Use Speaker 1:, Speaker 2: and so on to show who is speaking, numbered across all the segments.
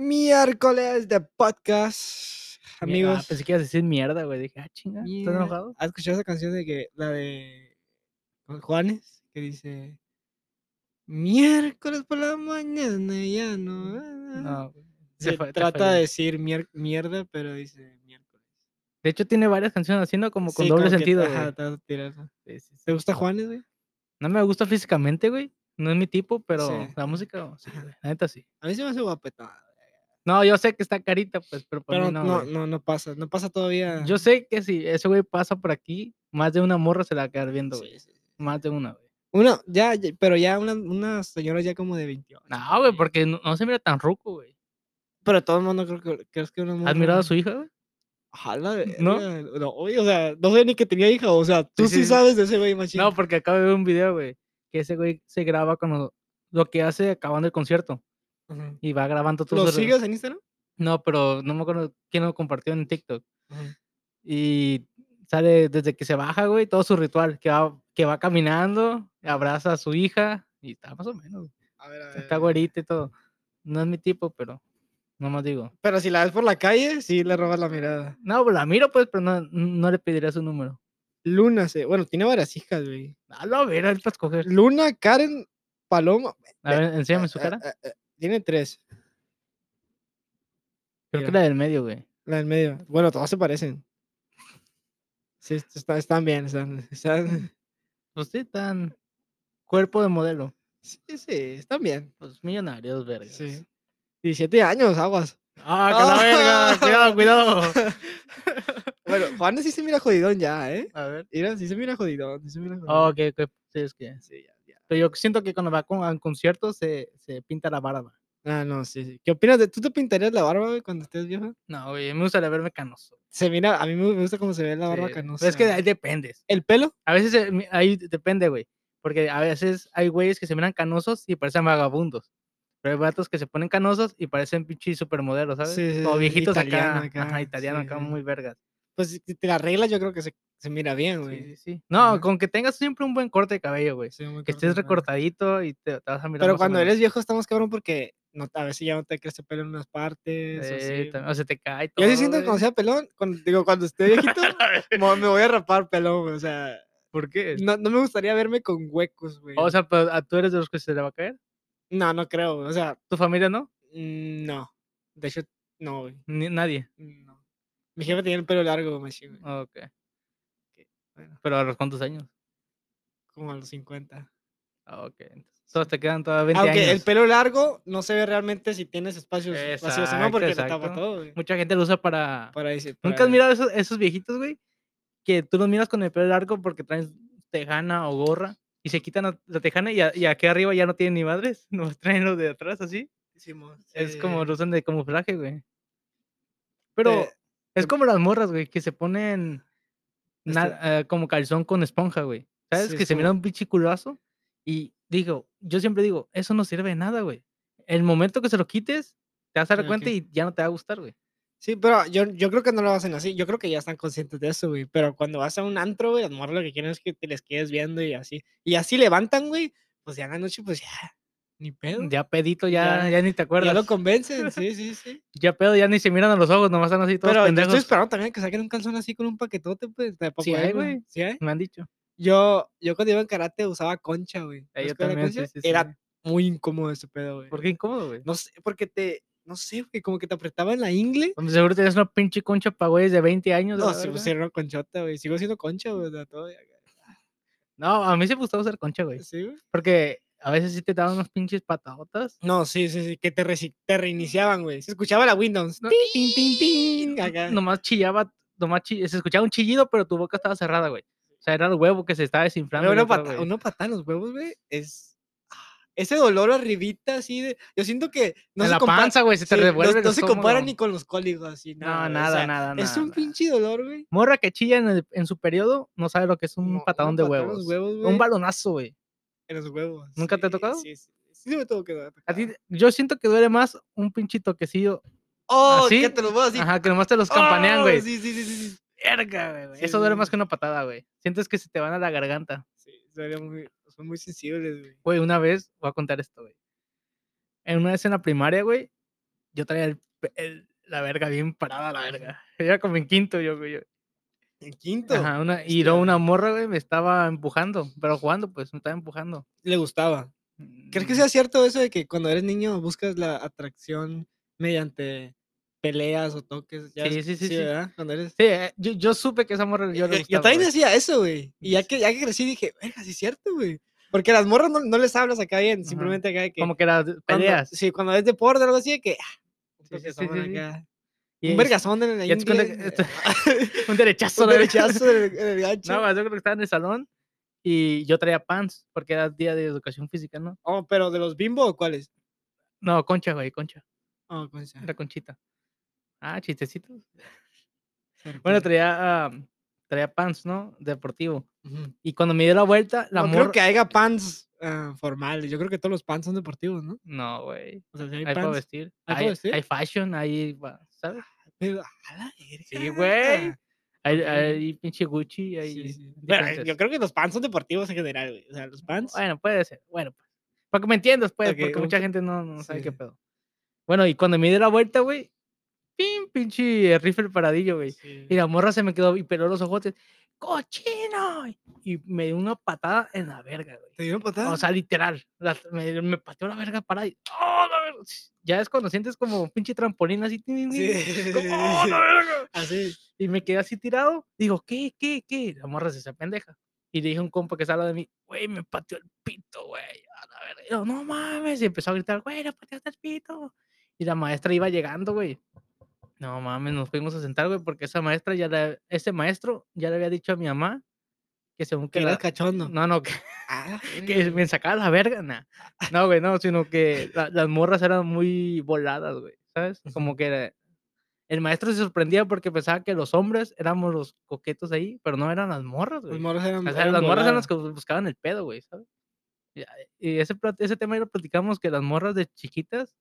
Speaker 1: miércoles de podcast, amigos.
Speaker 2: Ah, pensé que ibas a decir mierda, güey. Dije, ah, chinga, ¿estás
Speaker 1: Mierda.
Speaker 2: enojado?
Speaker 1: ¿Has escuchado esa canción de que la de Juan- Juanes que dice miércoles por la mañana ya no? ah, ah"?
Speaker 2: Mm. No, güey. Te
Speaker 1: Se
Speaker 2: fa- te
Speaker 1: trata
Speaker 2: fallé.
Speaker 1: de decir mier- mierda, pero dice miércoles.
Speaker 2: De hecho, tiene varias canciones haciendo como con
Speaker 1: Sí,
Speaker 2: doble
Speaker 1: como que-
Speaker 2: sentido,
Speaker 1: ajá,
Speaker 2: güey.
Speaker 1: te vas a tirar esa.
Speaker 2: Sí, sí, sí.
Speaker 1: ¿Te gusta Juanes, güey?
Speaker 2: No me gusta físicamente, güey. No es mi tipo, pero
Speaker 1: Sí.
Speaker 2: la música, oh, sí, güey. La neta sí.
Speaker 1: A mí se me hace guapetón.
Speaker 2: No, yo sé que está carita, pues, pero para
Speaker 1: Pero
Speaker 2: mí no.
Speaker 1: no, no,
Speaker 2: güey.
Speaker 1: no, pasa, no pasa todavía.
Speaker 2: Yo sé que si ese güey pasa por aquí, más de una morra se la va a quedar viendo,
Speaker 1: Sí,
Speaker 2: güey.
Speaker 1: sí, sí.
Speaker 2: Más de una, güey.
Speaker 1: Uno, ya, ya- pero ya una, una señora ya como de 28.
Speaker 2: No, güey,
Speaker 1: ya.
Speaker 2: porque no, no se mira tan ruco, güey.
Speaker 1: Pero todo el mundo creo que crees que una
Speaker 2: ¿Has mirado
Speaker 1: morra-
Speaker 2: a su hija, güey?
Speaker 1: Ojalá,
Speaker 2: ¿No?
Speaker 1: No, oye, o sea, no sé ni que tenía hija, o sea, tú
Speaker 2: sí,
Speaker 1: sí,
Speaker 2: sí.
Speaker 1: sabes de ese güey machín.
Speaker 2: No, porque acabo de ver un video, güey, que ese güey se graba cuando lo que hace acabando el concierto
Speaker 1: Ujú.
Speaker 2: y va grabando todo.
Speaker 1: ¿Lo sigues en Instagram?
Speaker 2: No, pero no me acuerdo quién lo compartió en TikTok.
Speaker 1: Ujú.
Speaker 2: Y sale desde que se baja, güey, todo su ritual, que va, que va caminando, abraza a su hija y está más o menos. güey,
Speaker 1: A ver, a ver,
Speaker 2: Está
Speaker 1: a ver.
Speaker 2: güerita y todo. No es mi tipo, pero nomás digo.
Speaker 1: Pero si la ves por la calle, sí le robas la mirada.
Speaker 2: No, la miro, pues, pero no, no le pediría su número. Ah,
Speaker 1: Luna, se... bueno, tiene varias hijas, güey.
Speaker 2: A la ver, ahí para escoger.
Speaker 1: Luna, Karen, Paloma.
Speaker 2: A ver, enséñame su
Speaker 1: eh,
Speaker 2: cara.
Speaker 1: eh, eh, tiene tres,
Speaker 2: Creo que
Speaker 1: mira.
Speaker 2: la del medio, güey.
Speaker 1: la del medio. Bueno, todas se parecen. Sí, est- está- están bien, están, están...
Speaker 2: Pues sí, tan cuerpo de modelo.
Speaker 1: Sí, sí, están bien.
Speaker 2: Pues millonarios, vergas.
Speaker 1: Sí. 17 años, aguas.
Speaker 2: ¡Ah, que la verga! ¡Cuidado, cuidado!
Speaker 1: Bueno, Juanes sí se mira jodidón ya, ¿eh?
Speaker 2: A ver.
Speaker 1: Mira, sí se mira jodidón, sí se mira jodidón.
Speaker 2: Ok, ok. Sí, es que.
Speaker 1: Sí, ya, ya.
Speaker 2: Pero yo siento que cuando va con- a un concierto se, se pinta la barba.
Speaker 1: Ah, no, sí, sí. ¿Qué opinas de tú te pintarías la barba güey, cuando estés vieja?
Speaker 2: No, güey, me gustaría verme canoso.
Speaker 1: Se mira, a mí me me gusta cómo se ve la barba
Speaker 2: sí,
Speaker 1: canosa.
Speaker 2: pero es que de
Speaker 1: güey.
Speaker 2: ahí dependes.
Speaker 1: el pelo,
Speaker 2: A veces eh, mi- ahí depende, güey. Porque a veces hay güeyes que se miran canosos y parecen vagabundos. Pero hay vatos que se ponen canosos y parecen pinches supermodelos, ¿sabes?
Speaker 1: Sí, sí,
Speaker 2: o
Speaker 1: sí,
Speaker 2: viejitos
Speaker 1: italiano
Speaker 2: acá.
Speaker 1: acá,
Speaker 2: Ajá, italiano
Speaker 1: sí,
Speaker 2: acá,
Speaker 1: sí.
Speaker 2: muy vergas.
Speaker 1: pues si te la arreglas, yo creo que se, se mira bien,
Speaker 2: Sí,
Speaker 1: güey.
Speaker 2: sí, sí. No,
Speaker 1: Ajá.
Speaker 2: con que tengas siempre un buen corte de cabello, güey.
Speaker 1: Sí, muy
Speaker 2: Que
Speaker 1: corto,
Speaker 2: estés
Speaker 1: claro.
Speaker 2: recortadito y te, te vas a mirar. más
Speaker 1: Pero
Speaker 2: o
Speaker 1: cuando
Speaker 2: menos.
Speaker 1: eres viejo estamos cabrón porque no, a veces ya no te crece pelo en unas partes. o
Speaker 2: Eh,
Speaker 1: sí.
Speaker 2: también, o se te cae todo.
Speaker 1: Yo sí siento que
Speaker 2: güey.
Speaker 1: cuando sea pelón, cuando, digo, cuando esté viejito, mo- me voy a rapar pelón, güey, o sea,
Speaker 2: ¿Por qué?
Speaker 1: no, no me gustaría verme con huecos, güey.
Speaker 2: O sea, pero, ¿a- tú eres de los que se le va a caer.
Speaker 1: no, no creo, güey, o sea,
Speaker 2: ¿Tu familia no?
Speaker 1: Mm, No. De hecho, no, güey.
Speaker 2: Ni- nadie.
Speaker 1: No. Mi jefe tenía el pelo largo, machín, güey.
Speaker 2: Ok.
Speaker 1: Bueno,
Speaker 2: Pero a los cuántos años.
Speaker 1: como a los 50.
Speaker 2: Ah, ok. entonces, todos te quedan todavía 20
Speaker 1: Aunque el
Speaker 2: años.
Speaker 1: pelo largo no se ve realmente si tienes espacios vacíos o no,
Speaker 2: Exacto,
Speaker 1: porque te tapa
Speaker 2: exacto.
Speaker 1: todo, güey.
Speaker 2: Mucha gente lo usa para.
Speaker 1: Pues, Para decir.
Speaker 2: ¿Nunca has mirado esos, esos viejitos, güey? Que tú los miras con el pelo largo porque traen tejana o gorra y se quitan la- la tejana y, a- y aquí arriba ya no tienen ni madres. Nos traen los de atrás así. Es como lo usan de camuflaje, güey. Pero
Speaker 1: este,
Speaker 2: es
Speaker 1: te-
Speaker 2: como las morras, güey, que se ponen na- eh, como calzón con esponja, güey. ¿Sabes?
Speaker 1: Este Sí,
Speaker 2: que
Speaker 1: es
Speaker 2: se mira
Speaker 1: como-
Speaker 2: un pinche culazo y digo, yo siempre digo, eso no sirve de nada, güey. El momento que se lo quites, te vas a dar
Speaker 1: Ah,
Speaker 2: cuenta
Speaker 1: ok.
Speaker 2: y ya no te va a gustar, güey.
Speaker 1: Sí, pero yo, yo creo que no lo hacen así. Yo creo que ya están conscientes de eso, güey. Pero cuando vas a un antro, güey, las morras lo que quieren es que te les quedes viendo y así. Y así levantan, güey. Pues ya en la noche, pues ya. Ni pedo.
Speaker 2: Ya pedito, ya,
Speaker 1: Ya-
Speaker 2: ya, ni te acuerdas.
Speaker 1: ya lo convencen. Sí, sí, sí.
Speaker 2: Ya pedo, ya ni se miran a los ojos, nomás están así todos
Speaker 1: Pero yo
Speaker 2: pendejos.
Speaker 1: estoy esperando también que saquen un calzón así con un paquetote, pues. de pa'
Speaker 2: Sí hay,
Speaker 1: ponerlo.
Speaker 2: güey.
Speaker 1: ¿Sí hay?
Speaker 2: Me han dicho.
Speaker 1: Yo, yo cuando iba en karate usaba concha, güey.
Speaker 2: Eh,
Speaker 1: ¿Sabes
Speaker 2: yo
Speaker 1: cuál era la
Speaker 2: también, sí,
Speaker 1: concha?
Speaker 2: sí, sí.
Speaker 1: Era muy incómodo ese pedo, güey.
Speaker 2: Porque incómodo, güey.
Speaker 1: No sé, porque te, no sé, güey, como que te apretaba en la ingle.
Speaker 2: Donde Pues, seguro tenías una pinche concha para güeyes de 20 años. a
Speaker 1: No,
Speaker 2: la
Speaker 1: sí, pues
Speaker 2: verga.
Speaker 1: era una conchota, güey. Sigo siendo concha, güey. o sea, todavía, güey.
Speaker 2: No, a mí sí me gustaba usar concha, güey.
Speaker 1: Sí, güey.
Speaker 2: Porque a veces sí te daban unos pinches patadotas.
Speaker 1: No, sí, sí, sí, que te, resi- te reiniciaban, güey. Se escuchaba la Windows.
Speaker 2: No,
Speaker 1: tin, tin, tin, tin, acá.
Speaker 2: Nomás chillaba, nomás chi- se escuchaba un chillido, pero tu boca estaba cerrada, güey. O sea, era el huevo que se estaba
Speaker 1: Güey,
Speaker 2: desinflando.
Speaker 1: una,
Speaker 2: yo creo,
Speaker 1: pata-
Speaker 2: güey.
Speaker 1: una patada en los huevos, güey, es... ah, Ese dolor arribita, así de... Yo siento que... No
Speaker 2: en
Speaker 1: se
Speaker 2: la
Speaker 1: compara-
Speaker 2: panza, güey, se te
Speaker 1: sí, no-
Speaker 2: revuelve
Speaker 1: No,
Speaker 2: el
Speaker 1: se compara ni
Speaker 2: estómago.
Speaker 1: con los cólicos, así.
Speaker 2: No,
Speaker 1: nada, güey, o
Speaker 2: nada,
Speaker 1: sea,
Speaker 2: nada,
Speaker 1: Es
Speaker 2: nada,
Speaker 1: un
Speaker 2: nada.
Speaker 1: pinche dolor, güey.
Speaker 2: Morra que chilla en, el- en su periodo no sabe lo que es un
Speaker 1: No,
Speaker 2: patadón de
Speaker 1: patada en los
Speaker 2: huevos.
Speaker 1: güey,
Speaker 2: Un balonazo, güey.
Speaker 1: En los huevos.
Speaker 2: ¿Nunca te ha tocado?
Speaker 1: Sí, sí. Sí, sí me tuvo que
Speaker 2: A ti, yo siento que duele más un pinche toquecillo.
Speaker 1: ¡Oh!
Speaker 2: ¿Así?
Speaker 1: ¿Qué te lo voy a decir?
Speaker 2: Ajá, que nomás te los campanean,
Speaker 1: ¡Oh!
Speaker 2: güey.
Speaker 1: Sí, sí, sí, sí. sí.
Speaker 2: Verga, güey, güey.
Speaker 1: Sí,
Speaker 2: Eso duele más
Speaker 1: sí.
Speaker 2: que una patada, güey. Sientes que se te van a la garganta.
Speaker 1: Sí, sería muy- son muy sensibles, güey.
Speaker 2: Güey, una vez, voy a contar esto, güey. En una vez en la primaria, güey, yo traía el pe- el- la verga bien parada, la verga. Era como en quinto, yo, güey. yo-
Speaker 1: En quinto.
Speaker 2: Ajá, una, y luego una morra, güey, me estaba empujando, pero jugando, pues, me estaba empujando.
Speaker 1: Le gustaba. ¿Crees
Speaker 2: Mm.
Speaker 1: que sea cierto eso de que cuando eres niño buscas la atracción mediante peleas o toques? Ya
Speaker 2: Sí,
Speaker 1: ves-
Speaker 2: sí, sí, sí.
Speaker 1: ¿verdad? Cuando eres...
Speaker 2: Sí, eh, yo, yo supe que esa morra yo
Speaker 1: Yo, yo- yo
Speaker 2: le gustaba,
Speaker 1: Eh, también
Speaker 2: güey.
Speaker 1: decía eso, güey. Y ya
Speaker 2: Yes.
Speaker 1: que, ya que crecí dije, verga, sí es cierto, güey. Porque a las morras no, no les hablas acá bien,
Speaker 2: Ajá.
Speaker 1: simplemente acá de que...
Speaker 2: Como que era de-
Speaker 1: cuando-
Speaker 2: peleas.
Speaker 1: Sí, cuando es deporte o algo así, de que... ah, un
Speaker 2: Sí, sí, sí,
Speaker 1: toquezón
Speaker 2: sí, sí.
Speaker 1: acá,
Speaker 2: y
Speaker 1: Un
Speaker 2: es-
Speaker 1: vergazón en el
Speaker 2: ya te cuenta que esto- un derechazo.
Speaker 1: Un
Speaker 2: la verga.
Speaker 1: derechazo en el- en el gancho.
Speaker 2: No, güey, yo creo que estaba en el salón y yo traía pants porque era día de educación física, ¿no?
Speaker 1: Oh, pero de los bimbo o cuáles?
Speaker 2: No, concha, güey, concha.
Speaker 1: Oh, con esa-
Speaker 2: Era conchita. Ah, chistecitos.
Speaker 1: cerca.
Speaker 2: Bueno, traía, ah, traía pants, ¿no? Deportivo.
Speaker 1: Ujú.
Speaker 2: Y cuando me dio la vuelta, la
Speaker 1: no
Speaker 2: morra...
Speaker 1: creo que haya pants ah, formales. Yo creo que todos los pants son deportivos, ¿no?
Speaker 2: No, güey.
Speaker 1: O sea, si hay
Speaker 2: Hay, para
Speaker 1: pants.
Speaker 2: vestir.
Speaker 1: ¿Hay
Speaker 2: Hay,
Speaker 1: para vestir?
Speaker 2: hay fashion, hay... va, ¿Sabes?
Speaker 1: Pero, a la verga.
Speaker 2: Sí, güey. Hay,
Speaker 1: Ok.
Speaker 2: hay pinche Gucci, hay...
Speaker 1: Sí, sí. Bueno, eh, yo
Speaker 2: diferentes.
Speaker 1: creo que los pants son deportivos en general, güey. O sea, los pants.
Speaker 2: Bueno, puede ser. Bueno, pues. Para que me entiendas, pues,
Speaker 1: Ok,
Speaker 2: porque
Speaker 1: un
Speaker 2: mucha
Speaker 1: po-
Speaker 2: gente no, no sabe qué
Speaker 1: sí.
Speaker 2: pedo. Bueno, y cuando me dio la vuelta, güey, pin, pinche rifle paradillo, güey.
Speaker 1: sí.
Speaker 2: Y la morra se me quedó y peló los ojotes. ¡Cochino! Y me dio una patada en la verga, güey.
Speaker 1: ¿Te dieron patada?
Speaker 2: O sea, literal. la- me, me pateó la verga para ahí. ¡Oh, la verga! Ya es cuando sientes como un pinche trampolín así. tin, tin, tin,
Speaker 1: Sí.
Speaker 2: como, ¡Oh, la verga!
Speaker 1: Así.
Speaker 2: Y me quedé así tirado. Digo, ¿qué, qué, qué? La morra se hace pendeja. Y le dije a un compa que estaba al lado de mí, güey, me pateó el pito, güey. a la verga". Y yo, no mames. Y empezó a gritar, güey, le pateaste el pito. Y la maestra iba llegando, güey. No mames, nos fuimos a sentar, güey, porque esa maestra ya le, ese maestro ya le había dicho a mi mamá que según
Speaker 1: Que
Speaker 2: que
Speaker 1: eras
Speaker 2: la,
Speaker 1: cachondo.
Speaker 2: no, no, que,
Speaker 1: Ah,
Speaker 2: que me sacaba la verga, nah. No, güey, no, sino que la- las morras eran muy voladas, güey, ¿sabes? Como que era- el maestro se sorprendía porque pensaba que los hombres éramos los coquetos ahí, pero no eran las morras,
Speaker 1: Los
Speaker 2: güey.
Speaker 1: morros eran.
Speaker 2: O sea,
Speaker 1: eran
Speaker 2: las morras
Speaker 1: voladas.
Speaker 2: eran las que buscaban el pedo, güey, ¿sabes? Y a- Y ese, plat- ese tema ya lo platicamos, que las morras de chiquitas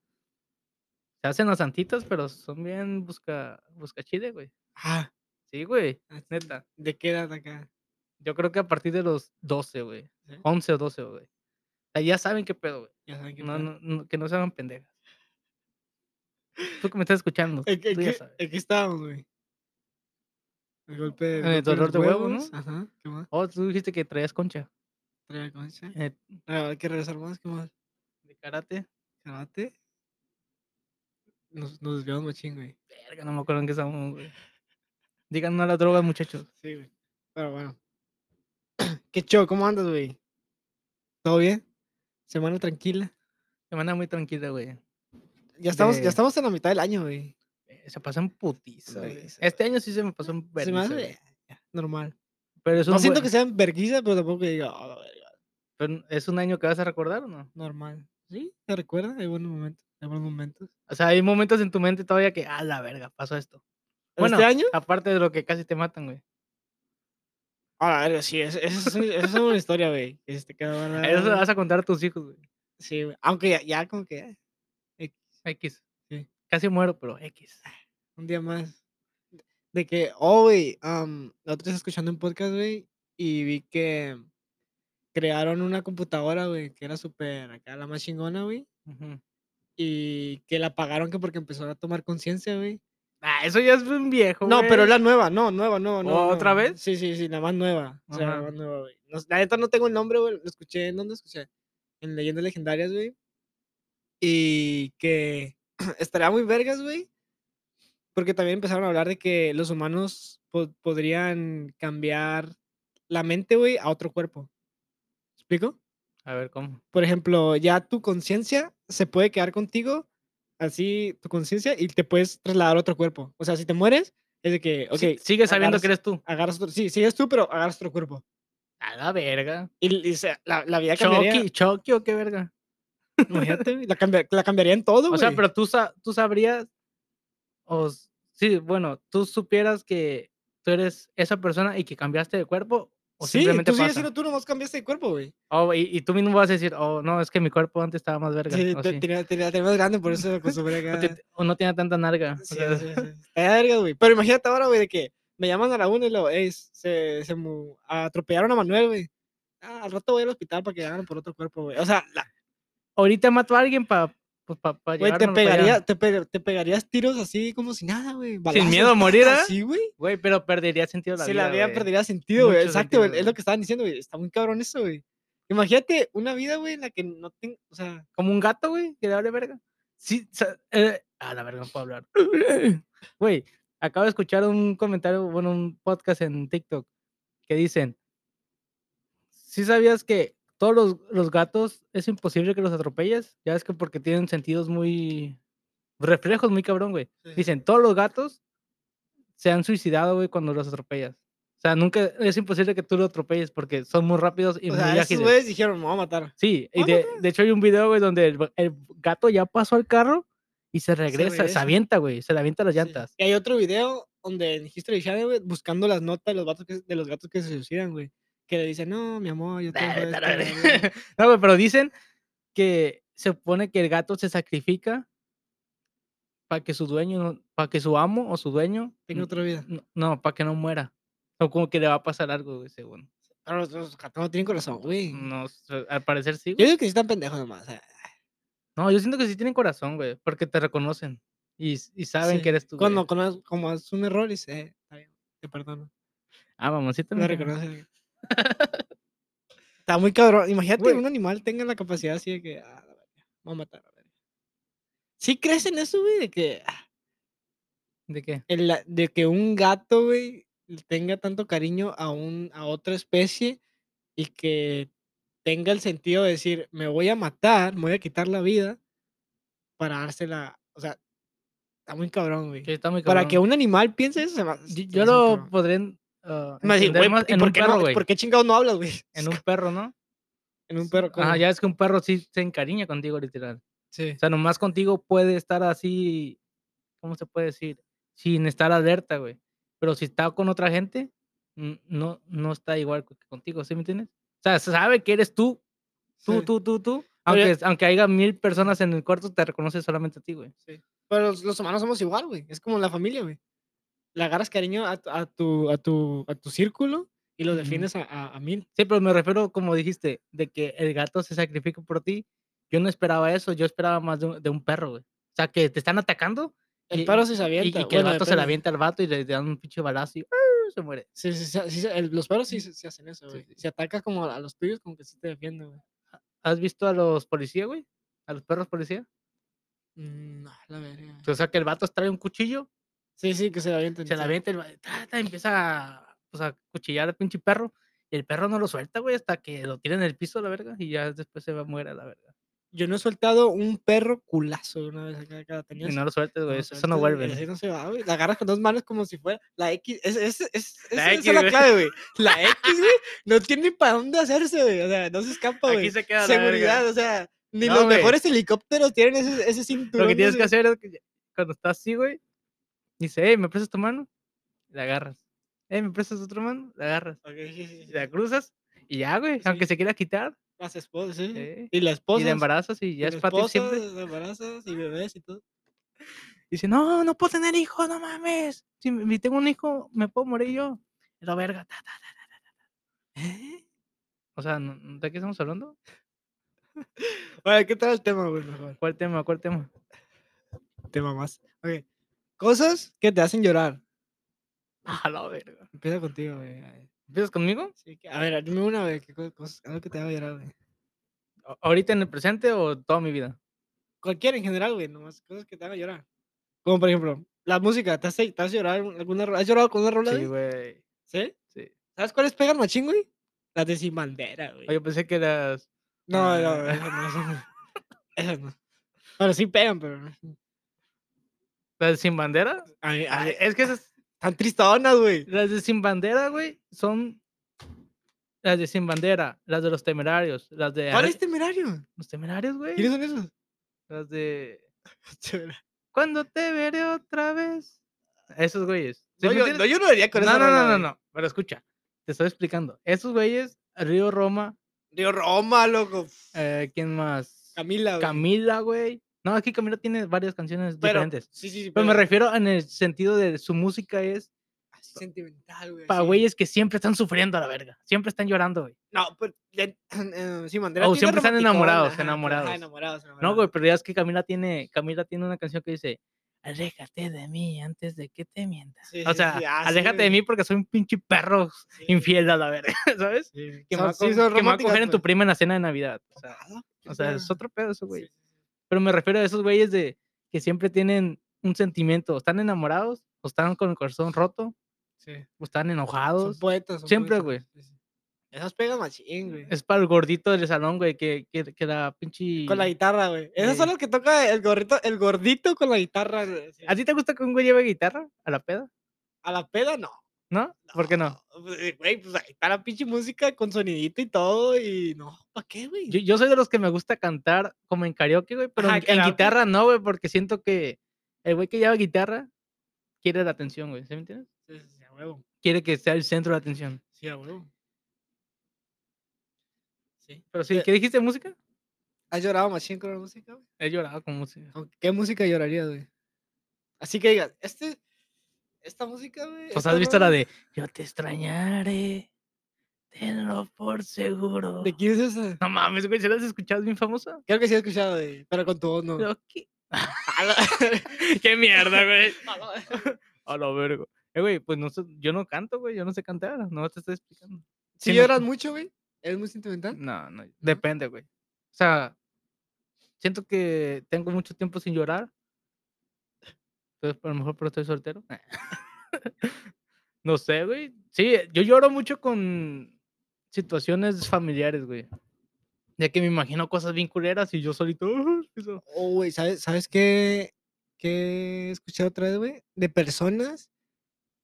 Speaker 2: se hacen las santitas, pero son bien busca, busca chile, güey.
Speaker 1: Ah,
Speaker 2: Sí, güey,
Speaker 1: ah,
Speaker 2: neta.
Speaker 1: ¿De qué edad acá?
Speaker 2: Yo creo que a partir de los 12, güey.
Speaker 1: ¿Sí?
Speaker 2: 11 o 12, güey. O sea, ya saben qué pedo, güey.
Speaker 1: Ya saben qué
Speaker 2: No,
Speaker 1: pedo.
Speaker 2: no, no- que no se hagan pendejas. Tú que me estás escuchando.
Speaker 1: ¿En qué- en
Speaker 2: tú ya
Speaker 1: qué-
Speaker 2: sabes.
Speaker 1: en qué estábamos, güey? El golpe de.
Speaker 2: En el
Speaker 1: golpe en
Speaker 2: dolor
Speaker 1: los
Speaker 2: de huevo,
Speaker 1: huevos,
Speaker 2: ¿no?
Speaker 1: Ajá. ¿Qué más?
Speaker 2: Oh, tú dijiste que traías concha
Speaker 1: Traía concha.
Speaker 2: eh,
Speaker 1: Ah, hay que regresar más. ¿Qué más?
Speaker 2: de karate.
Speaker 1: Karate. Nos, nos desviamos machín, güey.
Speaker 2: Verga, no me acuerdo en qué estábamos, güey. Digan no a las drogas, muchachos.
Speaker 1: Sí, güey. Pero bueno. ¿Qué show? ¿Cómo andas, güey? ¿Todo bien? Semana tranquila.
Speaker 2: Semana muy tranquila, güey.
Speaker 1: Ya estamos,
Speaker 2: De-
Speaker 1: ya estamos en la mitad del año, güey.
Speaker 2: Eh, Se pasan putiza, güey.
Speaker 1: Vergüenza,
Speaker 2: Este año sí se me pasó un
Speaker 1: Se me
Speaker 2: vergüenza,
Speaker 1: hace-
Speaker 2: güey.
Speaker 1: ya, Normal.
Speaker 2: Pero es un,
Speaker 1: No siento
Speaker 2: buen-
Speaker 1: que sean verguiza, pero tampoco que diga, "Oh, la verga",
Speaker 2: pero es un año que vas a recordar o no.
Speaker 1: normal. ¿Sí? ¿Te recuerda? Hay buenos momentos. Hay buenos momentos.
Speaker 2: O sea, hay momentos en tu mente todavía que, ah, la verga, pasó esto.
Speaker 1: ¿En
Speaker 2: Bueno,
Speaker 1: ¿Este año?
Speaker 2: aparte de lo que casi te matan, güey.
Speaker 1: Ah, la verga, sí. Esa es, un- esa es una historia, güey. que se te queda guardada,
Speaker 2: Eso se lo
Speaker 1: güey.
Speaker 2: vas a contar a tus hijos, güey.
Speaker 1: Sí, güey. Aunque ya, ya como que eh,
Speaker 2: X.
Speaker 1: Sí. Ah.
Speaker 2: Casi muero, pero X.
Speaker 1: un día más. De que, oh, güey, am, la otra vez escuchando un podcast, güey, y vi que crearon una computadora, güey, que era súper acá, la más chingona, güey,
Speaker 2: Ujú.
Speaker 1: y que la apagaron que porque empezó a tomar conciencia, güey.
Speaker 2: Ah, eso ya es un viejo.
Speaker 1: No, pero
Speaker 2: güey.
Speaker 1: la nueva, no, nueva, nueva, nueva.
Speaker 2: ¿Otra
Speaker 1: nueva.
Speaker 2: vez?
Speaker 1: Sí, sí, sí, la más nueva. O sea, la
Speaker 2: Ajá.
Speaker 1: más nueva, güey. No- la neta no tengo el nombre, güey, lo escuché, ¿en dónde escuché? En Leyendas Legendarias, güey. Y que estaría muy vergas, güey. Porque también empezaron a hablar de que los humanos po- podrían cambiar la mente, güey, a otro cuerpo. ¿Explico?
Speaker 2: A ver, ¿cómo?
Speaker 1: por ejemplo, ya tu conciencia se puede quedar contigo, así tu conciencia, y te puedes trasladar a otro cuerpo. O sea, si te mueres, es de que, ok,
Speaker 2: Sí, sigue sabiendo
Speaker 1: agarras-
Speaker 2: que eres tú.
Speaker 1: agarras otro, sí, sigues tú, pero agarras otro cuerpo.
Speaker 2: A la verga.
Speaker 1: Y, y se- la, la vida cambiaría,
Speaker 2: Chucky, Chucky o qué verga.
Speaker 1: imagínate, güey, la, cambia- la cambiaría en todo,
Speaker 2: O sea,
Speaker 1: güey.
Speaker 2: pero tú, sa- tú sabrías. O, s- sí, bueno, tú supieras que tú eres esa persona y que cambiaste de cuerpo. O
Speaker 1: sí,
Speaker 2: simplemente
Speaker 1: tú sigues
Speaker 2: pasa?
Speaker 1: siendo tú, nomás cambiaste de cuerpo, güey.
Speaker 2: Oh, y, y tú mismo vas a decir, oh, no, es que mi cuerpo antes estaba más verga.
Speaker 1: Sí,
Speaker 2: o,
Speaker 1: te-
Speaker 2: sí.
Speaker 1: tenía, tenía- tenía más grande, por eso acostumbré
Speaker 2: O
Speaker 1: acá.
Speaker 2: te- o no tenía tanta narga. o
Speaker 1: Sí,
Speaker 2: sea,
Speaker 1: sí, sí. Está de verga, güey. Pero imagínate ahora, güey, de que me llaman a la una y luego, "Ey, se, se mu- atropellaron a Manuel, güey. Ah, al rato voy al hospital para que hagan por otro cuerpo, güey. O sea, la-
Speaker 2: Ahorita mato a alguien para Pues para pa
Speaker 1: Güey, te,
Speaker 2: llevárnoslo pa' allá.
Speaker 1: pegaría, te, pe- te pegarías tiros así como si nada, güey. balazos,
Speaker 2: miedo a
Speaker 1: ta,
Speaker 2: morir, ¿ah?
Speaker 1: Sí, güey.
Speaker 2: Güey, pero perdería sentido la
Speaker 1: Si
Speaker 2: vida.
Speaker 1: la vida
Speaker 2: güey.
Speaker 1: perdería sentido, güey.
Speaker 2: Mucho
Speaker 1: Exacto, güey.
Speaker 2: sentido,
Speaker 1: Es
Speaker 2: güey.
Speaker 1: lo que estaba diciendo, güey. Está muy cabrón eso, güey. Imagínate una vida, güey, en la que no tengo, o sea,
Speaker 2: Como un gato, güey, que le vale verga. Sí, o sea, eh, a la verga no puedo hablar. Güey, acabo de escuchar un comentario, bueno, un podcast en TikTok que dicen, si sabías que todos los, los gatos es imposible que los atropelles? Ya es que porque tienen sentidos muy... reflejos muy cabrón, güey. Dicen, todos los gatos se han suicidado, güey, cuando los atropellas. O sea, nunca es imposible que tú lo atropelles porque son muy rápidos y
Speaker 1: o
Speaker 2: muy
Speaker 1: sea, esos
Speaker 2: ágiles.
Speaker 1: güeyes dijeron, me voy a matar.
Speaker 2: Sí, y
Speaker 1: Ah, no
Speaker 2: de, de hecho hay un video, güey, donde el, va- el gato ya pasó al carro y se regresa, se,
Speaker 1: regresa.
Speaker 2: avienta, güey, se le avienta las
Speaker 1: Sí.
Speaker 2: llantas.
Speaker 1: Y hay otro video donde en History Channel, güey, buscando las notas de los, vatos que, de los gatos que se suicidan, güey. Que le dicen, no, mi amor, yo tengo esto, bla, bla, bla".
Speaker 2: no, güey, pero dicen que se supone que el gato se sacrifica para que su dueño, para que su amo o su dueño,
Speaker 1: Tengo
Speaker 2: n-
Speaker 1: otra vida.
Speaker 2: n- no, para que no muera. O como que le va a pasar algo, güey, según.
Speaker 1: Pero los, los gatos no tienen corazón, güey.
Speaker 2: No, sé, al parecer sí.
Speaker 1: Yo
Speaker 2: güey.
Speaker 1: digo que sí están pendejos nomás. o sea,
Speaker 2: No, yo siento que sí tienen corazón, güey, porque te reconocen y, s- y saben
Speaker 1: sí.
Speaker 2: que eres tú. güey.
Speaker 1: Cuando, cono- como haces un error, dice, "Eh, está bien, te perdono.
Speaker 2: Ah, mamoncito.
Speaker 1: Lo
Speaker 2: mira.
Speaker 1: reconoce. Está muy cabrón. Imagínate que
Speaker 2: Güey.
Speaker 1: un animal tenga la capacidad así de que. Ah, la verga, voy a matar. a la verga". ¿Sí crees en eso, güey? De que, ah,
Speaker 2: ¿De qué?
Speaker 1: el la- de que un gato, güey, le tenga tanto cariño a, un, a otra especie y que tenga el sentido de decir, me voy a matar, me voy a quitar la vida para dársela. O sea, está muy cabrón, güey.
Speaker 2: Que está muy
Speaker 1: Para que
Speaker 2: cabrón.
Speaker 1: un animal piense eso, se me- se me
Speaker 2: Yo, yo
Speaker 1: hace muy
Speaker 2: lo
Speaker 1: cabrón.
Speaker 2: podré en,
Speaker 1: Me
Speaker 2: ah,
Speaker 1: va a decir,
Speaker 2: entender
Speaker 1: "Güey,
Speaker 2: más
Speaker 1: ¿y
Speaker 2: en
Speaker 1: por
Speaker 2: un
Speaker 1: qué
Speaker 2: perro,
Speaker 1: no-
Speaker 2: güey.
Speaker 1: ¿Por qué chingados no hablas, güey?
Speaker 2: En un perro, ¿no?
Speaker 1: En un perro. ¿cómo?
Speaker 2: Ajá, ya es que un perro sí se encariña contigo, literal.
Speaker 1: Sí.
Speaker 2: O sea, nomás contigo puede estar así, ¿cómo se puede decir? Sin estar alerta, güey. Pero si está con otra gente, n- no, no está igual que contigo, ¿sí me entiendes? O sea, se sabe que eres tú, tú,
Speaker 1: Sí.
Speaker 2: tú, tú, tú.
Speaker 1: Oye.
Speaker 2: Aunque, aunque haya mil personas en el cuarto, te reconoce solamente a ti, güey.
Speaker 1: Pero los, los humanos somos igual, güey. Es como la familia, güey. Le agarras cariño a, tu- a tu, a, tu, a tu círculo y lo
Speaker 2: Ujú.
Speaker 1: defines a, a, a mil.
Speaker 2: Sí, pero me refiero, como dijiste, de que el gato se sacrifica por ti. Yo no esperaba eso, yo esperaba más de un, de un perro, güey. O sea, que te están atacando
Speaker 1: El
Speaker 2: Y-
Speaker 1: perro sí se
Speaker 2: y,
Speaker 1: avienta.
Speaker 2: y que el
Speaker 1: bueno,
Speaker 2: gato se
Speaker 1: depende.
Speaker 2: la avienta al vato y le dan un pinche balazo y ¡ah! se muere.
Speaker 1: Sí, sí, sí, sí, el- los perros sí, se- se hacen eso,
Speaker 2: Sí,
Speaker 1: güey.
Speaker 2: sí.
Speaker 1: Si atacas como a los tuyos, como que sí te defienden, güey.
Speaker 2: ¿Has visto a los policías, güey? A los perros policías.
Speaker 1: Mm, No, la verga.
Speaker 2: O sea, que el vato trae un cuchillo,
Speaker 1: Sí, sí, que se la avientan.
Speaker 2: se la
Speaker 1: sí.
Speaker 2: avienta, el va- ta, ta, empieza a, pues, a cuchillar al pinche perro. Y el perro no lo suelta, güey, hasta que lo tira en el piso, la verga, y ya después se va a morir, la verga.
Speaker 1: Yo no he soltado un perro culazo de una vez acá, acá la
Speaker 2: Y
Speaker 1: tenías.
Speaker 2: no lo sueltes, güey, eso, eso no
Speaker 1: sueltas, este güey,
Speaker 2: vuelve.
Speaker 1: Así no se va, güey. La agarras con dos manos como si fuera la X. Es, es, es, es-
Speaker 2: La
Speaker 1: esa
Speaker 2: X,
Speaker 1: es la
Speaker 2: güey.
Speaker 1: clave, güey. La X, güey, no tiene para dónde hacerse, güey. O sea, no se escapa, güey.
Speaker 2: se queda
Speaker 1: Seguridad, o sea, ni
Speaker 2: No,
Speaker 1: los
Speaker 2: güey.
Speaker 1: mejores helicópteros tienen ese, ese cinturón.
Speaker 2: Lo que tienes
Speaker 1: ese-
Speaker 2: que hacer es que ya- cuando estás así, güey, dice, hey, ¿me prestas tu mano? La agarras. Hey, ¿me prestas otra mano? La agarras.
Speaker 1: Ok, sí, sí, sí.
Speaker 2: La cruzas y ya, güey, aunque
Speaker 1: Sí.
Speaker 2: se quiera quitar.
Speaker 1: Las esposas, sí.
Speaker 2: eh,
Speaker 1: Y la esposa.
Speaker 2: Y de embarazos y ya es para ti siempre.
Speaker 1: embarazos y bebés y todo.
Speaker 2: Dice, no, no puedo tener hijos, no mames. Si me- tengo un hijo, me puedo morir yo. Y La verga, ta, ta, ta, ta, ta, ta, ta.
Speaker 1: ¿Eh?
Speaker 2: O sea, ¿no- ¿de qué estamos hablando?
Speaker 1: Oye, ¿qué tal el tema, güey? Mejor.
Speaker 2: ¿Cuál tema? ¿Cuál tema?
Speaker 1: Tema más. Ok. Cosas que te hacen llorar.
Speaker 2: A la verga.
Speaker 1: Empieza contigo, güey. a ver.
Speaker 2: ¿Empiezas conmigo?
Speaker 1: Sí, que- a ver, dime una, güey. ¿qué co- cosas- Algo que te haga llorar, güey.
Speaker 2: ¿A- ¿Ahorita en el presente o toda mi vida?
Speaker 1: Cualquiera en general, güey, nomás cosas que te hagan llorar. Como por ejemplo, la música, ¿te has, te has llorar un- alguna ro- ¿Has llorado con una rola?
Speaker 2: Sí,
Speaker 1: güey?
Speaker 2: güey.
Speaker 1: ¿Sí?
Speaker 2: Sí.
Speaker 1: ¿Sabes cuáles pegan machín, güey? Las de sin bandera, güey.
Speaker 2: Ah, Yo pensé que eras
Speaker 1: No, no,
Speaker 2: ah.
Speaker 1: esas no, esas no. Esas no. Bueno, sí pegan, pero. no.
Speaker 2: las de sin bandera.
Speaker 1: A mí- a
Speaker 2: Ah,
Speaker 1: mí-
Speaker 2: Es que esas,
Speaker 1: Están tristonas, güey.
Speaker 2: las de sin bandera, güey, son las de sin bandera, las de los temerarios, las de
Speaker 1: ¿Cuál
Speaker 2: Arre-
Speaker 1: es temerario?
Speaker 2: los temerarios,
Speaker 1: ¿Quiénes
Speaker 2: güey.
Speaker 1: son esos?
Speaker 2: Las de
Speaker 1: Temerario.
Speaker 2: cuando te veré otra vez. Esos güeyes. ¿sí
Speaker 1: No,
Speaker 2: me
Speaker 1: yo, no, yo
Speaker 2: entiendes?
Speaker 1: no vería con
Speaker 2: no,
Speaker 1: esa
Speaker 2: no,
Speaker 1: rola,
Speaker 2: no, no,
Speaker 1: güey.
Speaker 2: no, Pero escucha, te estoy explicando. Esos güeyes, Río Roma,
Speaker 1: Río Roma, loco.
Speaker 2: eh, ¿quién más?
Speaker 1: Camila, güey.
Speaker 2: Camila, güey. No, aquí Camila tiene varias canciones
Speaker 1: Pero-
Speaker 2: diferentes. Pues,
Speaker 1: Sí, sí, sí.
Speaker 2: Pero me refiero en el sentido de su música es
Speaker 1: sentimental, güey.
Speaker 2: Para
Speaker 1: así.
Speaker 2: güeyes que siempre están sufriendo a la verga. Siempre están llorando, güey.
Speaker 1: No, pero. ya- eh, sí, Bandera
Speaker 2: Oh,
Speaker 1: tiene
Speaker 2: siempre están
Speaker 1: romanticón,
Speaker 2: enamorados,
Speaker 1: ajá,
Speaker 2: enamorados.
Speaker 1: ajá, enamorados,
Speaker 2: No,
Speaker 1: enamorados.
Speaker 2: güey, pero ya es que Camila tiene, Camila tiene una canción que dice, aléjate de mí antes de que te mientas.
Speaker 1: Sí,
Speaker 2: o
Speaker 1: sí,
Speaker 2: sea,
Speaker 1: sí, ah, sí,
Speaker 2: aléjate de
Speaker 1: güey.
Speaker 2: mí porque soy un pinche perro
Speaker 1: Sí.
Speaker 2: infiel a la verga, ¿sabes?
Speaker 1: Sí,
Speaker 2: Que, me
Speaker 1: son-
Speaker 2: va, a
Speaker 1: sí, son
Speaker 2: co- que me va a
Speaker 1: románticas, pues.
Speaker 2: coger en tu
Speaker 1: güey.
Speaker 2: prima en la cena de Navidad. O sea,
Speaker 1: Ah,
Speaker 2: o sea, es
Speaker 1: perro.
Speaker 2: otro pedo eso, güey.
Speaker 1: Sí, sí, sí.
Speaker 2: Pero me refiero a esos güeyes de que siempre tienen un sentimiento. o Están enamorados, o están con el corazón roto,
Speaker 1: Sí.
Speaker 2: o están
Speaker 1: Son
Speaker 2: enojados.
Speaker 1: poetas. son
Speaker 2: Siempre,
Speaker 1: poetas,
Speaker 2: güey.
Speaker 1: sí, sí. Esas pegan machín, güey.
Speaker 2: Es para el gordito del salón, güey, que, que, que la pinche...
Speaker 1: Con la guitarra, güey. Esas son
Speaker 2: Sí.
Speaker 1: las que toca el gordito, el gordito con la guitarra. güey, sí.
Speaker 2: ¿A ti te gusta que un güey lleve guitarra a la peda?
Speaker 1: A la peda, no.
Speaker 2: ¿No? ¿Por qué no?
Speaker 1: pues, Güey, pues ahí está la pinche música con sonidito y todo. Y no, ¿para qué, güey?
Speaker 2: Yo, yo soy de los que me gusta cantar como en karaoke, güey, pero
Speaker 1: Ajá,
Speaker 2: en, en
Speaker 1: karaoke.
Speaker 2: guitarra no, güey, porque siento que el güey que lleva guitarra quiere la atención, güey, ¿sí me entiendes?
Speaker 1: Sí, sí, sí, a huevo.
Speaker 2: Quiere que sea el centro de atención.
Speaker 1: Sí, a huevo. Sí.
Speaker 2: Pero sí,
Speaker 1: Eh,
Speaker 2: ¿qué dijiste de música?
Speaker 1: ¿Has llorado machín con la música, güey?
Speaker 2: He llorado con música.
Speaker 1: ¿Con ¿Qué música llorarías, güey? Así que digas, este, esta música, güey.
Speaker 2: Pues
Speaker 1: esta
Speaker 2: has visto la
Speaker 1: rola-
Speaker 2: de Yo te extrañaré, tenlo por seguro.
Speaker 1: ¿De quién es esa?
Speaker 2: No mames, güey, ¿se la has escuchado? Es bien famosa.
Speaker 1: Creo que sí he escuchado, güey, pero con tu voz no.
Speaker 2: Pero ¿Qué?
Speaker 1: A la-
Speaker 2: ¿Qué mierda, güey?
Speaker 1: a la-
Speaker 2: A la verga. Eh, güey, pues no sé, yo no canto, güey, yo no sé cantar, no te estoy explicando.
Speaker 1: Si
Speaker 2: Sí, no-
Speaker 1: lloras mucho, güey. ¿Eres muy sentimental?
Speaker 2: No, no, depende, güey. O sea, siento que tengo mucho tiempo sin llorar. Entonces, a lo mejor, pero estoy soltero. no sé, güey. Sí, yo lloro mucho con situaciones familiares, güey. Ya que me imagino cosas bien culeras y yo solito. "Ah, eso".
Speaker 1: Oh, güey, ¿sabes, ¿sabes qué, qué he escuchado otra vez, güey? De personas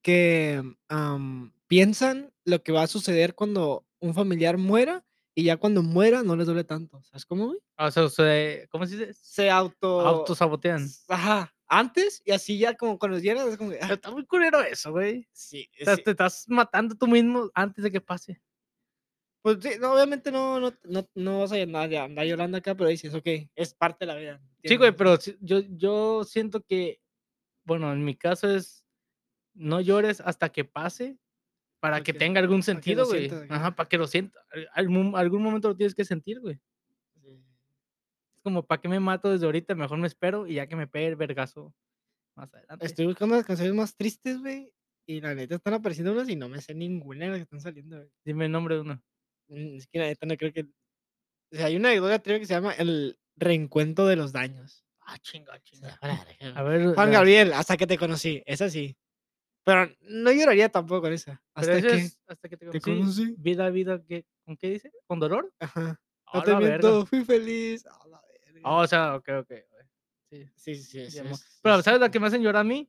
Speaker 1: que am, piensan lo que va a suceder cuando un familiar muera y ya cuando muera no les duele tanto. ¿Sabes cómo, güey?
Speaker 2: Ah, O sea, se- ¿cómo se dice?
Speaker 1: Se auto...
Speaker 2: Autosabotean.
Speaker 1: s- Ajá. Antes y así ya como cuando llegas es como que...
Speaker 2: Pero
Speaker 1: ah,
Speaker 2: Está muy culero eso, güey.
Speaker 1: sí,
Speaker 2: O sea,
Speaker 1: sí.
Speaker 2: te estás matando tú mismo antes de que pase.
Speaker 1: Pues sí, no, obviamente no, no, no, no vas a andar, ya- andar llorando acá, pero dices, ok, es parte de la vida.
Speaker 2: Sí, güey,
Speaker 1: ¿entiendes?
Speaker 2: pero sí- yo, yo siento que, bueno, en mi caso es no llores hasta que pase para que
Speaker 1: Ok,
Speaker 2: tenga algún
Speaker 1: para que lo
Speaker 2: sentido, güey.
Speaker 1: sientas,
Speaker 2: Ajá,
Speaker 1: ajá.
Speaker 2: para que lo sienta. Al- Algún, algún momento lo tienes que sentir, güey.
Speaker 1: Sí.
Speaker 2: Es como, ¿para qué me mato desde ahorita? Mejor me espero y ya que me pegue el vergazo más adelante.
Speaker 1: Estoy buscando las canciones más tristes, güey. Y la neta están apareciendo unas y no me sé ninguna de las que están saliendo, güey.
Speaker 2: Dime el nombre de uno.
Speaker 1: Mm, Es que la neta no creo que. O sea, hay una de Gloria Trevi que se llama El Reencuentro de los Daños. Ah, chinga, chinga.
Speaker 2: A ver. eh,
Speaker 1: Juan
Speaker 2: la-
Speaker 1: Gabriel, hasta que te conocí. Esa sí. Pero no lloraría tampoco con esa.
Speaker 2: pero
Speaker 1: Hasta
Speaker 2: ese
Speaker 1: que.
Speaker 2: es hasta que te
Speaker 1: te
Speaker 2: conocí.
Speaker 1: conocí.
Speaker 2: Vida, vida, ¿qué- ¿con qué dice? ¿Con dolor?
Speaker 1: Ajá.
Speaker 2: A
Speaker 1: No te
Speaker 2: la verga.
Speaker 1: miento, fui feliz. A la verga.
Speaker 2: Ah, o sea, ok, ok. güey.
Speaker 1: sí, sí, sí.
Speaker 2: de
Speaker 1: sí,
Speaker 2: amor.
Speaker 1: sí, sí,
Speaker 2: Pero,
Speaker 1: sí,
Speaker 2: ¿sabes la
Speaker 1: sí.
Speaker 2: que me hacen llorar a mí?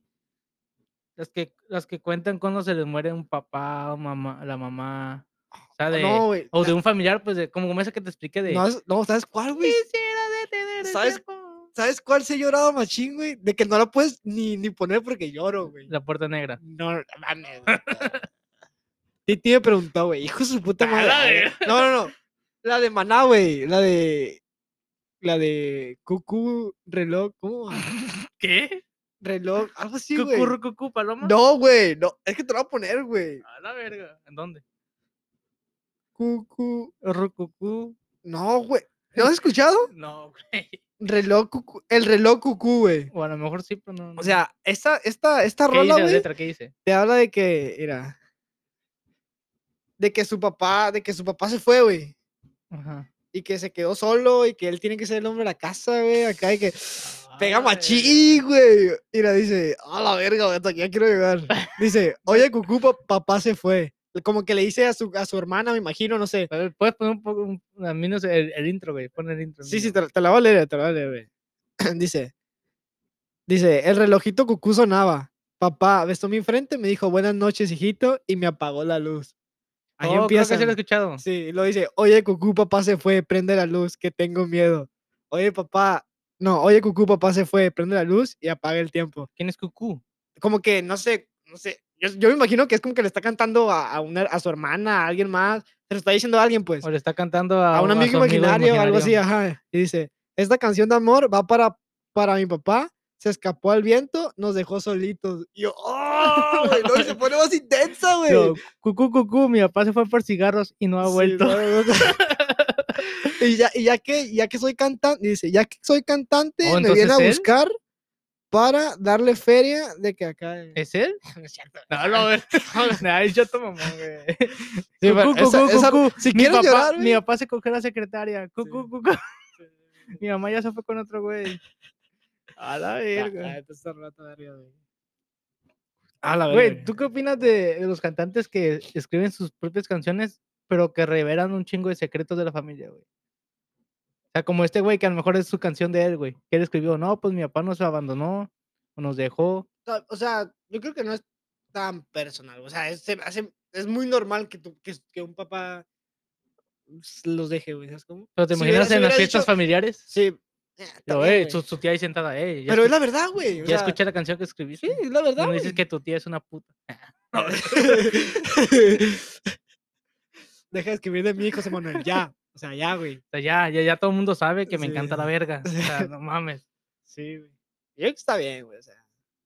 Speaker 2: Las que, las que cuentan cuando se les muere un papá o mamá, la mamá. O, sea, de-
Speaker 1: Oh, No, güey.
Speaker 2: o
Speaker 1: la-
Speaker 2: de un familiar, pues, de, como, como esa que te expliqué de...
Speaker 1: No, es- no, ¿sabes cuál, güey?
Speaker 2: Quisiera detener el
Speaker 1: ¿Sabes?
Speaker 2: tiempo".
Speaker 1: ¿Sabes cuál se ha llorado machín, güey? De que no la puedes ni, ni poner porque lloro, güey.
Speaker 2: La puerta negra.
Speaker 1: No, no mames. güey. Titi me preguntó, güey, hijo de su puta
Speaker 2: A
Speaker 1: madre.
Speaker 2: Ah, la
Speaker 1: a ver, No, no, no. La de Maná, güey. La de. La de. Cucú, reloj. ¿Cómo? va?
Speaker 2: ¿Qué?
Speaker 1: Reloj, algo así, güey.
Speaker 2: Cucurru, cucú, paloma.
Speaker 1: No, güey. No, es que te lo voy a poner, güey.
Speaker 2: A la verga. ¿En dónde?
Speaker 1: Cucú.
Speaker 2: Rucucú.
Speaker 1: No, güey. ¿No has escuchado?
Speaker 2: No, güey.
Speaker 1: Reloj, cucú. El reloj, cucú, güey.
Speaker 2: O a lo mejor sí, pero no. no.
Speaker 1: O sea, esta, esta, esta
Speaker 2: ¿qué
Speaker 1: rola,
Speaker 2: dice la
Speaker 1: güey.
Speaker 2: letra? ¿Qué dice?
Speaker 1: te habla de que, mira, de que su papá, de que su papá se fue, güey,
Speaker 2: Ajá.
Speaker 1: y que se quedó solo y que él tiene que ser el hombre de la casa, güey, acá y que
Speaker 2: A
Speaker 1: pega
Speaker 2: la
Speaker 1: machín, güey. Mira, dice, a la verga, güey, hasta aquí ya quiero llegar. Dice, oye, Cucú, pa- papá se fue. Como que le dice a su, a su hermana, me imagino, no sé.
Speaker 2: A ver, puedes poner un poco, un- a mí no sé, el, el intro, güey. Pon el intro.
Speaker 1: Sí,
Speaker 2: mío.
Speaker 1: sí, te, la- te la voy a leer, te la voy a leer, güey. Dice, dice, el relojito Cucú sonaba. Papá besó mi frente, me dijo buenas noches, hijito, y me apagó la luz. Ahí
Speaker 2: Oh, creo que sí
Speaker 1: empieza.
Speaker 2: lo he escuchado.
Speaker 1: Sí, lo dice, oye, cucú, papá se fue, prende la luz, que tengo miedo. Oye, papá, no, oye, cucú, papá se fue, prende la luz y apaga el tiempo.
Speaker 2: ¿Quién es Cucú?
Speaker 1: Como que, no sé, no sé, yo, yo me imagino que es como que le está cantando a, a una, a su hermana, a alguien más, se lo está diciendo a alguien, pues,
Speaker 2: O le está cantando a,
Speaker 1: a un
Speaker 2: su
Speaker 1: amigo imaginario, algo así,
Speaker 2: imaginario.
Speaker 1: ajá. Y dice, esta canción de amor va para, para mi papá, se escapó al viento, nos dejó solitos. Y yo, ¡oh, ¡No! güey, no, y se pone más intensa, güey.
Speaker 2: Yo, cucú, cucú, mi papá se fue por cigarros y no ha
Speaker 1: Sí,
Speaker 2: vuelto.
Speaker 1: güey, güey. y ya, y ya que, ya que soy cantante, dice, ya que soy cantante,
Speaker 2: Oh,
Speaker 1: me viene a
Speaker 2: entonces él.
Speaker 1: buscar para darle feria de que acá. eh, de-
Speaker 2: ¿Es él?
Speaker 1: No es cierto.
Speaker 2: Eh, No, no, güey. Nah, es yo tu mamón, güey.
Speaker 1: Sí,
Speaker 2: Cucú,
Speaker 1: pero esa-
Speaker 2: cucú,
Speaker 1: esa-
Speaker 2: cucú.
Speaker 1: si
Speaker 2: Mi
Speaker 1: quieres
Speaker 2: papá,
Speaker 1: llorar, güey.
Speaker 2: mi papá se cogió a la secretaria. Cucú,
Speaker 1: Sí.
Speaker 2: cucú. Mi mamá ya se fue con otro güey. A la verga.
Speaker 1: Ah, la
Speaker 2: Güey, ¿tú qué opinas de, de los cantantes que escriben sus propias canciones, pero que revelan un chingo de secretos de la familia, güey? O sea, como este güey que a lo mejor es su canción de él, güey. Que él escribió, no, pues mi papá nos abandonó o nos dejó.
Speaker 1: ta- o sea, yo creo que no es tan personal. O sea, es, se me hace- es muy normal que, tú- que, que un papá s- los deje, güey. ¿Sabes cómo?
Speaker 2: Pero te
Speaker 1: Si hubiera-
Speaker 2: imaginas
Speaker 1: si
Speaker 2: en las
Speaker 1: hubiera
Speaker 2: fiestas
Speaker 1: dicho-
Speaker 2: familiares.
Speaker 1: Sí. eh,
Speaker 2: Pero,
Speaker 1: también,
Speaker 2: eh,
Speaker 1: güey.
Speaker 2: su, su tía ahí sentada, eh. Ya,
Speaker 1: Pero es
Speaker 2: escu-
Speaker 1: la verdad, güey. o sea,
Speaker 2: ya escuché la canción que escribiste.
Speaker 1: Sí, es la
Speaker 2: Y
Speaker 1: verdad.
Speaker 2: me
Speaker 1: güey.
Speaker 2: dices que tu tía es una puta. Eh,
Speaker 1: Deja de escribir de mí, José Manuel. Ya. O sea, ya, güey.
Speaker 2: O sea, ya, ya, ya todo el mundo sabe que me encanta la
Speaker 1: Sí.
Speaker 2: verga. O sea, no mames.
Speaker 1: Sí, güey. Yo creo que está bien, güey. O sea,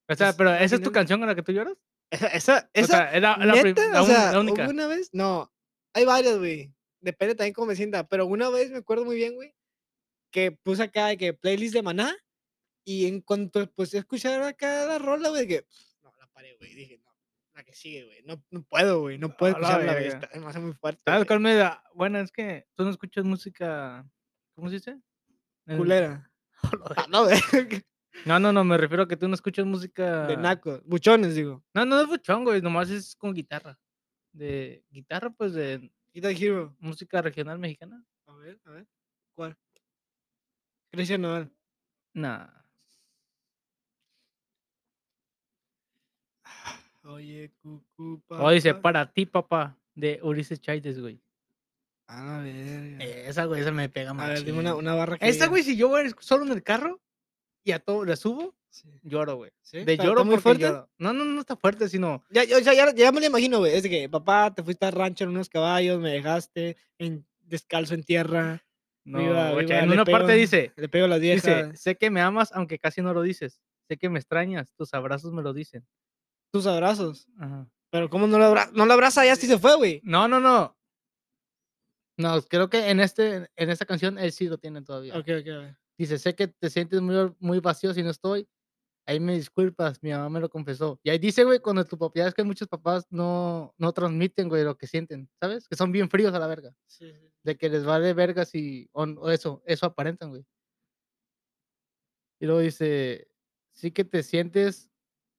Speaker 2: O sea,
Speaker 1: Pues,
Speaker 2: pero
Speaker 1: al
Speaker 2: ¿esa es tu
Speaker 1: final-
Speaker 2: canción con la que tú lloras?
Speaker 1: esa, esa,
Speaker 2: O
Speaker 1: esa
Speaker 2: sea, es la, la prim-
Speaker 1: neta,
Speaker 2: la
Speaker 1: o
Speaker 2: un-
Speaker 1: sea,
Speaker 2: la
Speaker 1: hubo
Speaker 2: única.
Speaker 1: una vez, no, hay varias, güey. Depende también cómo me sienta, pero una vez me acuerdo muy bien, güey, que puse acá de que playlist de Maná y en cuanto pues escuchar acá la rola, güey, de que no la paré, güey, dije, no, la que sigue, güey, no, no puedo, güey, no puedo
Speaker 2: A la
Speaker 1: escucharla, güey,
Speaker 2: verga. Ah,
Speaker 1: está- me hace muy fuerte.
Speaker 2: ¿Sabes
Speaker 1: güey,
Speaker 2: cuál me da? Bueno, es que tú no escuchas música. ¿Cómo se dice? Eh,
Speaker 1: Culera. Ah, no, güey,
Speaker 2: No, no, no, me refiero a que tú no escuchas música.
Speaker 1: de naco, buchones, digo.
Speaker 2: No, no es buchón, güey, nomás es con guitarra. De guitarra, pues de
Speaker 1: Guitar Hero.
Speaker 2: música regional mexicana.
Speaker 1: A ver, a ver. ¿Cuál? Cristian Nodal.
Speaker 2: Nah.
Speaker 1: Oye, cucú,
Speaker 2: O dice,
Speaker 1: papá.
Speaker 2: para ti, papá, de Ulises Chaides, güey.
Speaker 1: A la verga.
Speaker 2: Eh, Esa, güey, esa me pega más.
Speaker 1: A ver, dime una, una barra que.
Speaker 2: Esta,
Speaker 1: diga.
Speaker 2: güey, si yo voy solo en el carro y a todo la subo,
Speaker 1: Sí.
Speaker 2: lloro, güey.
Speaker 1: ¿Sí?
Speaker 2: De
Speaker 1: ¿Está-
Speaker 2: lloro
Speaker 1: está muy
Speaker 2: porque
Speaker 1: fuerte?
Speaker 2: lloro. No, no, no está fuerte, sino.
Speaker 1: Ya, yo- ya, ya, ya me lo imagino, güey. Es de que, papá, te fuiste al rancho en unos caballos, me dejaste en, descalzo en tierra,
Speaker 2: No,
Speaker 1: Viva,
Speaker 2: guacha,
Speaker 1: viva,
Speaker 2: en
Speaker 1: le
Speaker 2: una parte
Speaker 1: pego.
Speaker 2: dice,
Speaker 1: le pego a las
Speaker 2: dice,
Speaker 1: viejas.
Speaker 2: sé que me amas aunque casi no lo dices. Sé que me extrañas, tus abrazos me lo dicen.
Speaker 1: Tus abrazos.
Speaker 2: Ajá.
Speaker 1: Pero, ¿cómo no lo, abra no lo abraza ya si se fue, güey?
Speaker 2: No, no, no. No, creo que en este, en esta canción él sí lo tiene todavía.
Speaker 1: Ok, ok, ok.
Speaker 2: Dice, sé que te sientes muy, or- muy vacío si no estoy. Ahí me disculpas, mi mamá me lo confesó. Y ahí dice, güey, cuando tu papá, ya es que muchos papás no, no transmiten, güey, lo que sienten, ¿sabes? Que son bien fríos a la verga.
Speaker 1: Sí, sí.
Speaker 2: de que les vale verga si o, n- o eso, eso aparentan, güey. Y luego dice, sí que te sientes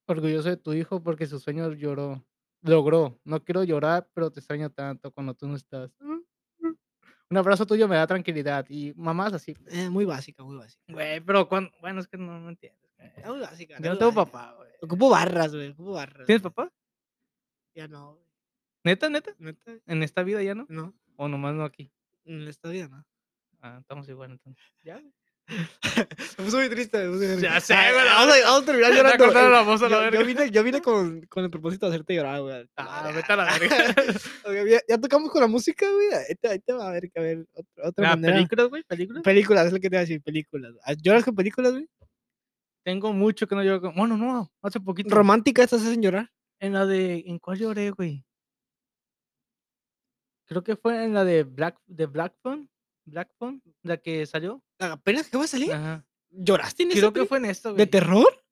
Speaker 2: orgulloso de tu hijo porque su sueño lloró, logró. No quiero llorar, pero te extraño tanto cuando tú no estás. Un abrazo tuyo me da tranquilidad y mamás así.
Speaker 1: Eh, muy básica, muy básica.
Speaker 2: Güey, pero cuando, bueno, es que no me entiendes. güey.
Speaker 1: Está muy básica. está
Speaker 2: Yo no
Speaker 1: muy
Speaker 2: tengo
Speaker 1: básica.
Speaker 2: papá, güey.
Speaker 1: Ocupo barras, güey. Ocupo barras.
Speaker 2: ¿Tienes
Speaker 1: güey.
Speaker 2: papá?
Speaker 1: Ya no, güey.
Speaker 2: ¿Neta, neta?
Speaker 1: ¿Neta?
Speaker 2: ¿En esta vida ya no?
Speaker 1: No,
Speaker 2: ¿O nomás no aquí?
Speaker 1: en esta vida no.
Speaker 2: Ah, estamos igual entonces. Ya, güey.
Speaker 1: Me puse muy triste. me puse muy
Speaker 2: Ya
Speaker 1: triste.
Speaker 2: sé,
Speaker 1: Ah,
Speaker 2: güey, la
Speaker 1: Vamos a, vamos a terminar
Speaker 2: Está
Speaker 1: llorando.
Speaker 2: cortada
Speaker 1: eh,
Speaker 2: la voz a la
Speaker 1: Yo, yo
Speaker 2: verga.
Speaker 1: vine, yo vine con, con el propósito de hacerte llorar, güey.
Speaker 2: Ah, vete a la verga.
Speaker 1: Ok, ya, ya tocamos con la música, güey. Ahí te, ahí te va a ver que a ver ot- otra
Speaker 2: Ah,
Speaker 1: manera.
Speaker 2: películas, güey, películas.
Speaker 1: Películas, es lo que te iba a decir, películas. Ah, ¿Lloras con películas, güey?
Speaker 2: Tengo mucho que no lloro con. Bueno, no, hace poquito.
Speaker 1: ¿Románticas te hacen llorar?
Speaker 2: En la de. ¿En cuál lloré, güey? Creo que fue en la de Black de Black Phone. Black Phone, la que salió.
Speaker 1: Ah, ¿Apenas que va a salir?
Speaker 2: Ajá.
Speaker 1: ¿Lloraste en esa
Speaker 2: Creo que
Speaker 1: peli?
Speaker 2: fue en esto, güey.
Speaker 1: ¿De terror?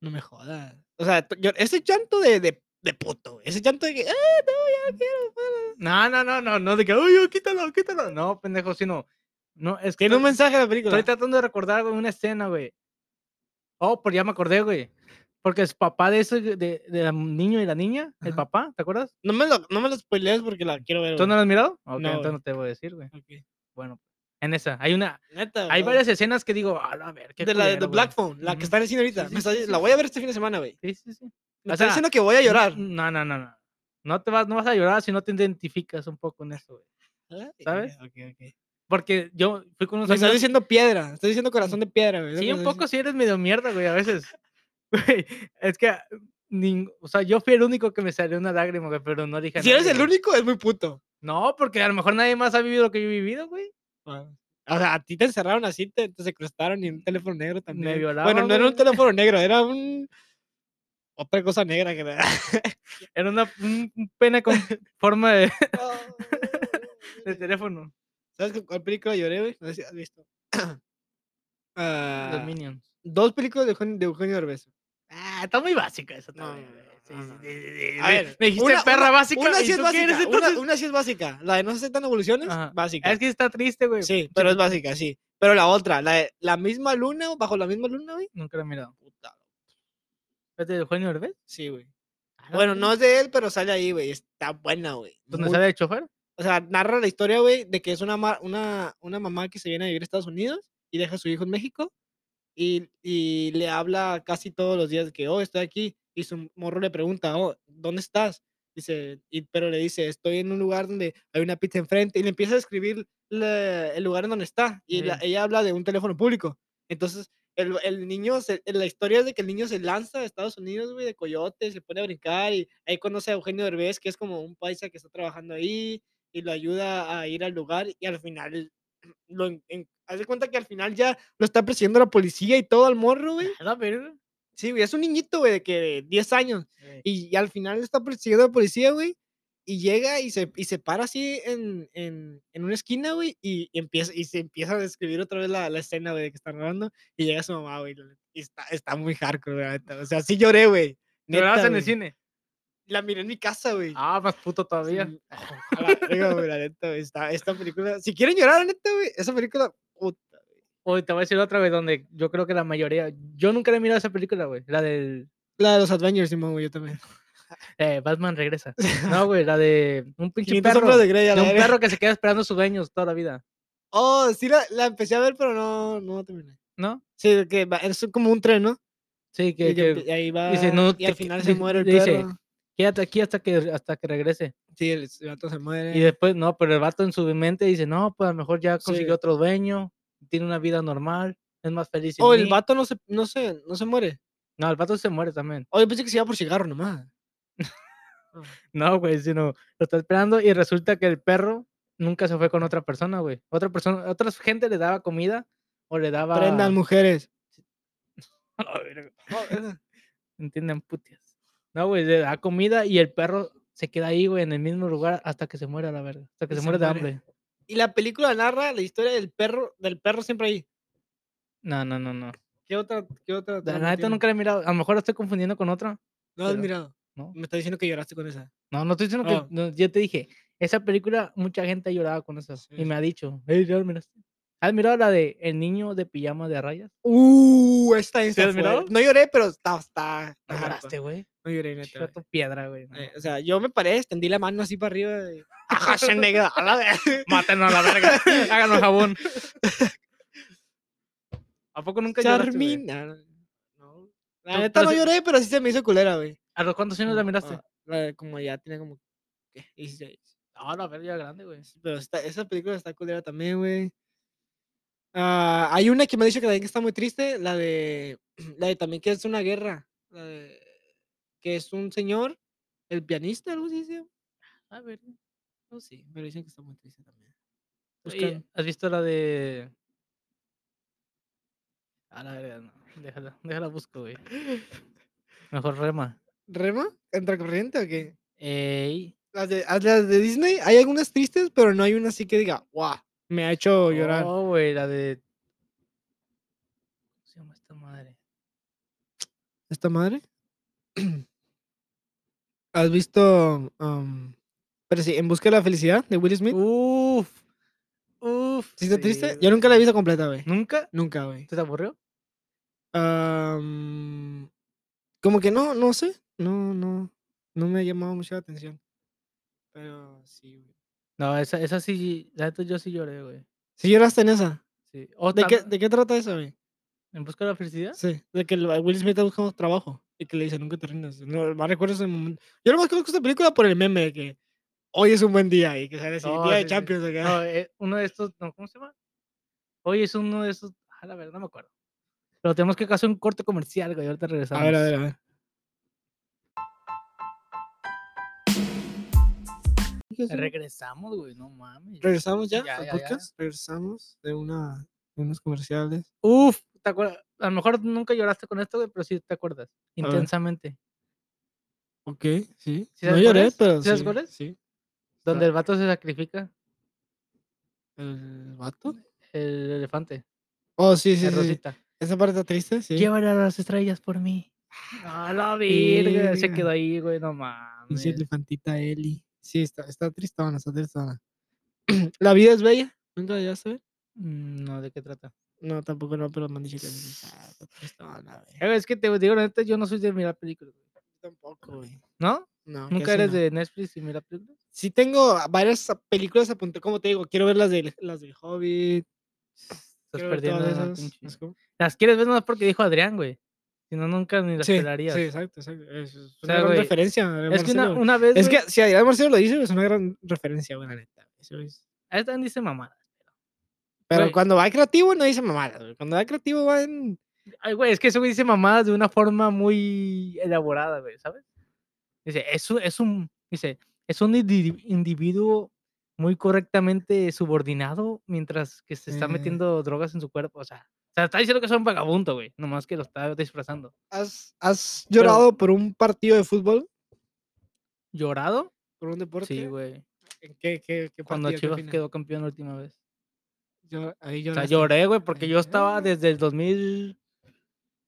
Speaker 1: No me jodas. O sea, tú- yo- ese llanto de, de, de puto, güey. ese llanto de que, ah, no, ya no quiero. para".
Speaker 2: No, no, no, no, no, de que, uy, uy, quítalo, quítalo. No, pendejo, sino. No, es que.
Speaker 1: Tiene un
Speaker 2: estoy-
Speaker 1: mensaje la película.
Speaker 2: Estoy tratando de recordar, güey, una escena, güey. Oh, pero ya me acordé, güey. Porque el papá de ese, de, de la niño y la niña, el
Speaker 1: Ajá.
Speaker 2: papá, ¿te acuerdas?
Speaker 1: No me lo, no me lo spoilees porque la quiero ver.
Speaker 2: ¿Tú no
Speaker 1: güey.
Speaker 2: lo has mirado? Ok,
Speaker 1: No,
Speaker 2: entonces
Speaker 1: güey.
Speaker 2: no te voy a decir, güey.
Speaker 1: Ok.
Speaker 2: Bueno, en esa. Hay una,
Speaker 1: Neta.
Speaker 2: Hay
Speaker 1: güey.
Speaker 2: varias escenas que digo, "Ala, a ver, qué
Speaker 1: Ah, De la de
Speaker 2: culero,
Speaker 1: The
Speaker 2: güey".
Speaker 1: Black Phone, la que
Speaker 2: Ujú.
Speaker 1: está en el cine ahorita.
Speaker 2: sí,
Speaker 1: Me está
Speaker 2: sí,
Speaker 1: di-
Speaker 2: sí,
Speaker 1: la voy a ver este fin de semana, güey.
Speaker 2: Sí, sí, sí.
Speaker 1: Me
Speaker 2: O
Speaker 1: está
Speaker 2: sea,
Speaker 1: diciendo que voy a llorar.
Speaker 2: No, no, no, no. No te vas, no vas a llorar si no te identificas un poco en eso, güey.
Speaker 1: Ah,
Speaker 2: ¿Sabes?
Speaker 1: ok, ok.
Speaker 2: Porque yo fui con unos
Speaker 1: Me estás
Speaker 2: amigos-
Speaker 1: diciendo piedra, estás diciendo corazón de piedra, güey. es lo
Speaker 2: Sí,
Speaker 1: que
Speaker 2: un
Speaker 1: estás
Speaker 2: poco si eres medio mierda, güey, a veces. Güey, es que, nin- o sea, yo fui el único que me salió una lágrima, güey, pero no dije
Speaker 1: diciendo.
Speaker 2: a
Speaker 1: Si eres
Speaker 2: nadie,
Speaker 1: el
Speaker 2: güey.
Speaker 1: único, es muy puto.
Speaker 2: No, porque a lo mejor nadie más ha vivido lo que yo he vivido, güey.
Speaker 1: Ah, O sea, a ti te encerraron así,
Speaker 2: Mm,
Speaker 1: te, te secrestaron y en un teléfono negro también.
Speaker 2: violaban,
Speaker 1: bueno, no era un
Speaker 2: güey.
Speaker 1: teléfono negro, era un. Otra cosa negra que me
Speaker 2: Era una un- un pene con forma de, de teléfono.
Speaker 1: ¿Sabes cu- cuál película lloré, güey? No sé si has visto.
Speaker 2: Los
Speaker 1: Ah,
Speaker 2: Minions.
Speaker 1: dos películas de Eugenio, de Eugenio Derbez.
Speaker 2: Ah, está muy básica esa
Speaker 1: No,
Speaker 2: también,
Speaker 1: no,
Speaker 2: güey.
Speaker 1: no,
Speaker 2: Sí,
Speaker 1: no.
Speaker 2: sí, sí, sí, sí.
Speaker 1: A
Speaker 2: Me-
Speaker 1: ver,
Speaker 2: me dijiste
Speaker 1: una-
Speaker 2: perra básica.
Speaker 1: Una
Speaker 2: ¿y
Speaker 1: sí es
Speaker 2: tú qué eres
Speaker 1: básica. Una,
Speaker 2: entonces?
Speaker 1: una sí es básica. La de no se aceptan evoluciones,
Speaker 2: Ajá.
Speaker 1: básica.
Speaker 2: Es que está triste, güey.
Speaker 1: Sí, pero es básica, sí. Pero la otra, la de la misma luna, o bajo la misma luna, güey.
Speaker 2: Nunca la he mirado.
Speaker 1: Puta.
Speaker 2: ¿Es de Eugenio Derbez?
Speaker 1: Sí, güey.
Speaker 2: Ah, la
Speaker 1: Bueno,
Speaker 2: madre.
Speaker 1: no es de él, pero sale ahí, güey. Está buena, güey.
Speaker 2: ¿Dónde
Speaker 1: Muy-
Speaker 2: Pues sale de chofer?
Speaker 1: O sea, narra la historia, güey, de que es una, ma- una, una mamá que se viene a vivir a Estados Unidos y deja a su hijo en México y, y le habla casi todos los días de que, oh, estoy aquí. Y su morro le pregunta, oh, ¿dónde estás? Dice, y, pero le dice, estoy en un lugar donde hay una pizza enfrente y le empieza a escribir la- el lugar en donde está. Y la-
Speaker 2: Mm.
Speaker 1: ella habla de un teléfono público. Entonces, el, el niño, se- la historia es de que el niño se lanza a Estados Unidos, güey, de coyote, se pone a brincar y ahí conoce a Eugenio Derbez, que es como un paisa que está trabajando ahí y lo ayuda a ir al lugar y al final lo en, en- haz de cuenta que al final ya lo está persiguiendo la policía y todo al morro, güey.
Speaker 2: Nada, Ah, pero-
Speaker 1: Sí, güey, es un niñito, güey, de que 10 años
Speaker 2: Sí.
Speaker 1: y, y al final está persiguiendo la policía, güey. Y llega y se, y se para así en, en, en una esquina, güey, y, y empieza, y se empieza a describir otra vez la, la escena, güey, de que están grabando, y llega su mamá, güey, la neta, y está, está muy hardcore, güey, la neta, O sea, sí lloré, güey.
Speaker 2: ¿Llorabas
Speaker 1: neta,
Speaker 2: en el
Speaker 1: güey.
Speaker 2: cine?
Speaker 1: La miré en mi casa, güey.
Speaker 2: Ah, más puto todavía.
Speaker 1: Sí, a la verga, güey, la neta, güey, Esta, esta película. Si quieren llorar, la neta, güey. Esa película. puta,
Speaker 2: Hoy te voy a decir otra vez donde yo creo que la mayoría. Yo nunca le he mirado esa película, güey. La del
Speaker 1: La de los Avengers, Simón, güey, yo también.
Speaker 2: eh, Batman regresa. No, güey, la de un pinche
Speaker 1: 500
Speaker 2: perro.
Speaker 1: sombras de
Speaker 2: De,
Speaker 1: Grey, a la
Speaker 2: un
Speaker 1: verga.
Speaker 2: perro que se queda esperando a sus dueños toda la vida.
Speaker 1: Oh, sí, la, la empecé a ver, pero no, no terminé.
Speaker 2: ¿No?
Speaker 1: Sí, de que va- es como un tren, ¿no?
Speaker 2: Sí,
Speaker 1: Y,
Speaker 2: que,
Speaker 1: que
Speaker 2: que
Speaker 1: empie- y ahí va.
Speaker 2: dice, "No
Speaker 1: y al
Speaker 2: te-
Speaker 1: final
Speaker 2: di-
Speaker 1: se muere el
Speaker 2: le dice,
Speaker 1: perro.
Speaker 2: quédate aquí hasta que, hasta que regrese.
Speaker 1: Sí, el s- gato se muere.
Speaker 2: Y después, no, pero el vato en su mente dice, no, pues a lo mejor ya consiguió
Speaker 1: Sí.
Speaker 2: otro dueño, tiene una vida normal, es más feliz. sin
Speaker 1: oh, el
Speaker 2: mí".
Speaker 1: vato no se, no, se, no se muere.
Speaker 2: No, el vato se muere también.
Speaker 1: Oh, yo pensé que se iba por cigarro nomás.
Speaker 2: No, güey, sino lo está esperando y resulta que el perro nunca se fue con otra persona, güey. Otra persona, otra gente le daba comida o le daba...
Speaker 1: Prendan, mujeres.
Speaker 2: A la verga,
Speaker 1: Oh, verga.
Speaker 2: Entienden, putias. No, güey, le da comida y el perro se queda ahí, güey, en el mismo lugar hasta que se muera, la verga. Hasta que
Speaker 1: Y
Speaker 2: se
Speaker 1: se
Speaker 2: muere de
Speaker 1: muere.
Speaker 2: hambre.
Speaker 1: Y la película narra la historia del perro, del perro siempre ahí.
Speaker 2: No, no, no, no.
Speaker 1: ¿Qué otra? ¿Qué otra?
Speaker 2: La
Speaker 1: trama
Speaker 2: neta
Speaker 1: tiene?
Speaker 2: nunca la he mirado. A lo mejor la estoy confundiendo con otra.
Speaker 1: No has
Speaker 2: pero-
Speaker 1: mirado.
Speaker 2: ¿no?
Speaker 1: Me está diciendo que lloraste con esa.
Speaker 2: No, no estoy diciendo
Speaker 1: Ah.
Speaker 2: que. no, yo te dije, esa película, mucha gente ha llorado con esas.
Speaker 1: Sí,
Speaker 2: Y me ha dicho, "Ey, ya la miraste". ¿Has mirado la de El niño de pijama de rayas?
Speaker 1: Uh, esta es
Speaker 2: has mirado?
Speaker 1: No lloré, pero está, está.
Speaker 2: ¿No
Speaker 1: está
Speaker 2: lloraste, güey?
Speaker 1: No lloré, neta.
Speaker 2: Chica
Speaker 1: güey.
Speaker 2: tu piedra, güey. no.
Speaker 1: Eh, o sea, yo me paré, extendí la mano así para arriba. Y... Ajá, Schwarzenegger, a la vez.
Speaker 2: Mátenos a la verga. Háganos jabón. ¿A poco nunca lloraste, güey?
Speaker 1: Charmina. ah, No. La
Speaker 2: No,
Speaker 1: neta
Speaker 2: pero
Speaker 1: no
Speaker 2: sí-
Speaker 1: lloré, pero sí se me hizo culera, güey.
Speaker 2: ¿A los cuántos años la
Speaker 1: Mm,
Speaker 2: miraste?
Speaker 1: ah, la de como ya tenía como ¿qué? 16.
Speaker 2: Ah, la verga, ya grande, güey.
Speaker 1: Pero está- esa película está culera también, güey. Ah, hay una que me ha dicho que también está muy triste, la de, la de también que es una guerra, la de, que es un señor, el pianista, algo así, ¿sí?
Speaker 2: A ver.
Speaker 1: No sí, pero dicen que está muy triste también.
Speaker 2: Oye,
Speaker 1: Buscan-
Speaker 2: ¿Has visto la de.? A la verga, no. Déjala, déjala busco, güey. Mejor rema.
Speaker 1: ¿Rema? ¿Contracorriente o qué?
Speaker 2: Ey.
Speaker 1: Las de, ah, las de Disney, hay algunas tristes, pero no hay una así que diga, ¡guau! Me ha hecho llorar.
Speaker 2: Oh, güey, la de. ¿Cómo se llama esta madre?
Speaker 1: ¿Esta madre? ¿Has visto... am, pero sí, En Busca de la Felicidad, de Will Smith?
Speaker 2: Uf. Uf.
Speaker 1: ¿Sí está triste?
Speaker 2: sí,
Speaker 1: Yo nunca la he
Speaker 2: güey.
Speaker 1: visto completa, güey.
Speaker 2: ¿Nunca?
Speaker 1: Nunca, güey.
Speaker 2: ¿Te aburrió?
Speaker 1: Am, como que no, no sé. No, no. No me ha llamado mucho la atención. Pero sí, güey.
Speaker 2: No, esa, esa sí. La neta yo sí lloré, güey.
Speaker 1: ¿Sí lloraste en esa?
Speaker 2: Sí. O
Speaker 1: ¿De qué,
Speaker 2: tam-
Speaker 1: de qué trata esa, güey?
Speaker 2: ¿En busca de la felicidad?
Speaker 1: Sí, de que el- a Will Smith está buscando trabajo y que le dice, nunca te rindas. No, más recuerdo ese momento. Yo lo más conozco esta película por el meme de que hoy es un buen día y que sale así, día
Speaker 2: No, Oh, sí,
Speaker 1: de
Speaker 2: sí.
Speaker 1: Champions acá.
Speaker 2: No, eh, uno de estos, no, ¿cómo se llama? Oye, es uno de esos. A la verdad, no me acuerdo. Pero tenemos que hacer un corte comercial, güey. Ahorita regresamos.
Speaker 1: a ver, a ver, a ver.
Speaker 2: Eh, Regresamos, güey. No mames.
Speaker 1: Regresamos ya,
Speaker 2: Ya,
Speaker 1: al
Speaker 2: ya, ya.
Speaker 1: podcast. Regresamos de, una, de unos comerciales.
Speaker 2: Uf, ¿te acuerdas? A lo mejor nunca lloraste con esto, güey, pero sí te acuerdas.
Speaker 1: ver.
Speaker 2: Intensamente.
Speaker 1: Ok, sí.
Speaker 2: ¿Sí
Speaker 1: no
Speaker 2: sabes cuál
Speaker 1: lloré,
Speaker 2: es?
Speaker 1: pero.
Speaker 2: ¿Sí sabes
Speaker 1: sí,
Speaker 2: cuál es?
Speaker 1: Sí.
Speaker 2: Donde el vato se sacrifica,
Speaker 1: ¿El vato?
Speaker 2: el elefante,
Speaker 1: Oh, sí, sí.
Speaker 2: el
Speaker 1: sí, sí.
Speaker 2: Rosita.
Speaker 1: Esa parte está triste, sí.
Speaker 2: Llévale a las estrellas por mí. A Ah, la virga. Se
Speaker 1: Verga.
Speaker 2: quedó ahí, güey, no
Speaker 1: Pinche
Speaker 2: mames.
Speaker 1: elefantita Eli. Sí, está, está tristona, está tristona. la vida es bella. ¿Nunca la llegaste a ver?
Speaker 2: Mm, No, ¿de qué trata?
Speaker 1: No, tampoco no, pero me han dicho que sí, ah, está tristona, güey.
Speaker 2: Eh, Es que te digo, la neta, yo no soy de mirar películas. güey.
Speaker 1: Tampoco, güey.
Speaker 2: ¿No?
Speaker 1: No,
Speaker 2: ¿Nunca
Speaker 1: casi
Speaker 2: eres
Speaker 1: no.
Speaker 2: de Netflix y mirar películas?
Speaker 1: Sí tengo varias a- películas apuntadas, como te digo, quiero ver las del, las del Hobbit,
Speaker 2: Estás
Speaker 1: quiero ver todas
Speaker 2: perdiendo una
Speaker 1: esas,
Speaker 2: pinche-
Speaker 1: ¿sabes cómo?
Speaker 2: Las quieres ver nomás porque dijo Adrián, güey. Si no, nunca ni las
Speaker 1: Sí,
Speaker 2: pelarías.
Speaker 1: sí, exacto, exacto. Es, es
Speaker 2: O
Speaker 1: una
Speaker 2: sea,
Speaker 1: gran
Speaker 2: güey,
Speaker 1: referencia. Adrián
Speaker 2: Es que una,
Speaker 1: Marcelo, güey.
Speaker 2: una vez.
Speaker 1: es que
Speaker 2: güey,
Speaker 1: si Adrián Marcelo lo dice, es una gran referencia, güey, la neta. Eso es.
Speaker 2: ahí también dice mamada.
Speaker 1: Pero
Speaker 2: Güey.
Speaker 1: cuando va creativo no dice mamadas, güey. Cuando va creativo va en...
Speaker 2: Ay, güey, es que eso güey dice mamadas de una forma muy elaborada, güey, ¿sabes? Dice, es un, es un, dice, es un indi- individuo muy correctamente subordinado mientras que se está
Speaker 1: Eh.
Speaker 2: metiendo drogas en su cuerpo. O sea, o sea, está diciendo que es un vagabundo, güey. Nomás que lo está disfrazando.
Speaker 1: ¿Has, has
Speaker 2: Pero-
Speaker 1: llorado por un partido de fútbol?
Speaker 2: ¿Llorado?
Speaker 1: ¿Por un deporte?
Speaker 2: Sí, güey.
Speaker 1: ¿En ¿Qué, qué, qué
Speaker 2: Cuando
Speaker 1: partido? ¿Qué
Speaker 2: Chivas
Speaker 1: final?
Speaker 2: quedó campeón la última vez.
Speaker 1: Yo, ahí
Speaker 2: O sea,
Speaker 1: lloraste.
Speaker 2: lloré, güey, porque yo estaba
Speaker 1: Eh.
Speaker 2: desde el 2000.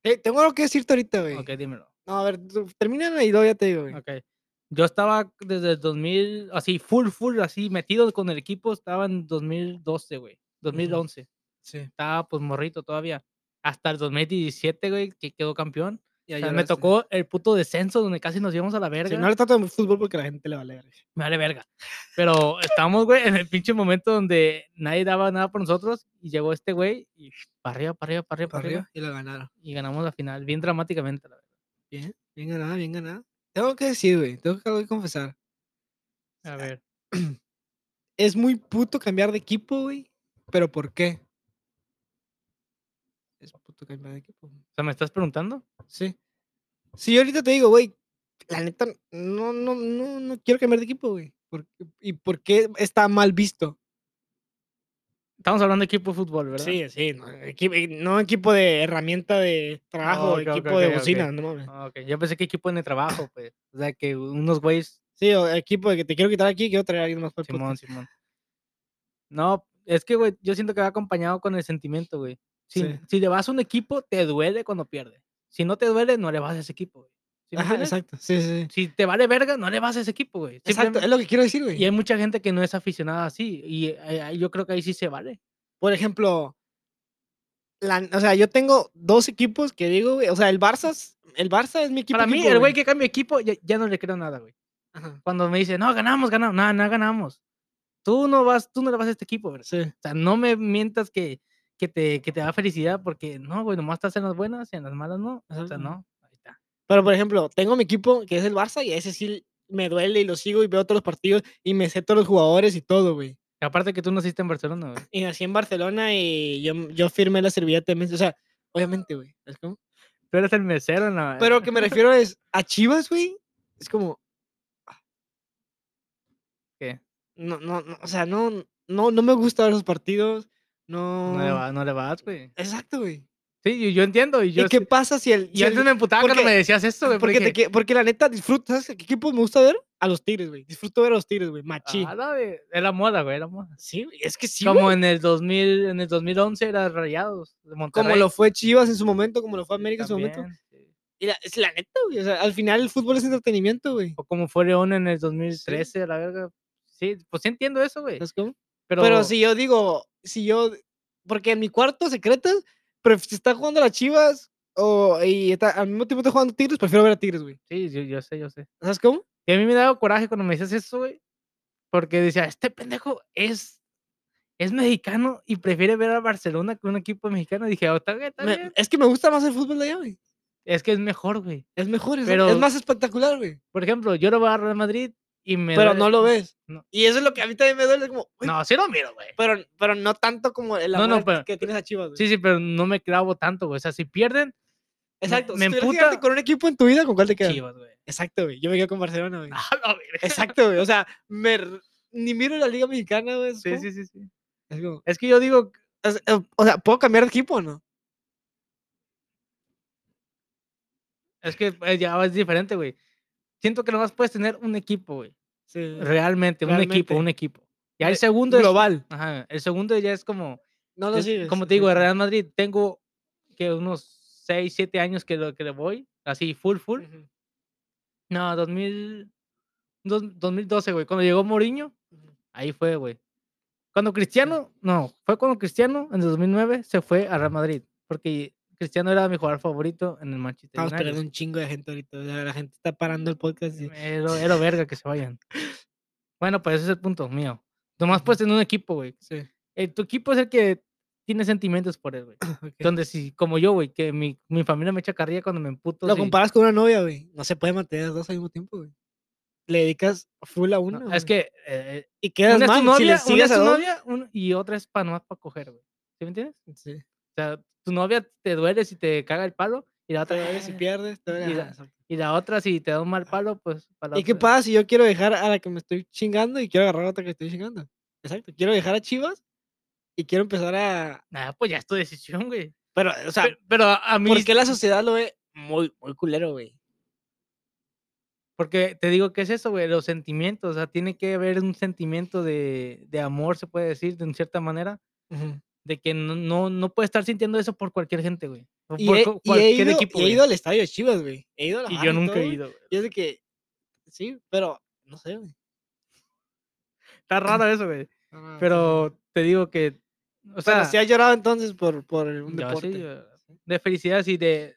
Speaker 1: Eh, tengo algo que decirte ahorita, güey.
Speaker 2: Ok, dímelo.
Speaker 1: No, a ver, tú- termina y luego ya te digo, güey.
Speaker 2: Ok. Yo estaba desde el 2000, así, full, full, así, metido con el equipo, estaba en 2012, güey. 2011.
Speaker 1: Sí.
Speaker 2: Estaba pues morrito todavía. Hasta el 2017, güey, que quedó campeón.
Speaker 1: Ya
Speaker 2: O sea, me
Speaker 1: lloraste.
Speaker 2: tocó el puto descenso donde casi nos íbamos a la
Speaker 1: Sí,
Speaker 2: verga.
Speaker 1: no le trato de fútbol porque la gente le vale. verga.
Speaker 2: Me vale verga. Pero estábamos, güey, en el pinche momento donde nadie daba nada por nosotros y llegó este güey y para arriba, para arriba, para arriba, para arriba.
Speaker 1: y la ganaron.
Speaker 2: Y ganamos la final, bien dramáticamente, la verdad.
Speaker 1: Bien, bien ganada, bien ganada. Tengo que decir, güey, tengo que algo que confesar.
Speaker 2: A ver.
Speaker 1: Es muy puto cambiar de equipo, güey. ¿Pero por qué? Es puto cambiar de equipo.
Speaker 2: O sea, ¿me estás preguntando?
Speaker 1: Sí. Si yo ahorita te digo, güey, la neta, no, no, no, no quiero cambiar de equipo, güey. ¿por qué- ¿Y por qué está mal visto?
Speaker 2: Estamos hablando de equipo de fútbol, ¿verdad?
Speaker 1: Sí, sí, no equipo, no equipo de herramienta de trabajo,
Speaker 2: ok, ok,
Speaker 1: equipo
Speaker 2: ok,
Speaker 1: de
Speaker 2: ok.
Speaker 1: bocina, no mames.
Speaker 2: Ah, ok. Yo pensé que equipo en el trabajo, pues. O sea, que unos güeyes.
Speaker 1: Sí, o equipo de que te quiero quitar aquí, quiero traer a alguien más para el
Speaker 2: Simón,
Speaker 1: podcast.
Speaker 2: Simón. No, es que, güey, yo siento que va acompañado con el sentimiento, güey. Si,
Speaker 1: Sí.
Speaker 2: si le vas a un equipo, te duele cuando pierde. Si no te duele, no le vas a ese equipo, güey. ¿Sí me
Speaker 1: Ajá,
Speaker 2: entiendes?
Speaker 1: exacto, sí, sí. sí.
Speaker 2: Si te vale verga, no le vas a ese equipo, güey.
Speaker 1: Exacto, es
Speaker 2: Simplemente-
Speaker 1: lo que quiero decir, güey.
Speaker 2: Y hay mucha gente que no es aficionada así. Y eh, ahí yo creo que ahí sí se vale.
Speaker 1: Por ejemplo, la- o sea, yo tengo dos equipos que digo, güey, o sea, el Barça, es- el Barça es mi equipo.
Speaker 2: Para mí,
Speaker 1: equipo,
Speaker 2: el güey que cambia equipo, ya, ya no le creo nada, güey.
Speaker 1: Ajá,
Speaker 2: Cuando me dice, no, ganamos, ganamos. No, no ganamos. Tú no vas, tú no le vas a este equipo, ¿verdad?
Speaker 1: sí.
Speaker 2: O sea, no me mientas que, que, te, que te da felicidad porque no, güey, nomás estás en las buenas y en las malas no. O sea,
Speaker 1: Ajá.
Speaker 2: no. Ahí está.
Speaker 1: Pero, por ejemplo, tengo mi equipo que es el Barça y ese sí me duele y lo sigo y veo todos los partidos y me sé todos los jugadores y todo, güey.
Speaker 2: Y aparte que tú naciste en Barcelona, güey.
Speaker 1: Y nací en Barcelona y yo, yo firmé la servilleta de Messi. O sea, obviamente, güey. ¿sabes cómo?
Speaker 2: Tú eres el mesero en la...
Speaker 1: Pero lo que me refiero es a Chivas, güey. Es como. ah,
Speaker 2: ¿Qué?
Speaker 1: No, no, no, o sea, no, no, no me gusta ver los partidos. No.
Speaker 2: No le, va- no le vas, güey.
Speaker 1: Exacto, güey.
Speaker 2: Sí, yo, yo entiendo. Y
Speaker 1: ¿Y
Speaker 2: yo
Speaker 1: qué
Speaker 2: sí-
Speaker 1: pasa si el.
Speaker 2: sí, antes me emputaba cuando
Speaker 1: porque-
Speaker 2: me decías esto, güey.
Speaker 1: porque, te
Speaker 2: dije,
Speaker 1: que- porque la neta disfruto. ¿Sabes qué equipo me gusta ver? A los Tigres, güey. Disfruto ver a los Tigres, güey. Machín.
Speaker 2: "Ah, la ve-". Era moda, güey, era moda.
Speaker 1: Sí, güey, es que sí. güey.
Speaker 2: Como en el 2000, en el 2011 era Rayados de Monterrey.
Speaker 1: Como lo fue Chivas en su momento, como lo fue América en su momento.
Speaker 2: también, sí.
Speaker 1: Y la, es la neta, güey. O sea, al final el fútbol es entretenimiento, güey.
Speaker 2: O como fue León en el 2013, la verga. Sí, pues sí entiendo eso, güey.
Speaker 1: ¿Sabes cómo?
Speaker 2: Pero,
Speaker 1: Pero, si yo digo, si yo. Porque en mi cuarto secretas, pero si está jugando las Chivas o, y está- al mismo tiempo está jugando Tigres, prefiero ver a Tigres, güey.
Speaker 2: Sí, yo, yo sé, yo sé.
Speaker 1: ¿Sabes cómo?
Speaker 2: Y a mí me daba coraje cuando me decías eso, güey. Porque decía, este pendejo es, es mexicano y prefiere ver a Barcelona que un equipo mexicano. Y dije, "Ah, está bien, está
Speaker 1: Me-
Speaker 2: bien".
Speaker 1: es que me gusta más el fútbol de allá, güey.
Speaker 2: Es que es mejor, güey.
Speaker 1: Es mejor, es, es
Speaker 2: Pero-
Speaker 1: más espectacular, güey.
Speaker 2: Por ejemplo, yo lo voy a Real Madrid y me.
Speaker 1: Pero
Speaker 2: duele-
Speaker 1: no lo ves.
Speaker 2: no.
Speaker 1: Y eso es lo que a mí también me duele, como, "Güey,
Speaker 2: No, sí lo miro, güey.
Speaker 1: pero, pero no tanto como el
Speaker 2: No,
Speaker 1: amor
Speaker 2: no, pero-
Speaker 1: que tienes a Chivas, güey.
Speaker 2: Sí, sí, pero no me clavo tanto, güey. O sea, si pierden,
Speaker 1: Exacto. si
Speaker 2: me
Speaker 1: tuvieras que quedarte
Speaker 2: emputa-
Speaker 1: con un equipo en tu vida, ¿con cuál te quedas?
Speaker 2: chivas, güey.
Speaker 1: Exacto, güey. Yo me quedo con Barcelona, güey.
Speaker 2: A la verga.
Speaker 1: Exacto, güey. O sea, me r- ni miro la Liga Mexicana, güey. es
Speaker 2: Sí,
Speaker 1: como-
Speaker 2: sí, sí, sí.
Speaker 1: es como-
Speaker 2: Es que yo digo,
Speaker 1: es- eh, o sea, ¿puedo cambiar de equipo o no?
Speaker 2: es que eh, ya es diferente, güey. siento que nomás puedes tener un equipo, güey.
Speaker 1: Sí.
Speaker 2: Realmente, un
Speaker 1: Eh, Realmente.
Speaker 2: equipo,
Speaker 1: Eh,
Speaker 2: un equipo. Ya el
Speaker 1: Re-
Speaker 2: segundo es-
Speaker 1: Global.
Speaker 2: ajá, el segundo ya es como,
Speaker 1: No lo
Speaker 2: es-
Speaker 1: sigues.
Speaker 2: como te digo, el Real Madrid tengo que unos 6, 7 años que, lo, que le voy, así full, full.
Speaker 1: Ujú,
Speaker 2: No, 2000, dos- 2012, güey, cuando llegó Mourinho,
Speaker 1: ujú.
Speaker 2: ahí fue, güey. Cuando Cristiano, no, fue cuando Cristiano en el 2009 se fue a Real Madrid, porque Cristiano era mi jugador favorito en el Manchester
Speaker 1: Estamos perdiendo
Speaker 2: United.
Speaker 1: un chingo de gente ahorita. o sea, La gente está parando el podcast.
Speaker 2: Em,
Speaker 1: y-
Speaker 2: Era, era verga que se vayan. Bueno, pues ese es el punto mío. Nomás puedes tener un equipo, güey.
Speaker 1: Sí.
Speaker 2: eh, tu equipo es el que tiene sentimientos por él, güey.
Speaker 1: ok.
Speaker 2: Donde si, como yo, güey, que mi, mi familia me echa carrilla cuando me emputo.
Speaker 1: Lo
Speaker 2: si-
Speaker 1: comparas con una novia, güey. No se puede mantener las dos al mismo tiempo, güey. Le dedicas full a
Speaker 2: no,
Speaker 1: una.
Speaker 2: es
Speaker 1: güey,
Speaker 2: que eh,
Speaker 1: Y
Speaker 2: una
Speaker 1: quedas
Speaker 2: es
Speaker 1: mal.
Speaker 2: tu
Speaker 1: si
Speaker 2: novia,
Speaker 1: le
Speaker 2: una
Speaker 1: sigues
Speaker 2: es
Speaker 1: a
Speaker 2: tu
Speaker 1: dos-
Speaker 2: novia un- y otra es para nomás para coger, güey. ¿Sí me entiendes?
Speaker 1: Sí.
Speaker 2: O sea, tu novia te duele si te caga el palo y la
Speaker 1: Te
Speaker 2: otra
Speaker 1: duele si
Speaker 2: "Ah",
Speaker 1: pierdes. te duele,
Speaker 2: y
Speaker 1: ajá,
Speaker 2: la-
Speaker 1: exacto.
Speaker 2: y la otra si te da un mal palo, pues para la
Speaker 1: ¿Y qué
Speaker 2: otra.
Speaker 1: pasa si yo quiero dejar a la que me estoy chingando y quiero agarrar a la otra que estoy chingando? Exacto. Quiero dejar a Chivas y quiero empezar a.
Speaker 2: Nah, pues ya es tu decisión, güey.
Speaker 1: Pero, o sea,
Speaker 2: pero, pero a a mí
Speaker 1: ¿por qué la sociedad lo ve muy, muy culero, güey?
Speaker 2: Porque te digo que es eso, güey, los sentimientos. O sea, tiene que haber un sentimiento de, de amor, se puede decir, de una cierta manera, de que no, no, no puedes estar sintiendo eso por cualquier gente, güey. o
Speaker 1: Y
Speaker 2: por
Speaker 1: he,
Speaker 2: cu-
Speaker 1: y he
Speaker 2: cualquier
Speaker 1: ido,
Speaker 2: equipo.
Speaker 1: y he
Speaker 2: güey.
Speaker 1: ido al estadio de Chivas, güey. He ido a la
Speaker 2: Y
Speaker 1: barra
Speaker 2: yo
Speaker 1: y
Speaker 2: nunca
Speaker 1: todo,
Speaker 2: he
Speaker 1: güey.
Speaker 2: ido. güey.
Speaker 1: Y es de que. Sí, pero. No sé, güey.
Speaker 2: Está raro eso, güey.
Speaker 1: No, no, no sé, güey.
Speaker 2: Pero te digo que. O
Speaker 1: Pero
Speaker 2: sea,
Speaker 1: sí has llorado entonces por, por el- un
Speaker 2: yo sí,
Speaker 1: deporte.
Speaker 2: yo- de felicidad, sí, de,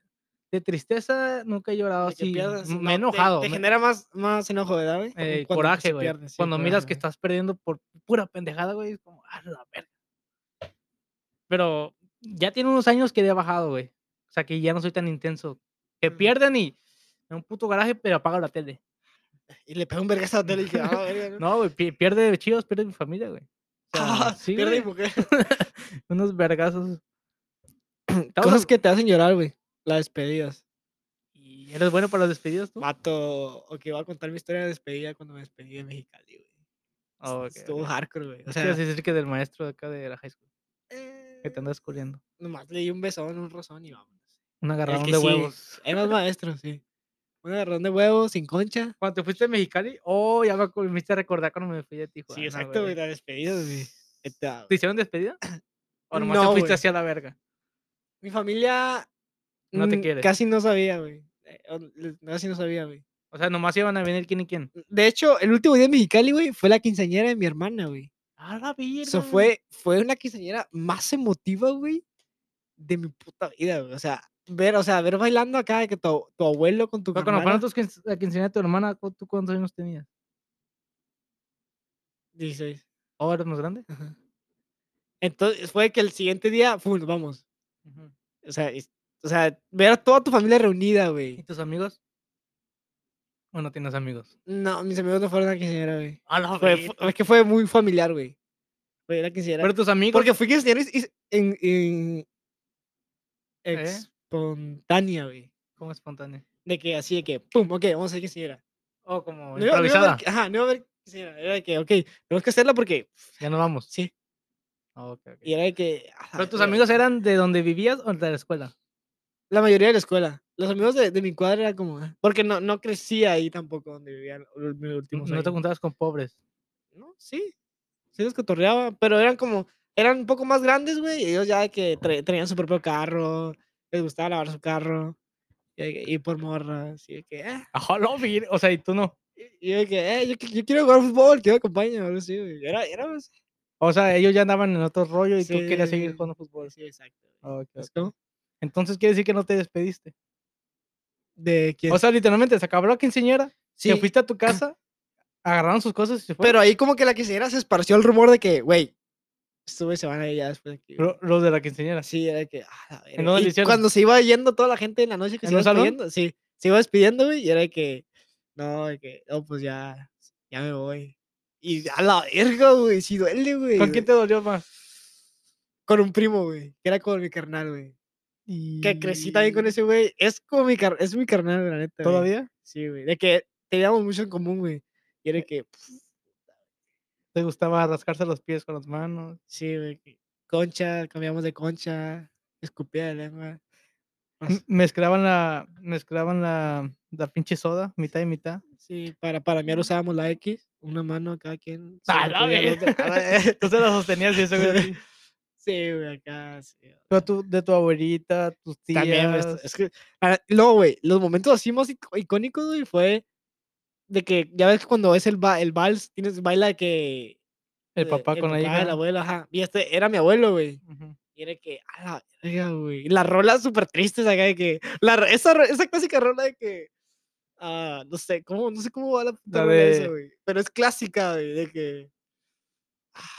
Speaker 2: de tristeza nunca he llorado
Speaker 1: De que
Speaker 2: así.
Speaker 1: pierdas,
Speaker 2: m-
Speaker 1: no,
Speaker 2: Me he
Speaker 1: te-
Speaker 2: enojado.
Speaker 1: Te,
Speaker 2: me-
Speaker 1: genera más, más enojo, ¿verdad, güey?
Speaker 2: eh,
Speaker 1: Cuando que
Speaker 2: coraje,
Speaker 1: se
Speaker 2: güey.
Speaker 1: pierde, sí,
Speaker 2: cuando
Speaker 1: coraje,
Speaker 2: miras que
Speaker 1: güey.
Speaker 2: estás perdiendo por pura pendejada, güey, es como, ah, la verga. Pero ya tiene unos años que le he bajado, güey. O sea, que ya no soy tan intenso. Que
Speaker 1: Ujú.
Speaker 2: pierden y en un puto garaje, pero apago la tele.
Speaker 1: Y le pega un vergazo a la tele y dije, ah, verga, ¿no? Ah,
Speaker 2: No, güey, pi- pierde chivos, pierde mi familia, güey. O sea, sí,
Speaker 1: Pierde mi
Speaker 2: güey,
Speaker 1: mujer.
Speaker 2: unos vergazos. Estamos
Speaker 1: Cosas
Speaker 2: a-
Speaker 1: que te hacen llorar, güey. Las despedidas.
Speaker 2: ¿Y eres bueno para los despedidos tú?
Speaker 1: Mato, o que voy a contar mi historia de despedida cuando me despedí de Mexicali, güey.
Speaker 2: Ah, ok,
Speaker 1: Estuvo
Speaker 2: ok.
Speaker 1: hardcore, güey. O
Speaker 2: Es que
Speaker 1: sea,
Speaker 2: así es que del maestro de acá de la high school, que
Speaker 1: eh,
Speaker 2: te andas culiando.
Speaker 1: nomás le di un besón, un rozón y vámonos.
Speaker 2: Un agarradón
Speaker 1: que
Speaker 2: de
Speaker 1: sí.
Speaker 2: huevos.
Speaker 1: Era más maestro, sí. Un agarrón de huevos, sin concha.
Speaker 2: Cuando te fuiste a Mexicali, oh, ya me, acu- me hiciste recordar cuando me fui de Tijuana.
Speaker 1: Sí, exacto, güey.
Speaker 2: güey.
Speaker 1: La despedida, güey. Neta, güey.
Speaker 2: ¿Te hicieron despedida? ¿O nomás
Speaker 1: No,
Speaker 2: te fuiste
Speaker 1: güey.
Speaker 2: hacia la verga?
Speaker 1: Mi familia.
Speaker 2: No te
Speaker 1: mm,
Speaker 2: quiere.
Speaker 1: Casi no sabía, güey. Eh, o- le- Casi no sabía, güey.
Speaker 2: O sea, nomás iban a venir quién y quién.
Speaker 1: De hecho, el último día en Mexicali, güey, fue la quinceañera de mi hermana, güey.
Speaker 2: Ah, la verga.
Speaker 1: Eso fue, fue una quinceañera más emotiva, güey, de mi puta vida, güey. O sea, ver, o sea, ver bailando acá de que tu, tu abuelo con tu
Speaker 2: Pero cuando fueron
Speaker 1: hermana.
Speaker 2: tus quince- la quinceañera de tu hermana, ¿cu- ¿tú cuántos años tenías?
Speaker 1: 16.
Speaker 2: ¿O eres más grande?
Speaker 1: ajá. Entonces, fue que el siguiente día, full, vamos.
Speaker 2: Ujú.
Speaker 1: O sea, es- o sea, ver a toda tu familia reunida,
Speaker 2: ¿Y
Speaker 1: güey.
Speaker 2: tus amigos? ¿O no tienes amigos?
Speaker 1: No, mis amigos no fueron a la quinceañera, güey.
Speaker 2: Ah, la
Speaker 1: Fue-
Speaker 2: verga.
Speaker 1: fue- es que fue muy familiar, güey. Fue la quinceañera.
Speaker 2: Pero tus amigos.
Speaker 1: Porque fui quinceañera y- y- en, en
Speaker 2: ¿Eh?
Speaker 1: espontánea, güey.
Speaker 2: Como espontáneo.
Speaker 1: De que así de que, pum, ok, vamos a hacer quinceañera.
Speaker 2: O
Speaker 1: No iba,
Speaker 2: como
Speaker 1: no iba a
Speaker 2: improvisada.
Speaker 1: haber, que- ajá, no iba a haber quinceañera. Era de que, ok, tenemos que hacerla porque,
Speaker 2: Ya no vamos.
Speaker 1: sí.
Speaker 2: Ah, ok, ok.
Speaker 1: Y era de que... a la
Speaker 2: ¿Pero tus
Speaker 1: verga,
Speaker 2: amigos
Speaker 1: güey.
Speaker 2: eran de donde vivías o de la escuela?
Speaker 1: La mayoría de la escuela. Los amigos de, de mi cuadra era como... ah, Porque no, no crecía ahí tampoco donde vivían los mis
Speaker 2: No
Speaker 1: últimos
Speaker 2: no te
Speaker 1: años.
Speaker 2: juntabas con pobres.
Speaker 1: No, sí. Sí los cotorreaba, pero eran como... Eran un poco más grandes, güey. Y ellos ya de que tra- tenían su propio carro. Les gustaba lavar su carro. Y de que ir por morras. Y de que... ah,
Speaker 2: Ajá, lo vi. O sea, y tú no.
Speaker 1: Y yo de que, eh, yo, qui- yo quiero jugar fútbol, que me acompañe, o algo así, güey. Era, era más-
Speaker 2: O sea, ellos ya andaban en otro rollo y tú querías seguir
Speaker 1: Sí,
Speaker 2: jugando fútbol.
Speaker 1: Sí, exacto. güey.
Speaker 2: Ah, ok,
Speaker 1: ¿Sabes
Speaker 2: ok.
Speaker 1: cómo?
Speaker 2: Entonces quiere decir que no te despediste.
Speaker 1: ¿De quién?
Speaker 2: O sea, literalmente se acabó la quinceañera,
Speaker 1: sí,
Speaker 2: te fuiste a tu casa, agarraron sus cosas y se fueron.
Speaker 1: pero ahí como que la quinceañera se esparció el rumor de que, güey, estuve se van a ir ya después de aquí. güey.
Speaker 2: Lo- los de la quinceañera.
Speaker 1: Sí, era de que, ah, la verga.
Speaker 2: dónde lo
Speaker 1: Y
Speaker 2: hicieron?
Speaker 1: cuando se iba yendo toda la gente en la noche que
Speaker 2: ¿En
Speaker 1: se iba
Speaker 2: un salón?
Speaker 1: despidiendo, sí, se iba despidiendo, güey, y era de que, no, de que, no, pues ya, ya me voy. Y a la verga, güey, sí duele, güey.
Speaker 2: ¿Con
Speaker 1: güey.
Speaker 2: quién te dolió más?
Speaker 1: Con un primo, güey, que era con mi carnal, güey. que crecí también con
Speaker 2: Y-
Speaker 1: ese güey. Es como mi, car es mi carnal, la neta. güey.
Speaker 2: ¿Todavía?
Speaker 1: Sí, güey. De que teníamos mucho en común, güey. Y
Speaker 2: Eh,
Speaker 1: era que, pf,
Speaker 2: ¿Te gustaba rascarse los pies con las manos?
Speaker 1: sí, güey. que Concha, cambiamos de concha, escupía de lengua.
Speaker 2: M- Mezclaban la, mezclaban la, La pinche soda, mitad y mitad.
Speaker 1: Sí, para, para mí usábamos la X, una mano a cada quien. se
Speaker 2: ¡A
Speaker 1: la
Speaker 2: la
Speaker 1: ponía al otro. A la-
Speaker 2: Tú se la sostenías y eso, güey.
Speaker 1: Sí, güey, acá. sí.
Speaker 2: Pero pues, tú- de tu abuelita, tus tías.
Speaker 1: También, güey, es- es que. ah, No, güey, los momentos así más ic- icónicos, güey, fue de que ya ves que cuando es el, ba- el vals, tienes baila de que.
Speaker 2: el
Speaker 1: eh,
Speaker 2: papá con la
Speaker 1: papá,
Speaker 2: hija.
Speaker 1: El abuelo, ajá. Y este era mi abuelo, güey.
Speaker 2: Ujú.
Speaker 1: Y era que, a la verga, güey. Las rolas súper tristes acá de que. La, ro- esa, ro- esa clásica rola de que. ah, no sé, cómo, no sé cómo va la puta
Speaker 2: La
Speaker 1: rola esa,
Speaker 2: de-
Speaker 1: güey. Pero es clásica, güey, de que.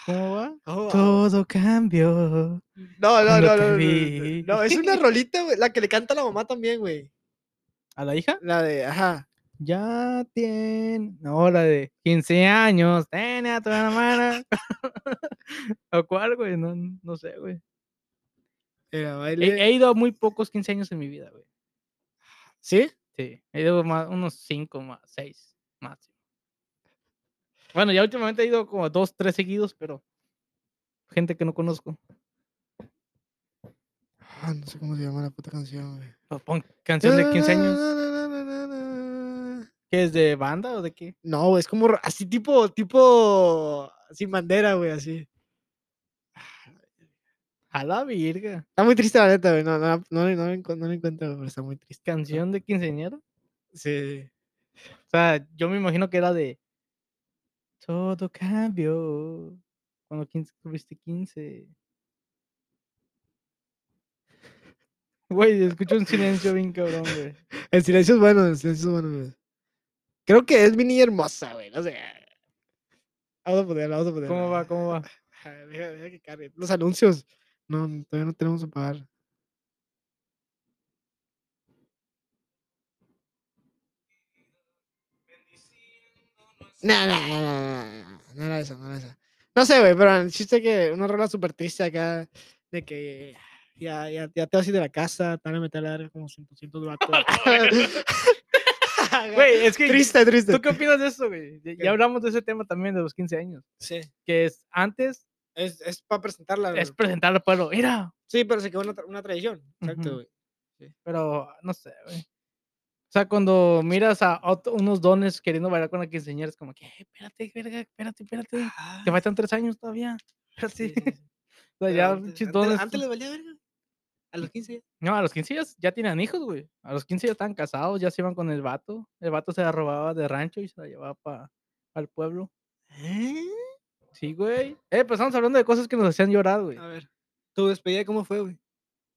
Speaker 2: ¿Cómo va?
Speaker 1: oh, ah,
Speaker 2: Todo cambió.
Speaker 1: No, no,
Speaker 2: cuando
Speaker 1: no,
Speaker 2: te
Speaker 1: no, no,
Speaker 2: vi.
Speaker 1: no. no, es una rolita, güey, la que le canta la mamá también, güey.
Speaker 2: ¿A la hija?
Speaker 1: La de, ajá.
Speaker 2: Ya tiene. No, la de 15 años. Tiene a tu hermana. ¿O cuál, güey? No, no sé, güey.
Speaker 1: Era
Speaker 2: He,
Speaker 1: baile.
Speaker 2: he ido a muy pocos 15 años en mi vida, güey.
Speaker 1: ¿Sí?
Speaker 2: Sí, he ido más, unos 5 más, 6 máximo. Bueno, ya últimamente he ido como a dos, tres seguidos, pero gente que no conozco.
Speaker 1: Ah, no sé cómo se llama la puta canción, güey.
Speaker 2: Pues pon canción de 15
Speaker 1: Ah.
Speaker 2: años.
Speaker 1: años.
Speaker 2: ¿Qué es de banda o de qué?
Speaker 1: No, güey, es como ro- así tipo, tipo, sin bandera, güey, así.
Speaker 2: A la virga.
Speaker 1: Está muy triste la neta, güey. No, no, no, no, la encu- no la encuentro, güey, pero está muy triste.
Speaker 2: Canción de quinceañera.
Speaker 1: Sí.
Speaker 2: O sea, yo me imagino que era de todo cambió cuando 15, cubriste 15. Güey, escucho un silencio bien cabrón, güey.
Speaker 1: El silencio es bueno, el silencio es bueno, güey. Creo que es mi niña hermosa, güey. No sé. Vamos a ponerla, vamos a ponerla.
Speaker 2: ¿Cómo va? ¿Cómo va?
Speaker 1: A ver, Deja, deja que cargue. Los anuncios. No, n- todavía no tenemos que pagar. No, no, no, no, no, no, no era esa, no era esa. No sé, güey, pero el chiste que una rola súper triste acá de que ya, ya, ya te vas a ir de la casa, te van a meter a la verga como 200 vatos.
Speaker 2: Güey, es que
Speaker 1: triste, triste.
Speaker 2: ¿Tú qué opinas de eso, güey? Ya-
Speaker 1: ¿Qué?
Speaker 2: Ya hablamos de ese tema también de los 15 años.
Speaker 1: Sí,
Speaker 2: Que es antes
Speaker 1: es, es para presentarla.
Speaker 2: es
Speaker 1: güey.
Speaker 2: presentar al pueblo. Mira,
Speaker 1: Sí, pero se quedó una, tra- una tradición. Exacto,
Speaker 2: Ujú.
Speaker 1: güey.
Speaker 2: pero no sé, güey. O sea, cuando miras a otro- unos dones queriendo bailar con la quinceañera, es como que, "Eh, espérate, verga, espérate, espérate. Te faltan tres años todavía.
Speaker 1: Ah, Sí,
Speaker 2: Espérate.
Speaker 1: sí, sí.
Speaker 2: O sea,
Speaker 1: Pero
Speaker 2: ya,
Speaker 1: antes,
Speaker 2: pinches
Speaker 1: antes-
Speaker 2: dones,
Speaker 1: antes les valía verga. A los 15 ya.
Speaker 2: No, a los 15 ya, ya tenían hijos, güey. A los 15 ya estaban casados, ya se iban con el vato. El vato se la robaba de rancho y se la llevaba para el pueblo. Sí, güey. Eh, pues estamos hablando de cosas que nos hacían llorar, güey.
Speaker 1: A ver. ¿Tu despedida cómo fue, güey?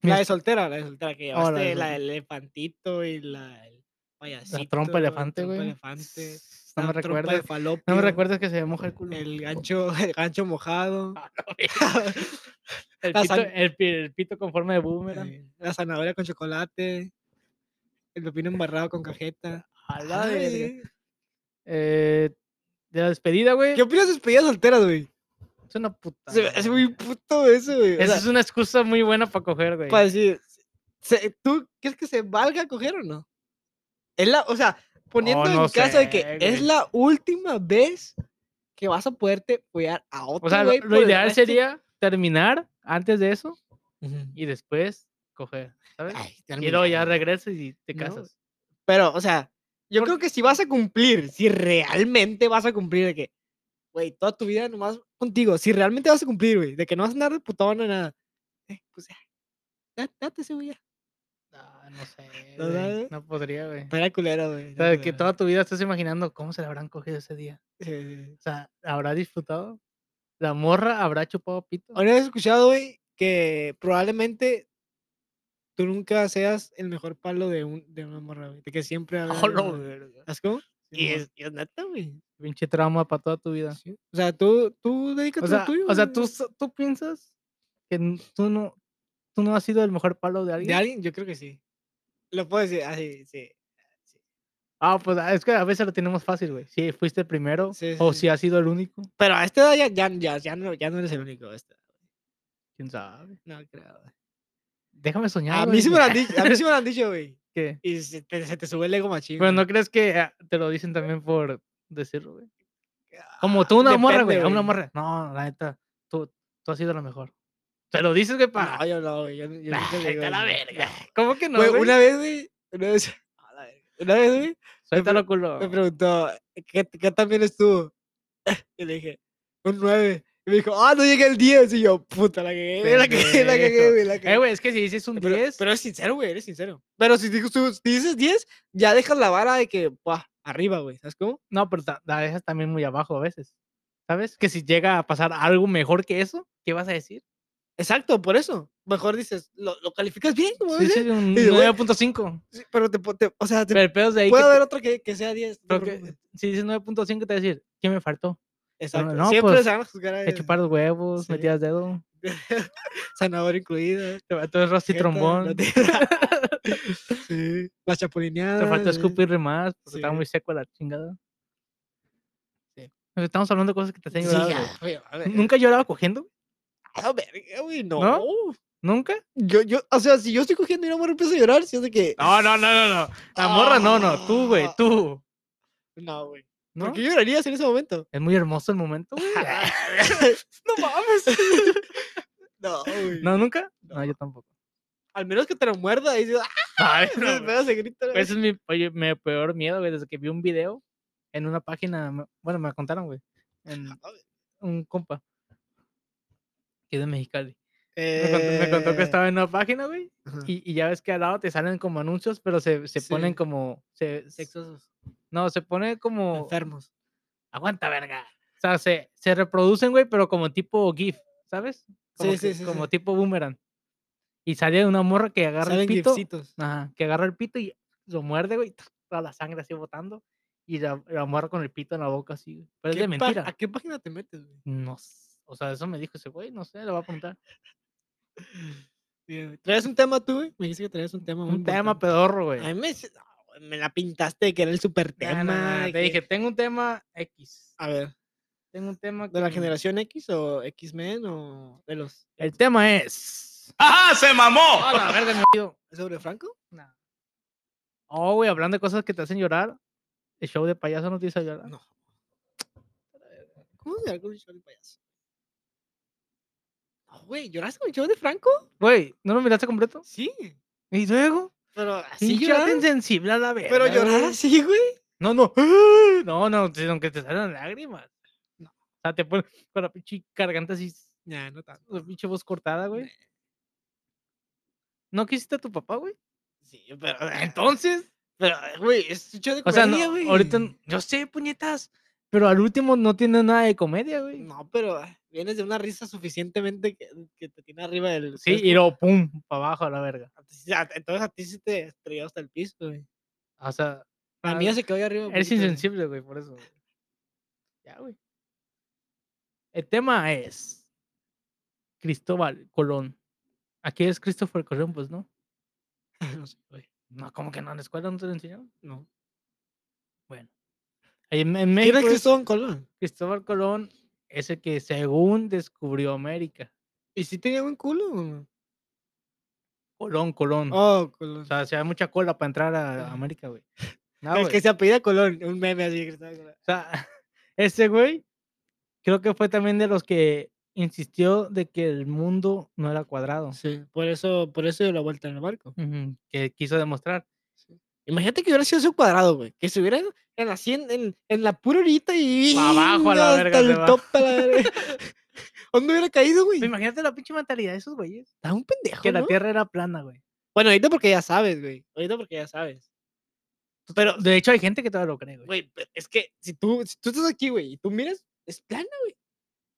Speaker 2: Mi
Speaker 1: La de
Speaker 2: despe-
Speaker 1: soltera, la de soltera que
Speaker 2: Oh,
Speaker 1: llevaste,
Speaker 2: la
Speaker 1: la,
Speaker 2: de soltera.
Speaker 1: del elefantito y la del payasito.
Speaker 2: La trompa elefante,
Speaker 1: la trompa
Speaker 2: güey.
Speaker 1: elefante,
Speaker 2: No
Speaker 1: la
Speaker 2: me
Speaker 1: trompa de
Speaker 2: recuerdas.
Speaker 1: falopio,
Speaker 2: No me recuerdas que se moja el culo.
Speaker 1: El gancho, el gancho mojado.
Speaker 2: Ah, El,
Speaker 1: la
Speaker 2: pito,
Speaker 1: san-
Speaker 2: el, pi- el pito con forma de boomerang.
Speaker 1: eh, la zanahoria con chocolate. El pepino embarrado con cajeta.
Speaker 2: A la
Speaker 1: Ay,
Speaker 2: verga.
Speaker 1: eh.
Speaker 2: Eh, de la despedida, güey.
Speaker 1: ¿Qué opinas de despedidas solteras, güey?
Speaker 2: Es una puta.
Speaker 1: Se me hace muy puto eso, güey. O sea,
Speaker 2: es una excusa muy buena para coger, güey.
Speaker 1: para decir, se- ¿tú crees que se valga coger o no? Es la, o sea, poniendo
Speaker 2: Oh, no
Speaker 1: en caso de que
Speaker 2: sé,
Speaker 1: es
Speaker 2: güey.
Speaker 1: la última vez que vas a poderte follar a otro
Speaker 2: O sea, lo,
Speaker 1: güey pues,
Speaker 2: lo
Speaker 1: por el
Speaker 2: ideal
Speaker 1: resto-
Speaker 2: sería terminar antes de eso
Speaker 1: Ujú.
Speaker 2: y después coger, ¿sabes?
Speaker 1: Ay,
Speaker 2: Y luego ya
Speaker 1: terminado.
Speaker 2: regresas y te
Speaker 1: Ah, No,
Speaker 2: casas.
Speaker 1: Pero, o sea, yo
Speaker 2: Por-
Speaker 1: creo que si vas a cumplir, si realmente vas a cumplir de que, güey, toda tu vida nomás contigo, si realmente vas a cumplir, güey, de que no vas a andar de putón ni nada, eh, pues ya, da- date ese, güey, ya.
Speaker 2: No, no sé.
Speaker 1: ah, ¿No
Speaker 2: güey,
Speaker 1: sabes?
Speaker 2: No podría, güey.
Speaker 1: Está culero, güey.
Speaker 2: O
Speaker 1: está
Speaker 2: sea, que
Speaker 1: culero.
Speaker 2: toda tu vida estás imaginando cómo se la habrán cogido ese día.
Speaker 1: Sí, sí, sí.
Speaker 2: O sea, ¿habrá disfrutado? ¿La morra habrá chupado pito?
Speaker 1: ¿Ahora has escuchado, güey, que probablemente tú nunca seas el mejor palo de, un, de una morra, güey? De que siempre... va a haber
Speaker 2: ¡Hola,
Speaker 1: una-
Speaker 2: verga!
Speaker 1: ¿Sabes cómo? Oh, Y
Speaker 2: Simón.
Speaker 1: es, y es neta, güey.
Speaker 2: Pinche trauma para toda tu vida.
Speaker 1: Sí. O sea, tú, tú dedícate
Speaker 2: O
Speaker 1: a
Speaker 2: sea,
Speaker 1: lo tuyo.
Speaker 2: o sea
Speaker 1: güey.
Speaker 2: ¿tú, so- tú piensas que n- tú no, tú no has sido el mejor palo de alguien.
Speaker 1: ¿De alguien? Yo creo que sí. Lo puedo decir, así, sí.
Speaker 2: Ah, pues ah, es que a veces lo tenemos fácil, güey. Si fuiste el primero
Speaker 1: Sí,
Speaker 2: o
Speaker 1: sí,
Speaker 2: si has sido el único.
Speaker 1: Pero a esta edad ya, ya, ya, ya no, ya no eres el único. a esta edad,
Speaker 2: ¿Quién sabe?
Speaker 1: No creo. güey.
Speaker 2: Déjame soñar.
Speaker 1: A
Speaker 2: güey.
Speaker 1: mí sí me lo han dicho, a mí sí me lo han dicho, güey.
Speaker 2: ¿Qué?
Speaker 1: Y se te, se te sube el ego machín.
Speaker 2: Pero
Speaker 1: güey.
Speaker 2: no crees que ah, te lo dicen también por decirlo, güey. Como tú, una morra, güey.
Speaker 1: Ah, depende,
Speaker 2: A una
Speaker 1: güey.
Speaker 2: morra. No, la neta, tú, tú has sido la mejor. Te lo dices, güey, para.
Speaker 1: No, yo no, güey. Yo, yo nunca le digo
Speaker 2: la
Speaker 1: eso.
Speaker 2: verga. "Ah". ¿Cómo que no?
Speaker 1: Güey,
Speaker 2: güey?
Speaker 1: una vez, güey, una vez, a la verga, Una vez, güey,
Speaker 2: Suéltalo, culo.
Speaker 1: me preguntó, ¿qué, qué tan bien estuvo? Y le dije, un 9. Y me dijo, ah, no llegué al 10. Y yo, puta, la cagué, la cagué, la cagué,
Speaker 2: Pendejo.
Speaker 1: güey, la cagué.
Speaker 2: Eh, güey, es que si dices un
Speaker 1: Pero,
Speaker 2: 10,
Speaker 1: pero es sincero, güey, eres sincero. Pero si dices, tú- si dices 10, ya dejas la vara de que, ¡buah! Arriba, güey, ¿sabes cómo?
Speaker 2: no, pero ta- la dejas también muy abajo a veces. ¿Sabes? Que si llega a pasar algo mejor que eso, ¿qué vas a decir?
Speaker 1: Exacto, por eso. Mejor dices, lo, lo calificas bien, como
Speaker 2: Sí,
Speaker 1: dices.
Speaker 2: sí, un
Speaker 1: Y de, güey,
Speaker 2: 9.5.
Speaker 1: Sí, pero te, po- te- o sea, te,
Speaker 2: Pero el pedo es de ahí. que
Speaker 1: puede
Speaker 2: te-
Speaker 1: haber otra que, que sea 10. no
Speaker 2: pero
Speaker 1: te
Speaker 2: que-
Speaker 1: preocupes.
Speaker 2: si dices 9.5, te va a decir, ¿qué me faltó?
Speaker 1: Exacto.
Speaker 2: no,
Speaker 1: Siempre
Speaker 2: pues,
Speaker 1: se van a juzgar a
Speaker 2: He chupar los huevos,
Speaker 1: Sí.
Speaker 2: metías dedo.
Speaker 1: Zanahoria incluida.
Speaker 2: Te faltó el rostro y
Speaker 1: jeta, la
Speaker 2: trombón. Te
Speaker 1: tira- sí. La chapulineada.
Speaker 2: faltó
Speaker 1: sí.
Speaker 2: escupirle más, porque estaba
Speaker 1: Sí.
Speaker 2: muy seco la chingada.
Speaker 1: Sí.
Speaker 2: Pero Estamos hablando de cosas que te hacen
Speaker 1: Sí,
Speaker 2: llorar.
Speaker 1: ya,
Speaker 2: güey.
Speaker 1: güey, a ver,
Speaker 2: ¿Nunca lloraba cogiendo?
Speaker 1: a ver, güey, no.
Speaker 2: ¿No? ¿Nunca?
Speaker 1: Yo, yo, o sea, si yo estoy cogiendo y una morra empieza a llorar, siento que.
Speaker 2: No, no, no, no, no. La morra, no, no. Tú, güey,
Speaker 1: Ah.
Speaker 2: tú.
Speaker 1: No, güey.
Speaker 2: ¿No?
Speaker 1: ¿Por qué llorarías en ese momento?
Speaker 2: Es muy hermoso el momento, güey.
Speaker 1: no mames. no, güey.
Speaker 2: ¿No, nunca? No, yo tampoco.
Speaker 1: Al menos que te lo muerda y dices, ¡ah!
Speaker 2: Ay, no,
Speaker 1: Me
Speaker 2: güey. Pues,
Speaker 1: hace gritar.
Speaker 2: Ese es mi, oye, mi peor miedo, güey. Desde que vi un video en una página, me- bueno, me contaron, Ah, güey. En un compa. Que es de Mexicali. Me contó, me contó que
Speaker 1: Eh,
Speaker 2: estaba en una página, güey. Y, y ya ves que al lado te salen como anuncios, pero se, se ponen
Speaker 1: Sí.
Speaker 2: como. Se, se-
Speaker 1: Sexosos.
Speaker 2: no, se pone como.
Speaker 1: Enfermos.
Speaker 2: Aguanta, verga. O sea, se, se reproducen, güey, pero como tipo GIF, ¿sabes? Como,
Speaker 1: Sí, sí,
Speaker 2: que-
Speaker 1: sí,
Speaker 2: como
Speaker 1: sí.
Speaker 2: tipo boomerang. Y sale una morra que agarra
Speaker 1: Salen
Speaker 2: el pito.
Speaker 1: gifcitos.
Speaker 2: Ajá, que agarra el pito y lo muerde, güey. Toda la sangre así botando. Y la, la morra con el pito en la boca así. güey. Pero es
Speaker 1: ¿Qué
Speaker 2: de
Speaker 1: pa-
Speaker 2: mentira.
Speaker 1: ¿A qué página te metes, güey?
Speaker 2: No. s- O sea, eso me dijo ese güey, no sé, le voy a apuntar.
Speaker 1: Bien, güey. ¿Traes un tema tú, güey? Me dijiste que traías un tema. muy
Speaker 2: Un tema
Speaker 1: importante.
Speaker 2: pedorro, güey.
Speaker 1: A mí me, s- no, güey, me la pintaste de que era el super
Speaker 2: Nah, nah,
Speaker 1: tema.
Speaker 2: nah, Te
Speaker 1: que-
Speaker 2: dije, tengo un tema X.
Speaker 1: A ver,
Speaker 2: Tengo un tema.
Speaker 1: ¿de la
Speaker 2: que-
Speaker 1: generación X o X-Men o de los.
Speaker 2: El tema es.
Speaker 3: ¡Ajá! ¡Se mamó!
Speaker 2: Ah, la verga, me olvidó.
Speaker 1: ¿Sobre Franco?
Speaker 2: Nah. Oh, güey, hablando de cosas que te hacen llorar. El show de payaso no te hizo llorar.
Speaker 1: No. ¿Cómo llorar con el show de payaso? No, güey, ¿lloraste con el show de Franco?
Speaker 2: Güey, ¿no lo miraste completo?
Speaker 1: Sí.
Speaker 2: ¿Y luego?
Speaker 1: Pero así
Speaker 2: Sí, lloraste
Speaker 1: llorar.
Speaker 2: insensible a la verga.
Speaker 1: Pero llorar
Speaker 2: güey.
Speaker 1: así, güey.
Speaker 2: No, no. No, no, sino que te salen lágrimas.
Speaker 1: No.
Speaker 2: O sea, te pones con la pinche garganta así,
Speaker 1: Ya, no tanto.
Speaker 2: la pinche voz cortada, güey.
Speaker 1: Nah.
Speaker 2: ¿No quisiste a tu papá, güey?
Speaker 1: Sí, pero. ah,
Speaker 2: Entonces,
Speaker 1: Pero, ah, güey, es un show de
Speaker 2: o sea,
Speaker 1: comedia,
Speaker 2: no,
Speaker 1: güey.
Speaker 2: ahorita, n- yo sé, puñetas, pero al último no tiene nada de comedia, güey.
Speaker 1: No, pero ah, vienes de una risa suficientemente que, que te tiene arriba del.
Speaker 2: sí,
Speaker 1: ¿sabes
Speaker 2: y
Speaker 1: cómo?
Speaker 2: luego, pum, para abajo a la verga.
Speaker 1: A ti sí- a- Entonces a ti sí te estrelló hasta el piso, güey.
Speaker 2: O sea,
Speaker 1: La
Speaker 2: Ah,
Speaker 1: mía se quedó ahí arriba. un
Speaker 2: eres
Speaker 1: poquito, güey.
Speaker 2: insensible, güey, por eso. güey. Ya, güey. El tema es Cristóbal Colón. Aquí es Christopher Colón, pues, ¿no?
Speaker 1: No sé, güey.
Speaker 2: No, como que no, en la escuela no te lo enseñaron.
Speaker 1: No.
Speaker 2: Bueno. ahí En,
Speaker 1: ¿Quién
Speaker 2: en México
Speaker 1: es
Speaker 2: es-
Speaker 1: Cristóbal Colón?
Speaker 2: Cristóbal Colón es el que según descubrió América.
Speaker 1: ¿Y si tenía buen culo? o no?
Speaker 2: Colón, Colón.
Speaker 1: Oh, Colón.
Speaker 2: O sea, se da mucha cola para entrar a
Speaker 1: Ah.
Speaker 2: América, güey. No,
Speaker 1: el
Speaker 2: güey.
Speaker 1: que se apellida Colón. Un meme así de Cristóbal Colón.
Speaker 2: O sea, ese güey creo que fue también de los que insistió de que el mundo no era cuadrado.
Speaker 1: Sí, por eso, por eso dio la vuelta en el barco.
Speaker 2: Ujú, Que quiso demostrar.
Speaker 1: Imagínate que hubiera sido su cuadrado, güey. Que se hubiera en la, cien- en, en la pura horita y.
Speaker 2: Pa' abajo a la
Speaker 1: hasta
Speaker 2: verga se
Speaker 1: el
Speaker 2: va.
Speaker 1: tope a la verga. ¿Dónde hubiera caído, güey?
Speaker 2: Pero Imagínate la pinche mentalidad de esos güeyes.
Speaker 1: Está un pendejo.
Speaker 2: Que la
Speaker 1: ¿no?
Speaker 2: Tierra era plana, güey.
Speaker 1: Bueno, ahorita porque ya sabes, güey. Ahorita porque ya sabes. Pero,
Speaker 2: De hecho, hay gente que todavía lo cree, güey.
Speaker 1: güey, pe- es que si tú, si tú estás aquí, güey, y tú miras, es plana, güey.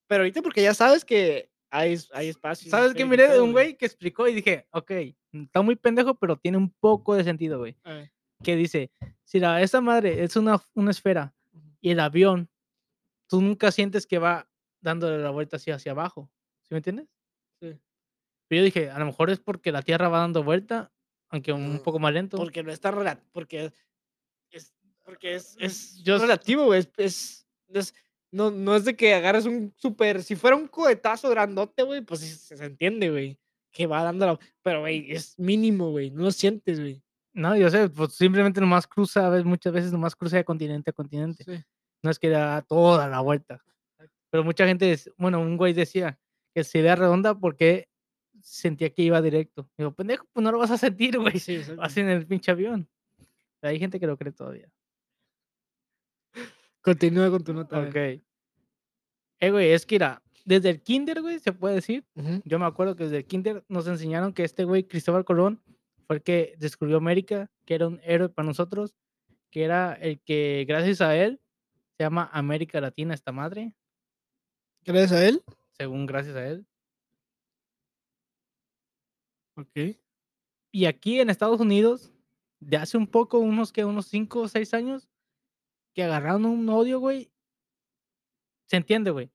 Speaker 1: Pero ahorita porque ya sabes que hay, es- hay espacio.
Speaker 2: ¿Sabes qué? Miré de un güey que explicó y dije, ok, está muy pendejo, pero tiene un poco de sentido, güey.
Speaker 1: ah,
Speaker 2: Que dice, si la, esa madre es una, una esfera
Speaker 1: Ujú.
Speaker 2: y el avión, tú nunca sientes que va dándole la vuelta así hacia abajo. ¿Sí me entiendes?
Speaker 1: Sí.
Speaker 2: Pero yo dije, a lo mejor es porque la Tierra va dando vuelta, aunque un
Speaker 1: Mm,
Speaker 2: poco más lento.
Speaker 1: Porque no está rela- porque es porque es, es
Speaker 2: Yo s-
Speaker 1: relativo, güey. Es, es- es- no, no es de que agarres un súper. Si fuera un cohetazo grandote, güey, pues sí se, se entiende, güey. Que va dando la. Pero, güey, es mínimo, güey. No lo sientes, güey.
Speaker 2: No, yo sé, pues simplemente nomás cruza, a veces- muchas veces nomás cruza de continente a continente. No es que da toda la vuelta. Pero mucha gente, es- bueno, un güey decía que si era redonda porque sentía que iba directo. Digo, pendejo, pues no lo vas a sentir, güey.
Speaker 1: Sí, exacto.
Speaker 2: Vas en el pinche avión. Pero hay gente que lo cree todavía.
Speaker 1: Continúa con tu nota. a ver.
Speaker 2: Ok. Eh, güey, es que mira, desde el kinder, güey, se puede decir.
Speaker 1: Ujú.
Speaker 2: Yo me acuerdo que desde el kinder nos enseñaron que este güey, Cristóbal Colón, fue el que descubrió América, que era un héroe para nosotros, que era el que, gracias a él, se llama América Latina esta madre,
Speaker 1: Gracias a él.
Speaker 2: según gracias a él.
Speaker 1: Ok.
Speaker 2: Y aquí en Estados Unidos, de hace un poco, unos que unos 5 o 6 años, que agarraron un odio, güey. Se entiende, güey.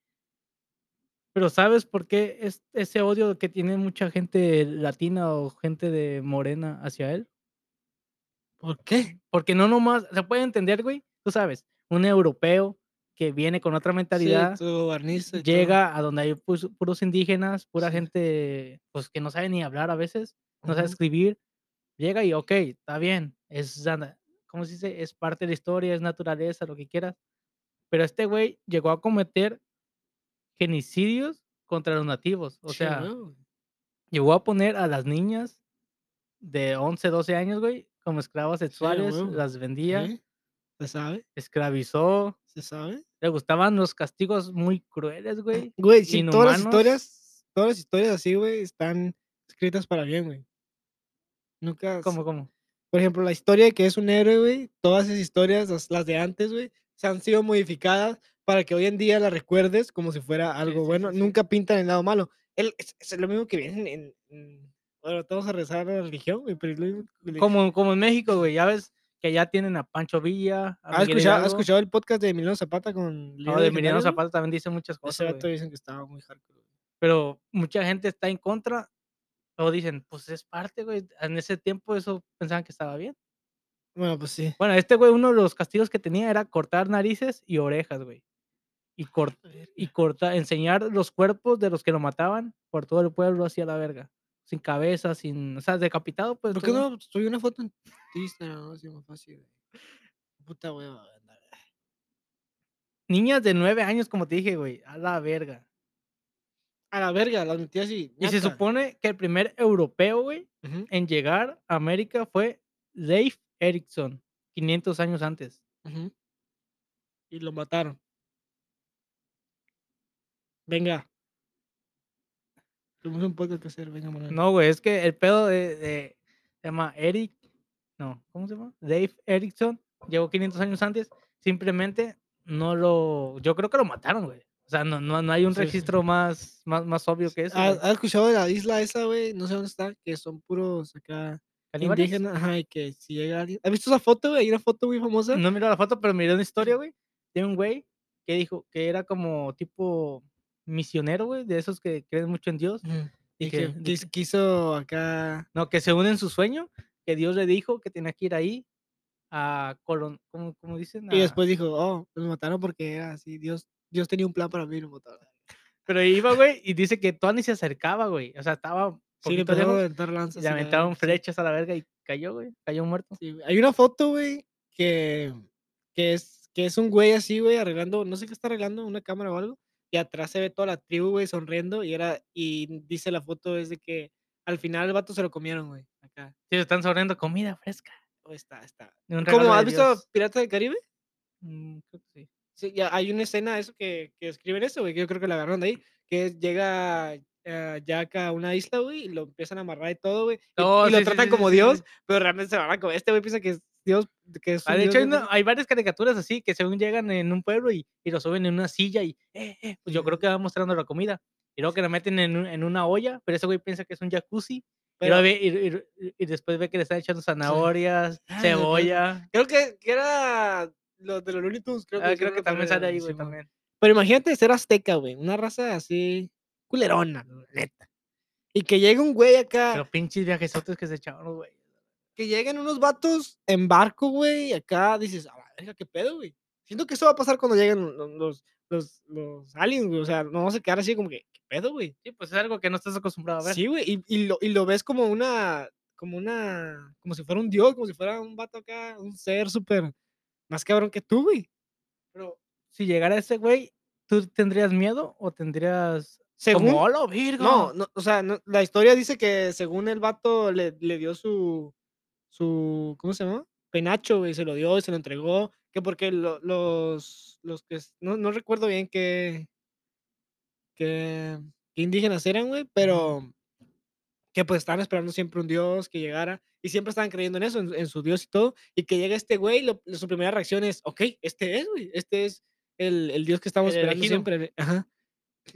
Speaker 2: Pero ¿sabes por qué es ese odio que tiene mucha gente latina o gente de morena hacia él?
Speaker 1: ¿Por qué?
Speaker 2: Porque no nomás, se puede entender, güey, tú sabes, un europeo que viene con otra mentalidad,
Speaker 1: Sí, tu barniz y todo.
Speaker 2: llega a donde hay pues, puros indígenas, pura
Speaker 1: Sí.
Speaker 2: gente pues que no sabe ni hablar a veces, no sabe
Speaker 1: Ujú.
Speaker 2: escribir, llega y ok, está bien, es, ana- ¿cómo se dice? Es parte de la historia, es naturaleza, lo que quieras. Pero este güey llegó a cometer genocidios contra los nativos, o
Speaker 1: Sí,
Speaker 2: sea,
Speaker 1: huevo.
Speaker 2: llegó a poner a las niñas de 11, 12 años, güey, como esclavas sexuales,
Speaker 1: huevo.
Speaker 2: las vendía,
Speaker 1: Sí, Se sabe,
Speaker 2: esclavizó,
Speaker 1: se sabe.
Speaker 2: le gustaban los castigos muy crueles, güey.
Speaker 1: Güey, sí, todas las
Speaker 2: inhumanos.
Speaker 1: historias, todas las historias así, güey, están escritas para bien, güey. Nunca. s-
Speaker 2: ¿Cómo, cómo?
Speaker 1: Por ejemplo, la historia de que es un héroe, güey, todas esas historias, las, las de antes, güey, se han sido modificadas para que hoy en día las recuerdes como si fuera algo
Speaker 2: sí,
Speaker 1: bueno.
Speaker 2: sí, sí.
Speaker 1: Nunca pintan el lado malo. Él, es, es lo mismo que vienen en. en- Bueno, todos a rezar a la religión, güey, pero es lo mismo que le-
Speaker 2: Como, como en México, güey, ya ves que allá tienen a Pancho Villa, a
Speaker 1: ¿Has escuchado,
Speaker 2: Miguel
Speaker 1: has
Speaker 2: Hidalgo,
Speaker 1: escuchado el podcast de Emiliano Zapata con
Speaker 2: a
Speaker 1: Líderes
Speaker 2: de Emiliano
Speaker 1: Legendarios, güey?
Speaker 2: Zapata también dice muchas
Speaker 1: Ese
Speaker 2: cosas,
Speaker 1: vato
Speaker 2: güey,
Speaker 1: dicen que estaba muy hardcore. güey.
Speaker 2: pero mucha gente está en contra o dicen, pues es parte, güey, en ese tiempo eso pensaban que estaba bien.
Speaker 1: Bueno, pues sí.
Speaker 2: Bueno, este güey, uno de los castigos que tenía era cortar narices y orejas, güey. Y, cort- y corta, enseñar los cuerpos de los que lo mataban por todo el pueblo hacia la verga. Sin cabeza, sin. O sea, decapitado, pues.
Speaker 1: ¿Por qué
Speaker 2: todo.
Speaker 1: no subí una foto en Instagram? No, así más fácil. güey. Puta hueva. güey, andar.
Speaker 2: Niñas de nueve años, como te dije, güey. A la verga.
Speaker 1: A la verga, las metí así.
Speaker 2: Y se
Speaker 1: ñata.
Speaker 2: supone que el primer europeo, güey,
Speaker 1: Ujú,
Speaker 2: en llegar a América fue Leif Erikson, 500 años antes.
Speaker 1: ujú. Y lo mataron. Venga. Tenemos un podcast que hacer, venga, Manuel.
Speaker 2: No, güey, es que el pedo de, de- se llama Eric, no, ¿cómo se llama? Dave Erickson, llegó 500 años antes, simplemente no lo, yo creo que lo mataron, güey. O sea, no, no, no hay un
Speaker 1: Sí, sí, sí.
Speaker 2: registro más, más, más obvio que eso.
Speaker 1: ¿Has,
Speaker 2: güey.
Speaker 1: has escuchado de la isla esa, güey? No sé dónde está, que son puros acá
Speaker 2: ¿Caníbales?
Speaker 1: indígenas. Ajá, y que si llega alguien. ¿Has visto esa foto, güey? Hay una foto muy famosa.
Speaker 2: No miró la foto, pero miré una historia, güey, de un güey que dijo que era como tipo misionero, güey, de esos que creen mucho en Dios.
Speaker 1: Ujú,
Speaker 2: ¿Y
Speaker 1: Y
Speaker 2: qué?
Speaker 1: que
Speaker 2: ¿De
Speaker 1: quis-
Speaker 2: qué?
Speaker 1: quiso acá
Speaker 2: No, que se une en su sueño, que Dios le dijo que tenía que ir ahí a colon, ¿cómo, cómo dicen?
Speaker 1: Y
Speaker 2: A-
Speaker 1: después dijo, oh, me mataron porque era así. Dios, Dios tenía un plan para mí y lo mataron.
Speaker 2: Pero iba, güey, y dice que Tony se acercaba, güey. O sea, estaba
Speaker 1: Sí, le
Speaker 2: poquito
Speaker 1: empezaron a
Speaker 2: lejos
Speaker 1: aventar lanzas.
Speaker 2: y
Speaker 1: y
Speaker 2: le
Speaker 1: la verga,
Speaker 2: aventaron
Speaker 1: sí,
Speaker 2: flechas a la verga y cayó, güey. Cayó muerto.
Speaker 1: sí, güey. Hay una foto, güey, que, que, es, que es un güey así, güey, arreglando, no sé qué está arreglando, una cámara o algo. Y atrás se ve toda la tribu, güey, sonriendo. Y, era, y dice la foto es de que al final el vato se lo comieron, güey. Acá.
Speaker 2: Sí, se están sonriendo comida fresca.
Speaker 1: Oh, está, está.
Speaker 2: de un
Speaker 1: ¿Cómo
Speaker 2: regalo
Speaker 1: has
Speaker 2: de
Speaker 1: visto
Speaker 2: Dios.
Speaker 1: Pirata del Caribe?
Speaker 2: Mm, creo que sí.
Speaker 1: Sí, ya hay una escena eso que, que escriben eso, güey, que yo creo que la agarraron de ahí, que es- llega eh, Jack a una isla, güey, y lo empiezan a amarrar y todo, güey, y,
Speaker 2: Oh,
Speaker 1: y lo
Speaker 2: sí, sí,
Speaker 1: tratan
Speaker 2: sí,
Speaker 1: como
Speaker 2: sí, sí.
Speaker 1: Dios, pero realmente se van a comer. Este güey piensa que es Dios, que es
Speaker 2: Ah,
Speaker 1: un
Speaker 2: de
Speaker 1: Dios
Speaker 2: hecho, hay,
Speaker 1: de
Speaker 2: una-
Speaker 1: verdad.
Speaker 2: hay varias caricaturas así que según llegan en un pueblo y, y lo suben en una silla y eh, eh, pues yo
Speaker 1: Sí,
Speaker 2: creo
Speaker 1: sí,
Speaker 2: que va mostrando la comida. Y luego que la meten en, un- en una olla, pero ese güey piensa que es un jacuzzi. y
Speaker 1: pero
Speaker 2: luego ve- Y, y- y después ve que le están echando zanahorias,
Speaker 1: Ah, de acuerdo.
Speaker 2: cebolla.
Speaker 1: creo que, que era los de los Looney Tunes, creo que,
Speaker 2: Ah, creo
Speaker 1: hicieron
Speaker 2: que
Speaker 1: una
Speaker 2: también
Speaker 1: parodia,
Speaker 2: sale ahí,
Speaker 1: güey,
Speaker 2: güey,
Speaker 1: Simón.
Speaker 2: también.
Speaker 1: Pero imagínate ser azteca, güey, una raza así culerona, la neta. Y que llegue un güey acá
Speaker 2: Pero pinches viajesotes que se echaban, los güey.
Speaker 1: que lleguen unos vatos en barco, güey, y acá dices, a la verga, qué pedo, güey. Siento que eso va a pasar cuando lleguen lo- los, los, los aliens, güey. O sea, no vamos a quedar así como que, qué pedo, güey.
Speaker 2: Sí, pues es algo que no estás acostumbrado a ver.
Speaker 1: Sí, güey, y, y lo, y lo ves como una, como una, como si fuera un dios, como si fuera un vato acá, un ser súper más cabrón que tú, güey.
Speaker 2: Pero si llegara ese güey, ¿tú tendrías miedo o tendrías
Speaker 1: Según,
Speaker 2: como hola, Virgo?
Speaker 1: no, no, o sea, no- la historia dice que según el vato le, le dio su, su, ¿cómo se llama? penacho, güey, se lo dio, se lo entregó, que porque lo- los, los que, es- no, no recuerdo bien qué, qué, qué indígenas eran, güey, pero que pues estaban esperando siempre un dios que llegara y siempre estaban creyendo en eso, en, en su dios y todo, y que llega este güey, lo- su primera reacción es, ok, este es, güey, este es el, el dios que estamos
Speaker 2: El
Speaker 1: esperando
Speaker 2: elegido.
Speaker 1: siempre, el- ajá.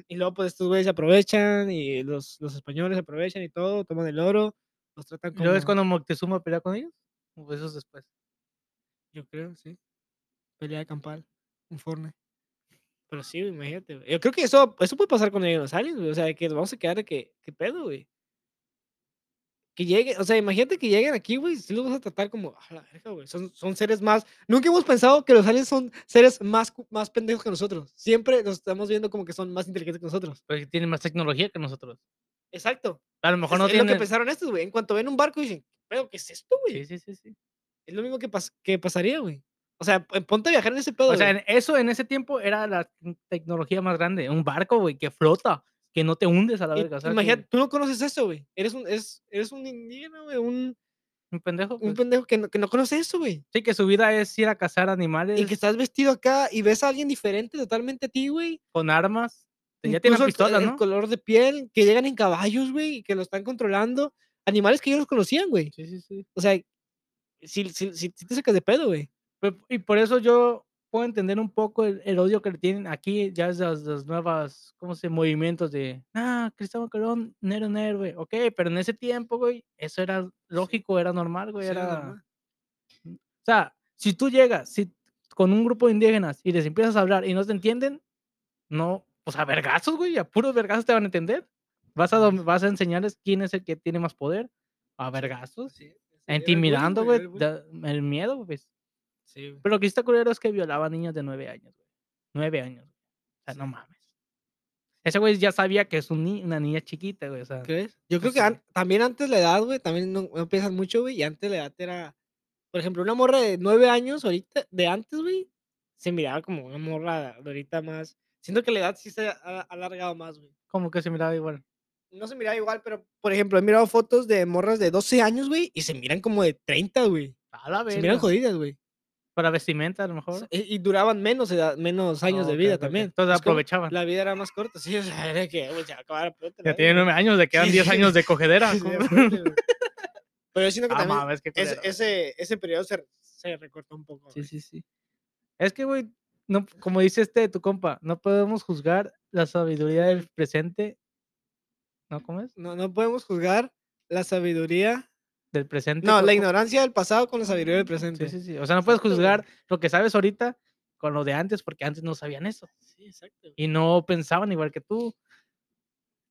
Speaker 1: Y luego pues estos güeyes se aprovechan y los, los españoles se aprovechan y todo, toman el oro, los tratan
Speaker 2: ¿Y
Speaker 1: como...
Speaker 2: luego es cuando Moctezuma pelea con ellos? ¿O eso es después?
Speaker 1: Yo creo, sí. Pelea de campal, un forne. Pero sí, güey, imagínate. güey. Yo creo que eso, eso puede pasar con los dinosaurios, güey. O sea, de que nos vamos a quedar de que, ¿qué pedo, güey? Que lleguen, o sea, imagínate que lleguen aquí, güey, si los vas a tratar como, a la verga, güey. Son, son seres más. Nunca hemos pensado que los aliens son seres más, cu- más pendejos que nosotros. Siempre los estamos viendo como que son más inteligentes que nosotros.
Speaker 2: Porque tienen más tecnología que nosotros.
Speaker 1: Exacto.
Speaker 2: A lo mejor
Speaker 1: es
Speaker 2: no
Speaker 1: es
Speaker 2: tienen...
Speaker 1: lo que pensaron estos, güey. En cuanto ven un barco, dicen, ¿pero qué es esto, güey?
Speaker 2: Sí, sí, sí, sí.
Speaker 1: Es lo mismo que, pas- que pasaría, güey. O sea, pon- ponte a viajar en ese pedo.
Speaker 2: O sea,
Speaker 1: güey.
Speaker 2: en- eso en ese tiempo era la tec- tecnología más grande. Un barco, güey, que flota, que no te hundes a la
Speaker 1: Y
Speaker 2: verga. o sea, que
Speaker 1: imagínate, tú no conoces eso, güey. Eres un, es, eres un indígena, güey. Un,
Speaker 2: Un pendejo.
Speaker 1: un
Speaker 2: pues.
Speaker 1: pendejo que no, que no conoce eso, güey.
Speaker 2: Sí, que su vida es ir a cazar animales
Speaker 1: Y que estás vestido acá y ves a alguien diferente totalmente a ti, güey.
Speaker 2: con armas. Ya
Speaker 1: Incluso
Speaker 2: tienen
Speaker 1: el co-
Speaker 2: pistolas,
Speaker 1: el,
Speaker 2: ¿no?
Speaker 1: color de piel, que llegan en caballos, güey, y que lo están controlando. Animales que ellos no conocían, güey.
Speaker 2: Sí, sí, sí.
Speaker 1: O sea, si, si, si, te sacas de pedo, güey.
Speaker 2: Pe- Y por eso yo puedo entender un poco el, el odio que le tienen aquí, ya es las, las nuevas, ¿cómo se movimientos de, ah, Cristóbal Colón, Nero, Nero, güey. Ok, pero en ese tiempo, güey, eso era lógico, era normal, güey.
Speaker 1: Sí, era
Speaker 2: era...
Speaker 1: normal.
Speaker 2: O sea, si tú llegas si, con un grupo de indígenas y les empiezas a hablar y no te entienden, no, pues a vergazos, güey, a puros vergazos te van a entender. Vas a, dom- vas a enseñarles quién es el que tiene más poder, a vergazos,
Speaker 1: era el bullying,
Speaker 2: E intimidando,
Speaker 1: güey,
Speaker 2: güey,
Speaker 1: era el bullying.
Speaker 2: da- el miedo, pues.
Speaker 1: Sí, güey.
Speaker 2: Pero lo que sí está culero es que violaba a niños de nueve años, güey. Nueve años. güey. O sea, no mames. Ese güey ya sabía que es un ni- una niña chiquita, güey. O sea,
Speaker 1: ¿Crees? Yo creo
Speaker 2: Pues
Speaker 1: que
Speaker 2: sí.
Speaker 1: an- también antes la edad, güey, también no, no piensas mucho, güey, y antes la edad era, por ejemplo, una morra de nueve años ahorita, de antes, güey, se miraba como una morra de ahorita más. Siento que la edad sí se ha ha alargado más, güey.
Speaker 2: como que se miraba igual.
Speaker 1: No se miraba igual, pero, por ejemplo, he mirado fotos de morras de 12 años, güey, y se miran como de 30, güey.
Speaker 2: A la
Speaker 1: Se miran
Speaker 2: verga.
Speaker 1: jodidas, güey.
Speaker 2: Para vestimenta, a lo
Speaker 1: O
Speaker 2: mejor.
Speaker 1: sea, Y, y duraban menos, edad- menos años
Speaker 2: Oh,
Speaker 1: de
Speaker 2: ok,
Speaker 1: vida
Speaker 2: ok, ok.
Speaker 1: también.
Speaker 2: Entonces
Speaker 1: Es como-
Speaker 2: aprovechaban.
Speaker 1: La vida era más corta, sí, o sea, era que, güey, se va a acabar pronto la
Speaker 2: Ya tiene
Speaker 1: vida,
Speaker 2: nueve años, le quedan
Speaker 1: Sí,
Speaker 2: diez
Speaker 1: sí,
Speaker 2: años de cogedera.
Speaker 1: sí,
Speaker 2: ¿cómo?
Speaker 1: de fuerte, güey. Pero yo siento que
Speaker 2: Ah,
Speaker 1: también
Speaker 2: mames, qué
Speaker 1: ese-
Speaker 2: culero, güey.
Speaker 1: ese, ese periodo se, se recortó un poco.
Speaker 2: Sí,
Speaker 1: güey.
Speaker 2: sí, sí. Es que, güey, no, como dice este tu compa, no podemos juzgar la sabiduría del presente. ¿No? ¿Cómo es?
Speaker 1: No, no podemos juzgar la sabiduría.
Speaker 2: Del presente.
Speaker 1: No,
Speaker 2: co-
Speaker 1: la
Speaker 2: co-
Speaker 1: ignorancia del pasado con la sabiduría del presente.
Speaker 2: Sí, sí, sí. O sea, no puedes
Speaker 1: Exacto, güey.
Speaker 2: juzgar lo que sabes ahorita con lo de antes, porque antes no sabían eso.
Speaker 1: Sí, exacto. güey.
Speaker 2: Y no pensaban igual que tú.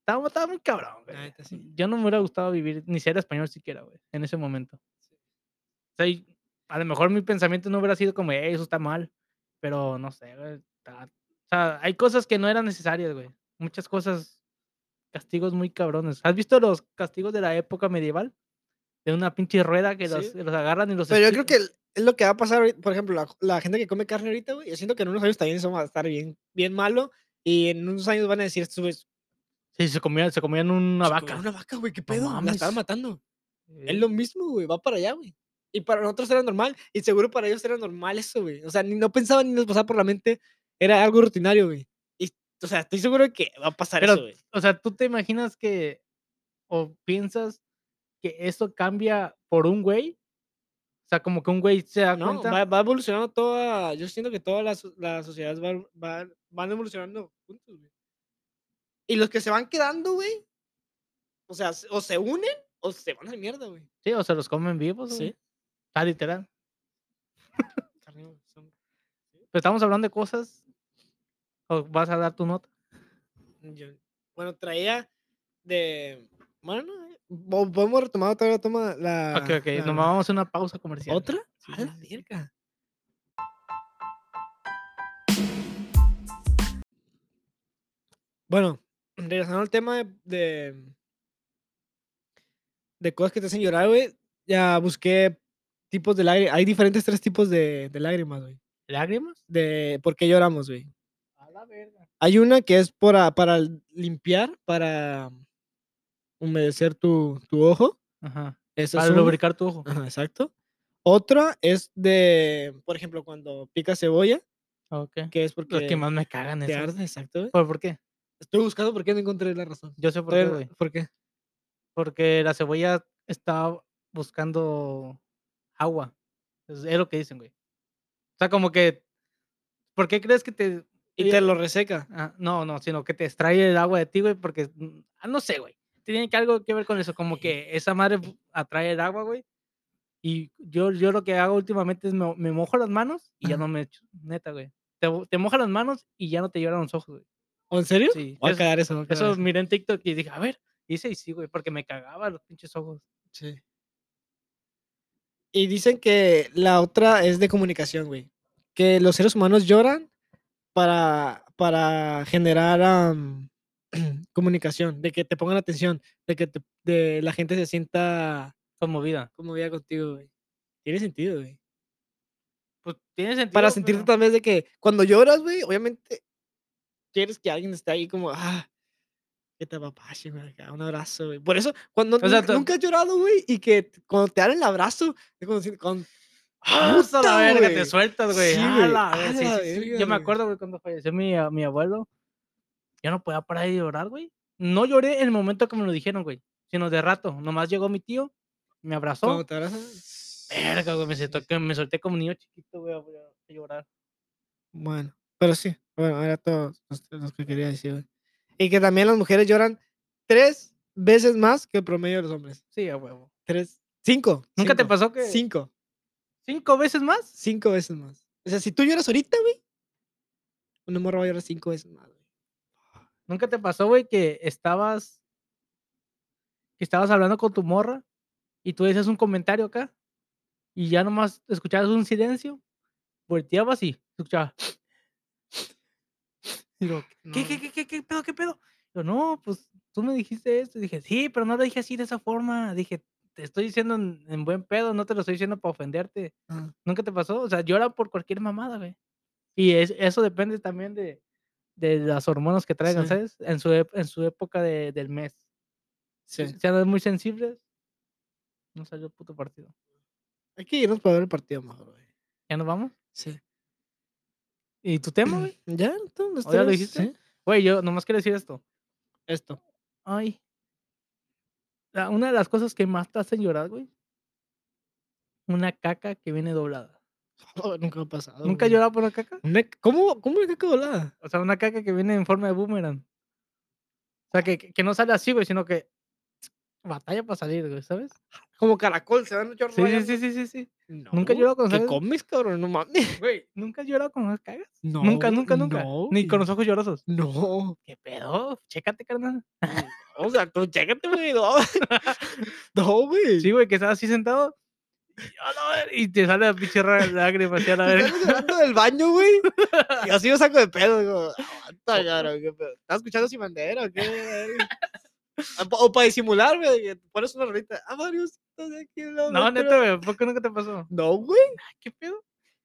Speaker 2: Estaba, estaba muy cabrón,
Speaker 1: La
Speaker 2: güey.
Speaker 1: neta, sí.
Speaker 2: Yo no me hubiera gustado vivir, ni ser español siquiera, güey, en ese momento. O sea, y a lo mejor mi pensamiento no hubiera sido como, "Ey, eso está mal. Pero no sé, güey. está- O sea, hay cosas que no eran necesarias, güey. Muchas cosas, castigos muy cabrones. ¿Has visto los castigos de la época medieval? De una pinche rueda que
Speaker 1: Sí.
Speaker 2: los, los agarran y los...
Speaker 1: Pero yo
Speaker 2: estri-
Speaker 1: creo que el- es lo que va a pasar, ahorita, por ejemplo, la, la gente que come carne ahorita, güey, yo siento que en unos años también eso va a estar bien, bien malo. Y en unos años van a decir, estos güeyes,
Speaker 2: Sí, se comían, se comían una
Speaker 1: "Se
Speaker 2: vaca. Eh,
Speaker 1: comió Una vaca, güey, qué pedo. la estaban
Speaker 2: mames.
Speaker 1: matando. Es
Speaker 2: Sí.
Speaker 1: lo mismo, güey, va para allá, güey. Y para nosotros era normal, y seguro para ellos era normal eso, güey. O sea, ni no pensaban ni nos pasaba por la mente, era algo rutinario, güey. Y, o sea, estoy seguro de que va a pasar
Speaker 2: Pero-
Speaker 1: eso, güey.
Speaker 2: O sea, ¿tú te imaginas que o piensas que eso cambia por un güey? O sea, como que un güey se da
Speaker 1: No,
Speaker 2: cuenta.
Speaker 1: va, va evolucionando toda, yo siento que todas las so- las sociedades van, van, van evolucionando juntos, güey. Y los que se van quedando, güey, o sea, se- o se unen o se van a la mierda, güey.
Speaker 2: Sí, o se los comen vivos. güey.
Speaker 1: Sí.
Speaker 2: Ah, literal.
Speaker 1: Carnívoros, son-
Speaker 2: Pero estamos hablando de cosas. ¿O vas a dar tu nota?
Speaker 1: Yo- bueno, traía de. Bueno, no, eh, vo- podemos retomar otra vez la toma. La,
Speaker 2: ok, ok.
Speaker 1: la-
Speaker 2: Nos vamos a hacer una pausa comercial.
Speaker 1: ¿Otra?
Speaker 2: Sí,
Speaker 1: A la
Speaker 2: sí, sí.
Speaker 1: verga. Bueno, regresando al tema de, de. de cosas que te hacen llorar, güey. Ya busqué tipos de lágrimas. Hay diferentes tres tipos de, de lágrimas, güey.
Speaker 2: ¿Lágrimas?
Speaker 1: De por qué lloramos, güey.
Speaker 2: A la verga.
Speaker 1: Hay una que es para, para limpiar, para humedecer tu, tu ojo.
Speaker 2: Ajá.
Speaker 1: Esa
Speaker 2: Para
Speaker 1: es una.
Speaker 2: lubricar tu ojo.
Speaker 1: Ajá, exacto. Otra es de, por ejemplo, cuando pica cebolla,
Speaker 2: Ok.
Speaker 1: que es porque
Speaker 2: Los que más me cagan
Speaker 1: te
Speaker 2: es.
Speaker 1: arde, exacto. güey.
Speaker 2: ¿Por, ¿Por qué?
Speaker 1: Estoy buscando porque no encontré la razón.
Speaker 2: Yo sé por qué,
Speaker 1: Todavía no-
Speaker 2: güey.
Speaker 1: ¿Por qué?
Speaker 2: Porque la cebolla está buscando agua. Es, es lo que dicen, güey. O sea, como que. ¿Por qué crees que te.?
Speaker 1: Y
Speaker 2: Oye,
Speaker 1: te lo reseca.
Speaker 2: ah, no, no, sino que te extrae el agua de ti, güey, porque. mm, ah, no sé, güey. Tiene que algo que ver con eso. Como que esa madre bu- atrae el agua, güey. Y yo, yo lo que hago últimamente es me, me mojo las manos y ya no me echo. Neta, güey. Te, mo- te mojas las manos y ya no te lloran los ojos, güey.
Speaker 1: ¿O ¿En serio?
Speaker 2: Sí.
Speaker 1: Voy a
Speaker 2: es-
Speaker 1: cagar eso. voy a cagar
Speaker 2: eso miré en TikTok y dije, a ver, hice y sí, güey, porque me cagaba los pinches ojos.
Speaker 1: Sí. Y dicen que la otra es de comunicación, güey. Que los seres humanos lloran para, para generar am, comunicación, de que te pongan atención, de que te- de la gente se sienta
Speaker 2: Conmovida.
Speaker 1: conmovida contigo, güey. Tiene sentido, güey.
Speaker 2: Pues tiene sentido. pues,
Speaker 1: Para sentirte
Speaker 2: pero-
Speaker 1: también de que cuando lloras, güey, obviamente quieres que alguien esté ahí como, ah, que te apapache, güey, acá, un abrazo, güey. Por eso, cuando
Speaker 2: O sea,
Speaker 1: nunca,
Speaker 2: tú-
Speaker 1: nunca has llorado, güey, y que t- cuando te dan el abrazo, es como si, con,
Speaker 2: ¡Ah, hasta la
Speaker 1: ¡Puta,
Speaker 2: verga! Te
Speaker 1: güey!
Speaker 2: sueltas, güey.
Speaker 1: Sí,
Speaker 2: ¡Ah,
Speaker 1: güey!
Speaker 2: la
Speaker 1: ¡A
Speaker 2: verga! Sí,
Speaker 1: la
Speaker 2: sí, sí.
Speaker 1: verga,
Speaker 2: Yo me
Speaker 1: güey!
Speaker 2: acuerdo, güey, cuando falleció mi, a- mi abuelo, yo no podía parar de llorar, güey. No lloré en el momento que me lo dijeron, güey, sino de rato. Nomás llegó mi tío, me
Speaker 1: cuando
Speaker 2: abrazó.
Speaker 1: te abrazas.
Speaker 2: Verga, güey, me,
Speaker 1: sí,
Speaker 2: soltó-
Speaker 1: sí.
Speaker 2: que me solté como niño chiquito, güey, a a llorar.
Speaker 1: Bueno, pero sí, bueno, era todo lo lo que quería decir, güey. Y que también las mujeres lloran tres veces más que el promedio de los hombres.
Speaker 2: Sí, a huevo.
Speaker 1: Tres, cinco.
Speaker 2: ¿Nunca te
Speaker 1: cinco,
Speaker 2: pasó que
Speaker 1: Cinco,
Speaker 2: cinco veces más?
Speaker 1: cinco veces más. O sea, si tú lloras ahorita, güey, una morra va a llorar cinco veces más, güey.
Speaker 2: ¿Nunca te pasó, güey, que estabas que estabas hablando con tu morra y tú dices un comentario acá y ya nomás escuchabas un silencio, volteabas y escuchabas. Y yo, ¿qué,
Speaker 1: No,
Speaker 2: qué, qué, qué, qué pedo, qué pedo? Yo, no, pues tú me dijiste esto. Y dije, sí, pero no lo dije así de esa forma. Dije, te estoy diciendo en, en buen pedo, no te lo estoy diciendo para ofenderte.
Speaker 1: ah.
Speaker 2: ¿Nunca te pasó? O sea, llora por cualquier mamada, güey. Y es- eso depende también de, de las hormonas que traigan,
Speaker 1: Sí.
Speaker 2: ¿sabes? En su, ep- en su época de- del mes.
Speaker 1: Sí.
Speaker 2: Si andas muy sensibles, no salió el puto partido.
Speaker 1: Hay que irnos para ver el partido mejor, güey.
Speaker 2: ¿Ya nos vamos?
Speaker 1: Sí.
Speaker 2: ¿Y tu tema, güey?
Speaker 1: ¿Ya? ¿Tú los
Speaker 2: ¿O ya lo
Speaker 1: tres?
Speaker 2: dijiste?
Speaker 1: Sí.
Speaker 2: Güey, yo nomás quiero decir esto.
Speaker 1: Esto.
Speaker 2: Ay. La- una de las cosas que más te hacen llorar, güey. Una caca que viene doblada.
Speaker 1: Oh, nunca me ha pasado.
Speaker 2: ¿Nunca he
Speaker 1: llorado.
Speaker 2: llorado por la caca?
Speaker 1: ¿Cómo, ¿Cómo le caca volada?
Speaker 2: O sea, una caca que viene en forma de boomerang. O sea, que, que no sale así, güey, sino que batalla para salir, güey, ¿sabes?
Speaker 1: Como caracol, se van a llorar.
Speaker 2: Sí, sí, sí, sí, sí. sí.
Speaker 1: Nunca
Speaker 2: Nunca
Speaker 1: he
Speaker 2: he
Speaker 1: llorado con
Speaker 2: llorado cuando
Speaker 1: ¿Qué
Speaker 2: sale-
Speaker 1: comes, cabrón? No mames.
Speaker 2: Güey, ¿nunca has llorado con las cagas?
Speaker 1: No,
Speaker 2: nunca, nunca, nunca.
Speaker 1: no,
Speaker 2: Ni
Speaker 1: güey.
Speaker 2: con los ojos llorosos.
Speaker 1: No.
Speaker 2: ¿Qué pedo? Chécate, carnal.
Speaker 1: O sea, tú chécate, güey. No, no güey.
Speaker 2: Sí, güey, que estás así sentado. y a la ver- Y te sale la pinche ra- lágrima así a la
Speaker 1: Te
Speaker 2: verga.
Speaker 1: sales llorando del baño, güey. Y así yo saco de pedo. Digo,
Speaker 2: Oh,
Speaker 1: aguanta, cabrón. ¿qué pedo? ¿Estás escuchando sin bandera o qué? verga?" Ah, pa- O para disimular, güey. que Pones una rolita. Ah, Marios,
Speaker 2: No, neta, güey, ¿por qué nunca te pasó?
Speaker 1: No, güey.
Speaker 2: ¿Qué pedo?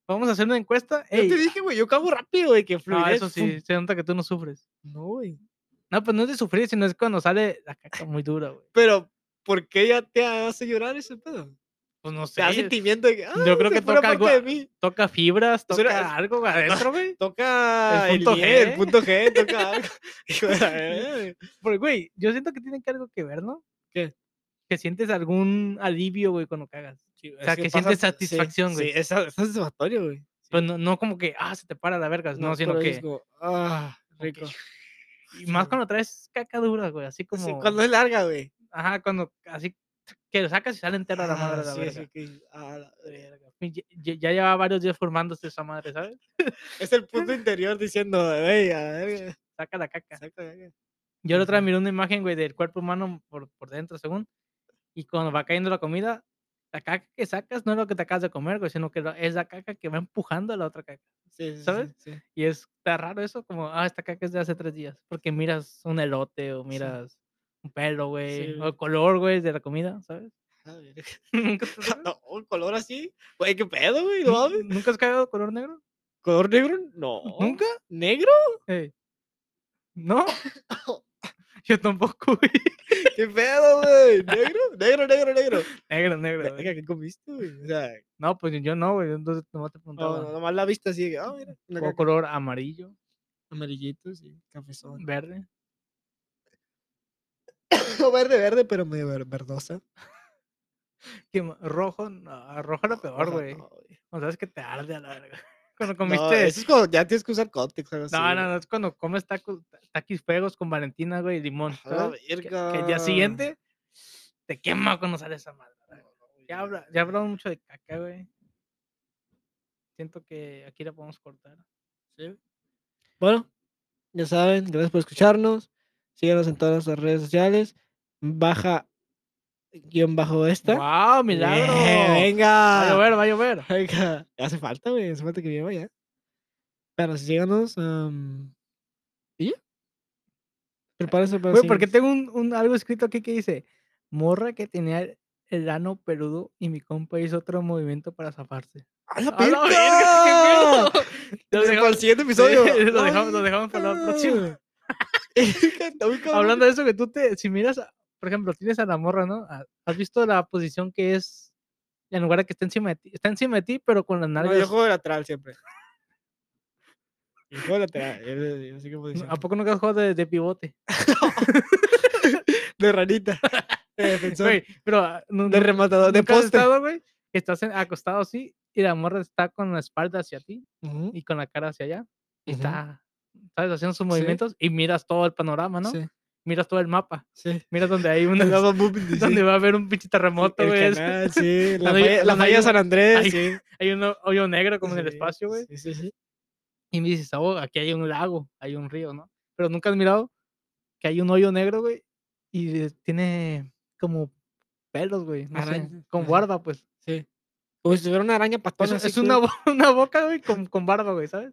Speaker 2: Vamos a hacer una encuesta.
Speaker 1: Yo
Speaker 2: Ey,
Speaker 1: te dije, güey, yo cago rápido, güey, que fluye.
Speaker 2: no, eso sí, se nota que tú no sufres.
Speaker 1: No, güey.
Speaker 2: No, pues no es de sufrir, sino es cuando sale la caca muy dura, güey.
Speaker 1: Pero, ¿por qué ya te hace llorar ese pedo?
Speaker 2: Pues no
Speaker 1: Te
Speaker 2: sé.
Speaker 1: da sentimiento de que. "Ah,
Speaker 2: yo creo
Speaker 1: se
Speaker 2: que
Speaker 1: fue una
Speaker 2: toca algo
Speaker 1: parte de
Speaker 2: a-
Speaker 1: mí".
Speaker 2: Toca fibras,
Speaker 1: Eso era-
Speaker 2: toca algo adentro, güey.
Speaker 1: Toca el
Speaker 2: punto
Speaker 1: punto, G. el
Speaker 2: G. ¿eh?
Speaker 1: punto G, toca algo. Hijo de la verga.
Speaker 2: Porque, güey, yo siento que tiene que algo que ver, ¿no?
Speaker 1: ¿Qué?
Speaker 2: Que sientes algún alivio, güey, cuando cagas.
Speaker 1: o
Speaker 2: sea, que sientes satisfacción,
Speaker 1: Sí,
Speaker 2: güey.
Speaker 1: es sa- es satisfactorio, güey.
Speaker 2: Pues no, no como que, ah, se te para la verga, no, sino
Speaker 1: pero
Speaker 2: que.
Speaker 1: es como, ah,
Speaker 2: como que,
Speaker 1: rico.
Speaker 2: y más cuando traes caca dura, güey,
Speaker 1: Sí,
Speaker 2: así como.
Speaker 1: cuando es larga, güey.
Speaker 2: Ajá, cuando así que lo sacas y sale entera la madre a la
Speaker 1: sí,
Speaker 2: verga.
Speaker 1: así que, ah, la verga.
Speaker 2: Y Ya, ya- ya lleva varios días formándose esa madre, ¿sabes?
Speaker 1: Es el punto interior diciendo, güey, a verga.
Speaker 2: Saca la caca.
Speaker 1: saca la verga".
Speaker 2: Yo la otra
Speaker 1: Ujú.
Speaker 2: miré una imagen, güey, del cuerpo humano por, por dentro, según. Y cuando va cayendo la comida, la caca que sacas no es lo que te acabas de comer, güey, sino que lo- es la caca que va empujando a la otra caca.
Speaker 1: Sí, sí, sí,
Speaker 2: ¿Sabes?
Speaker 1: sí.
Speaker 2: Y es, está raro eso, como, ah, esta caca es de hace tres días. Porque miras un elote o miras un pelo, güey, o
Speaker 1: güey.
Speaker 2: el color, güey, de la comida, ¿sabes?
Speaker 1: A la verga.
Speaker 2: ¿Nunca te ha tocado?
Speaker 1: No, un color así. Güey, qué pedo, güey, no mames.
Speaker 2: ¿Nun- ¿Nunca has cagado color negro?
Speaker 1: ¿Color negro? No.
Speaker 2: ¿Nunca?
Speaker 1: ¿Negro?
Speaker 2: Ey. ¿No? Yo tampoco, güey.
Speaker 1: ¿Qué pedo, güey? ¿Negro? Negro, negro, negro.
Speaker 2: Negro, negro. güey.
Speaker 1: Venga, ¿qué comiste, güey? O sea,
Speaker 2: No, pues yo no, güey. Entonces nomás te preguntaba.
Speaker 1: no, no, nomás la vista así de que, ah, mira, una
Speaker 2: o
Speaker 1: caca.
Speaker 2: color amarillo,
Speaker 1: amarillito, sí, cafezón.
Speaker 2: verde.
Speaker 1: No verde, verde, pero medio ver- verdosa.
Speaker 2: ¿Qué ma- rojo, no, rojo era peor,
Speaker 1: Roja,
Speaker 2: güey.
Speaker 1: no, güey.
Speaker 2: O sabes que te arde a la verga. Cuando
Speaker 1: No,
Speaker 2: comiste.
Speaker 1: eso es cuando ya tienes que usar cótex. algo
Speaker 2: No,
Speaker 1: así,
Speaker 2: no, no, es cuando comes tacos, ta- taquis fuegos con Valentina, güey, y limón.
Speaker 1: A la
Speaker 2: ¿sabes? Que, que el día
Speaker 1: verga.
Speaker 2: siguiente te quema cuando sale esa madre. la verga. Ya, habla, ya hablamos mucho de caca, güey. Siento que aquí la podemos cortar.
Speaker 1: Sí. Bueno, ya saben, gracias por escucharnos. Síganos en todas nuestras redes sociales. Baja guión bajo esta.
Speaker 2: ¡Wow,
Speaker 1: Bien,
Speaker 2: milagro! Va a
Speaker 1: venga.
Speaker 2: llover, va a llover.
Speaker 1: Venga. Hace falta, güey. Hace falta que viva ya. Pero sí, síganos. am, y ya. Prepárense para.
Speaker 2: Güey, porque
Speaker 1: siguientes.
Speaker 2: tengo un, un- algo escrito aquí que dice: Morra que tenía el- el ano peludo y mi compa hizo otro movimiento para zafarse.
Speaker 1: ¡A la
Speaker 2: ¡A la verga,
Speaker 1: verga!
Speaker 2: qué pedo! Lo
Speaker 1: Para el
Speaker 2: dejamos-
Speaker 1: siguiente episodio.
Speaker 2: Sí, lo dejamos- lo dejamos para la
Speaker 1: Ah.
Speaker 2: próxima. Hablando de eso, que tú te, si miras, a- por ejemplo, tienes a la morra, ¿no? A- ¿Has visto la posición que es, en lugar de que está encima de ti, está encima de ti, pero con las
Speaker 1: No,
Speaker 2: nalgas?
Speaker 1: yo juego de lateral siempre. Yo juego de lateral. yo- yo- yo sé qué
Speaker 2: ¿no?
Speaker 1: posición.
Speaker 2: ¿A poco nunca has jugado de, de pivote?
Speaker 1: De ranita. De defensor.
Speaker 2: Güey, pero ah, nu-
Speaker 1: de
Speaker 2: nu-
Speaker 1: rematador. De
Speaker 2: nunca has
Speaker 1: poste.
Speaker 2: estado, güey, que estás en- acostado así y la morra está con la espalda hacia ti
Speaker 1: Ujú,
Speaker 2: y con la cara hacia allá y
Speaker 1: ujú,
Speaker 2: está, ¿sabes? Haciendo sus movimientos y miras todo el panorama, ¿no?
Speaker 1: Sí,
Speaker 2: Miras todo el mapa,
Speaker 1: sí.
Speaker 2: miras donde hay una...
Speaker 1: El Lava Movement, sí,
Speaker 2: donde va a haber un pinche terremoto,
Speaker 1: el
Speaker 2: güey. es-
Speaker 1: canal, sí. La
Speaker 2: Cuando yo-
Speaker 1: falla, la
Speaker 2: cuando
Speaker 1: falla
Speaker 2: yo-
Speaker 1: San Andrés,
Speaker 2: ahí-
Speaker 1: sí.
Speaker 2: Hay un ho- hoyo negro como en el
Speaker 1: sí,
Speaker 2: espacio, güey.
Speaker 1: Sí, sí, sí.
Speaker 2: Y me dices, oh, aquí hay un lago, hay un río, ¿no? Pero nunca has mirado que hay un hoyo negro, güey, y eh, tiene como pelos, güey, no sé,
Speaker 1: Arañas,
Speaker 2: con
Speaker 1: ajá.
Speaker 2: barba, pues.
Speaker 1: sí. Como si tuviera una araña
Speaker 2: Es,
Speaker 1: patona.
Speaker 2: es
Speaker 1: así,
Speaker 2: una,
Speaker 1: culera.
Speaker 2: bo- una boca, güey, con, con barba, güey, ¿sabes?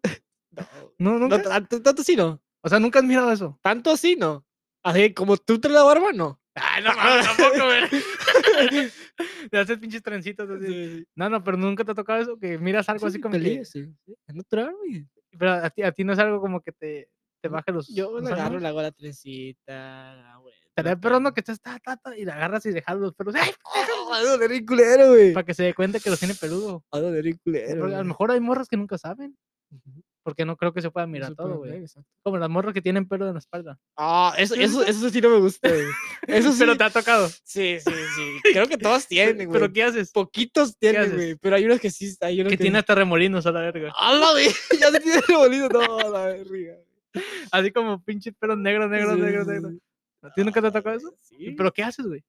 Speaker 1: No,
Speaker 2: No,
Speaker 1: no,
Speaker 2: nunca.
Speaker 1: tanto, tanto sí no.
Speaker 2: O sea, nunca has mirado eso.
Speaker 1: Tanto así no. Así que como tú te la barba, no.
Speaker 2: Ay, no, tampoco, güey. Te haces pinches trencitos así. No, no, pero nunca te ha tocado eso, que miras algo así como que...
Speaker 1: peligro, sí, sí. Es natural, güey.
Speaker 2: Pero a ti, a ti no es algo como que te, te
Speaker 1: No,
Speaker 2: baje los...
Speaker 1: Mm, Yo
Speaker 2: los
Speaker 1: la agarro,
Speaker 2: ánimos.
Speaker 1: le hago la trencita, la vuelta.
Speaker 2: Estaría
Speaker 1: la
Speaker 2: perro, ¿no?
Speaker 1: pego.
Speaker 2: Que estás ta, ta, ta, y la agarras y dejas los pelos. ¡Ay!
Speaker 1: ¡Ah, no, de riculero, güey!
Speaker 2: Para que se dé cuenta que los tiene peludo.
Speaker 1: ¡Ah, no, de riculero!
Speaker 2: Porque a lo
Speaker 1: güey.
Speaker 2: mejor hay morras que nunca saben.
Speaker 1: Ujú,
Speaker 2: Porque no creo que se pueda mirar
Speaker 1: eso
Speaker 2: todo,
Speaker 1: puede ser,
Speaker 2: güey.
Speaker 1: exacto.
Speaker 2: Como las morras que tienen pelo en la espalda.
Speaker 1: Ah, eso,
Speaker 2: ¿No has
Speaker 1: eso,
Speaker 2: visto?
Speaker 1: eso sí no me gusta, güey. Eso sí.
Speaker 2: Pero te ha tocado.
Speaker 1: Sí, sí, sí. Creo que todas tienen,
Speaker 2: Pero,
Speaker 1: güey.
Speaker 2: ¿qué haces?
Speaker 1: Poquitos tienen,
Speaker 2: haces?
Speaker 1: güey. Pero hay unos que sí. Hay unos
Speaker 2: Que tiene hasta remolinos a la verga.
Speaker 1: ¡Ah, la ve- Ya se tiene remolido. No, a la verga.
Speaker 2: Así como pinche pelo negro, negro,
Speaker 1: Sí,
Speaker 2: negro,
Speaker 1: sí,
Speaker 2: negro.
Speaker 1: sí.
Speaker 2: ¿A ti nunca te ha tocado eso?
Speaker 1: Sí.
Speaker 2: ¿Pero qué haces, güey?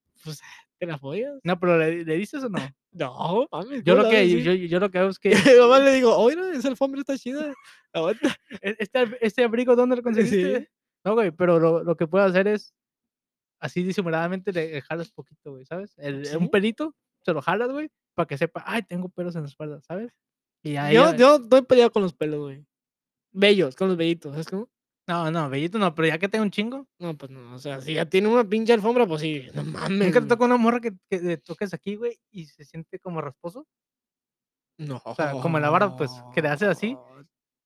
Speaker 1: ¿Te la follas?
Speaker 2: No, pero ¿le, le dices o no?
Speaker 1: No, mames.
Speaker 2: Yo
Speaker 1: ¿cómo
Speaker 2: lo
Speaker 1: la voy
Speaker 2: que,
Speaker 1: a
Speaker 2: yo,
Speaker 1: decir?
Speaker 2: yo lo que hago es que.
Speaker 1: Y nomás le digo, oye, no, esa alfombra está chida. Aguanta.
Speaker 2: "E- Este, ab- este abrigo, ¿dónde lo conseguiste?
Speaker 1: Sí.
Speaker 2: No, güey, pero lo, lo que puedo hacer es. Así disimuladamente le jalas poquito, güey, ¿sabes? El-
Speaker 1: Sí.
Speaker 2: Un pelito, se lo jalas, güey, para que sepa, ay, tengo pelos en la espalda, ¿sabes? Y ya
Speaker 1: Yo,
Speaker 2: ella-
Speaker 1: yo estoy peleado con los pelos, güey. Bellos, con los bellitos, ¿sabes cómo?
Speaker 2: No, no, bellito no, pero ya que tengo un chingo.
Speaker 1: No, pues no, o sea, si ya tiene una pinche alfombra, pues sí, no mames.
Speaker 2: Nunca te
Speaker 1: güey.
Speaker 2: toca una morra que, que le toques aquí, güey, y se siente como rasposo.
Speaker 1: No.
Speaker 2: sea, como la barba, pues, que le haces así,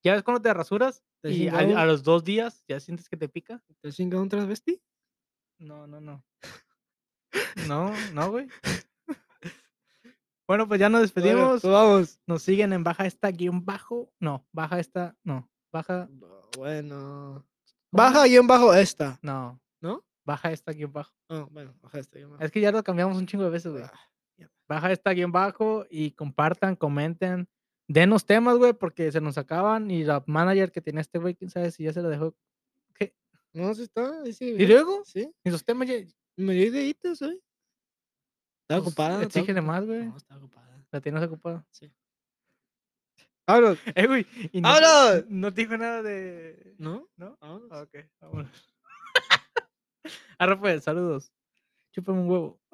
Speaker 2: Ya ves cuando te rasuras
Speaker 1: ¿Te
Speaker 2: y al- a,
Speaker 1: chingado?
Speaker 2: los dos días ya sientes que te pica.
Speaker 1: ¿Te has chingado un transvesti?
Speaker 2: No, no, no. No, no, güey. Bueno, pues ya nos
Speaker 1: Bueno,
Speaker 2: despedimos.
Speaker 1: pues vamos.
Speaker 2: Nos siguen en baja esta guión bajo. No, baja esta, no, baja,
Speaker 1: No, Bueno.
Speaker 2: ¿Cómo
Speaker 1: Baja guión bajo esta.
Speaker 2: no,
Speaker 1: ¿No?
Speaker 2: baja esta guión bajo.
Speaker 1: Ah, bueno, baja esta guión bajo.
Speaker 2: Es que ya lo cambiamos un chingo de veces, güey.
Speaker 1: Ah,
Speaker 2: baja esta aquí abajo y compartan, comenten, denos temas, güey, porque se nos acaban y la manager que tenía este güey, quién sabe si ya se la dejó.
Speaker 1: No, sí está. ahí Sí,
Speaker 2: Y
Speaker 1: güey.
Speaker 2: luego,
Speaker 1: Sí,
Speaker 2: y los temas ya.
Speaker 1: me dio ideitas, güey. Estaba
Speaker 2: pues,
Speaker 1: ocupada. estaba
Speaker 2: Exígele
Speaker 1: ocupada.
Speaker 2: más, güey.
Speaker 1: No, estaba ocupada.
Speaker 2: La tienes ocupada.
Speaker 1: Vámonos.
Speaker 2: Eh, güey. y no-
Speaker 1: ¡Vámonos!
Speaker 2: No te dijo nada de.
Speaker 1: ¿No?
Speaker 2: ¿No?
Speaker 1: Vámonos.
Speaker 2: Ah, Ok, vámonos. Ahora pues, saludos. Chúpame un huevo.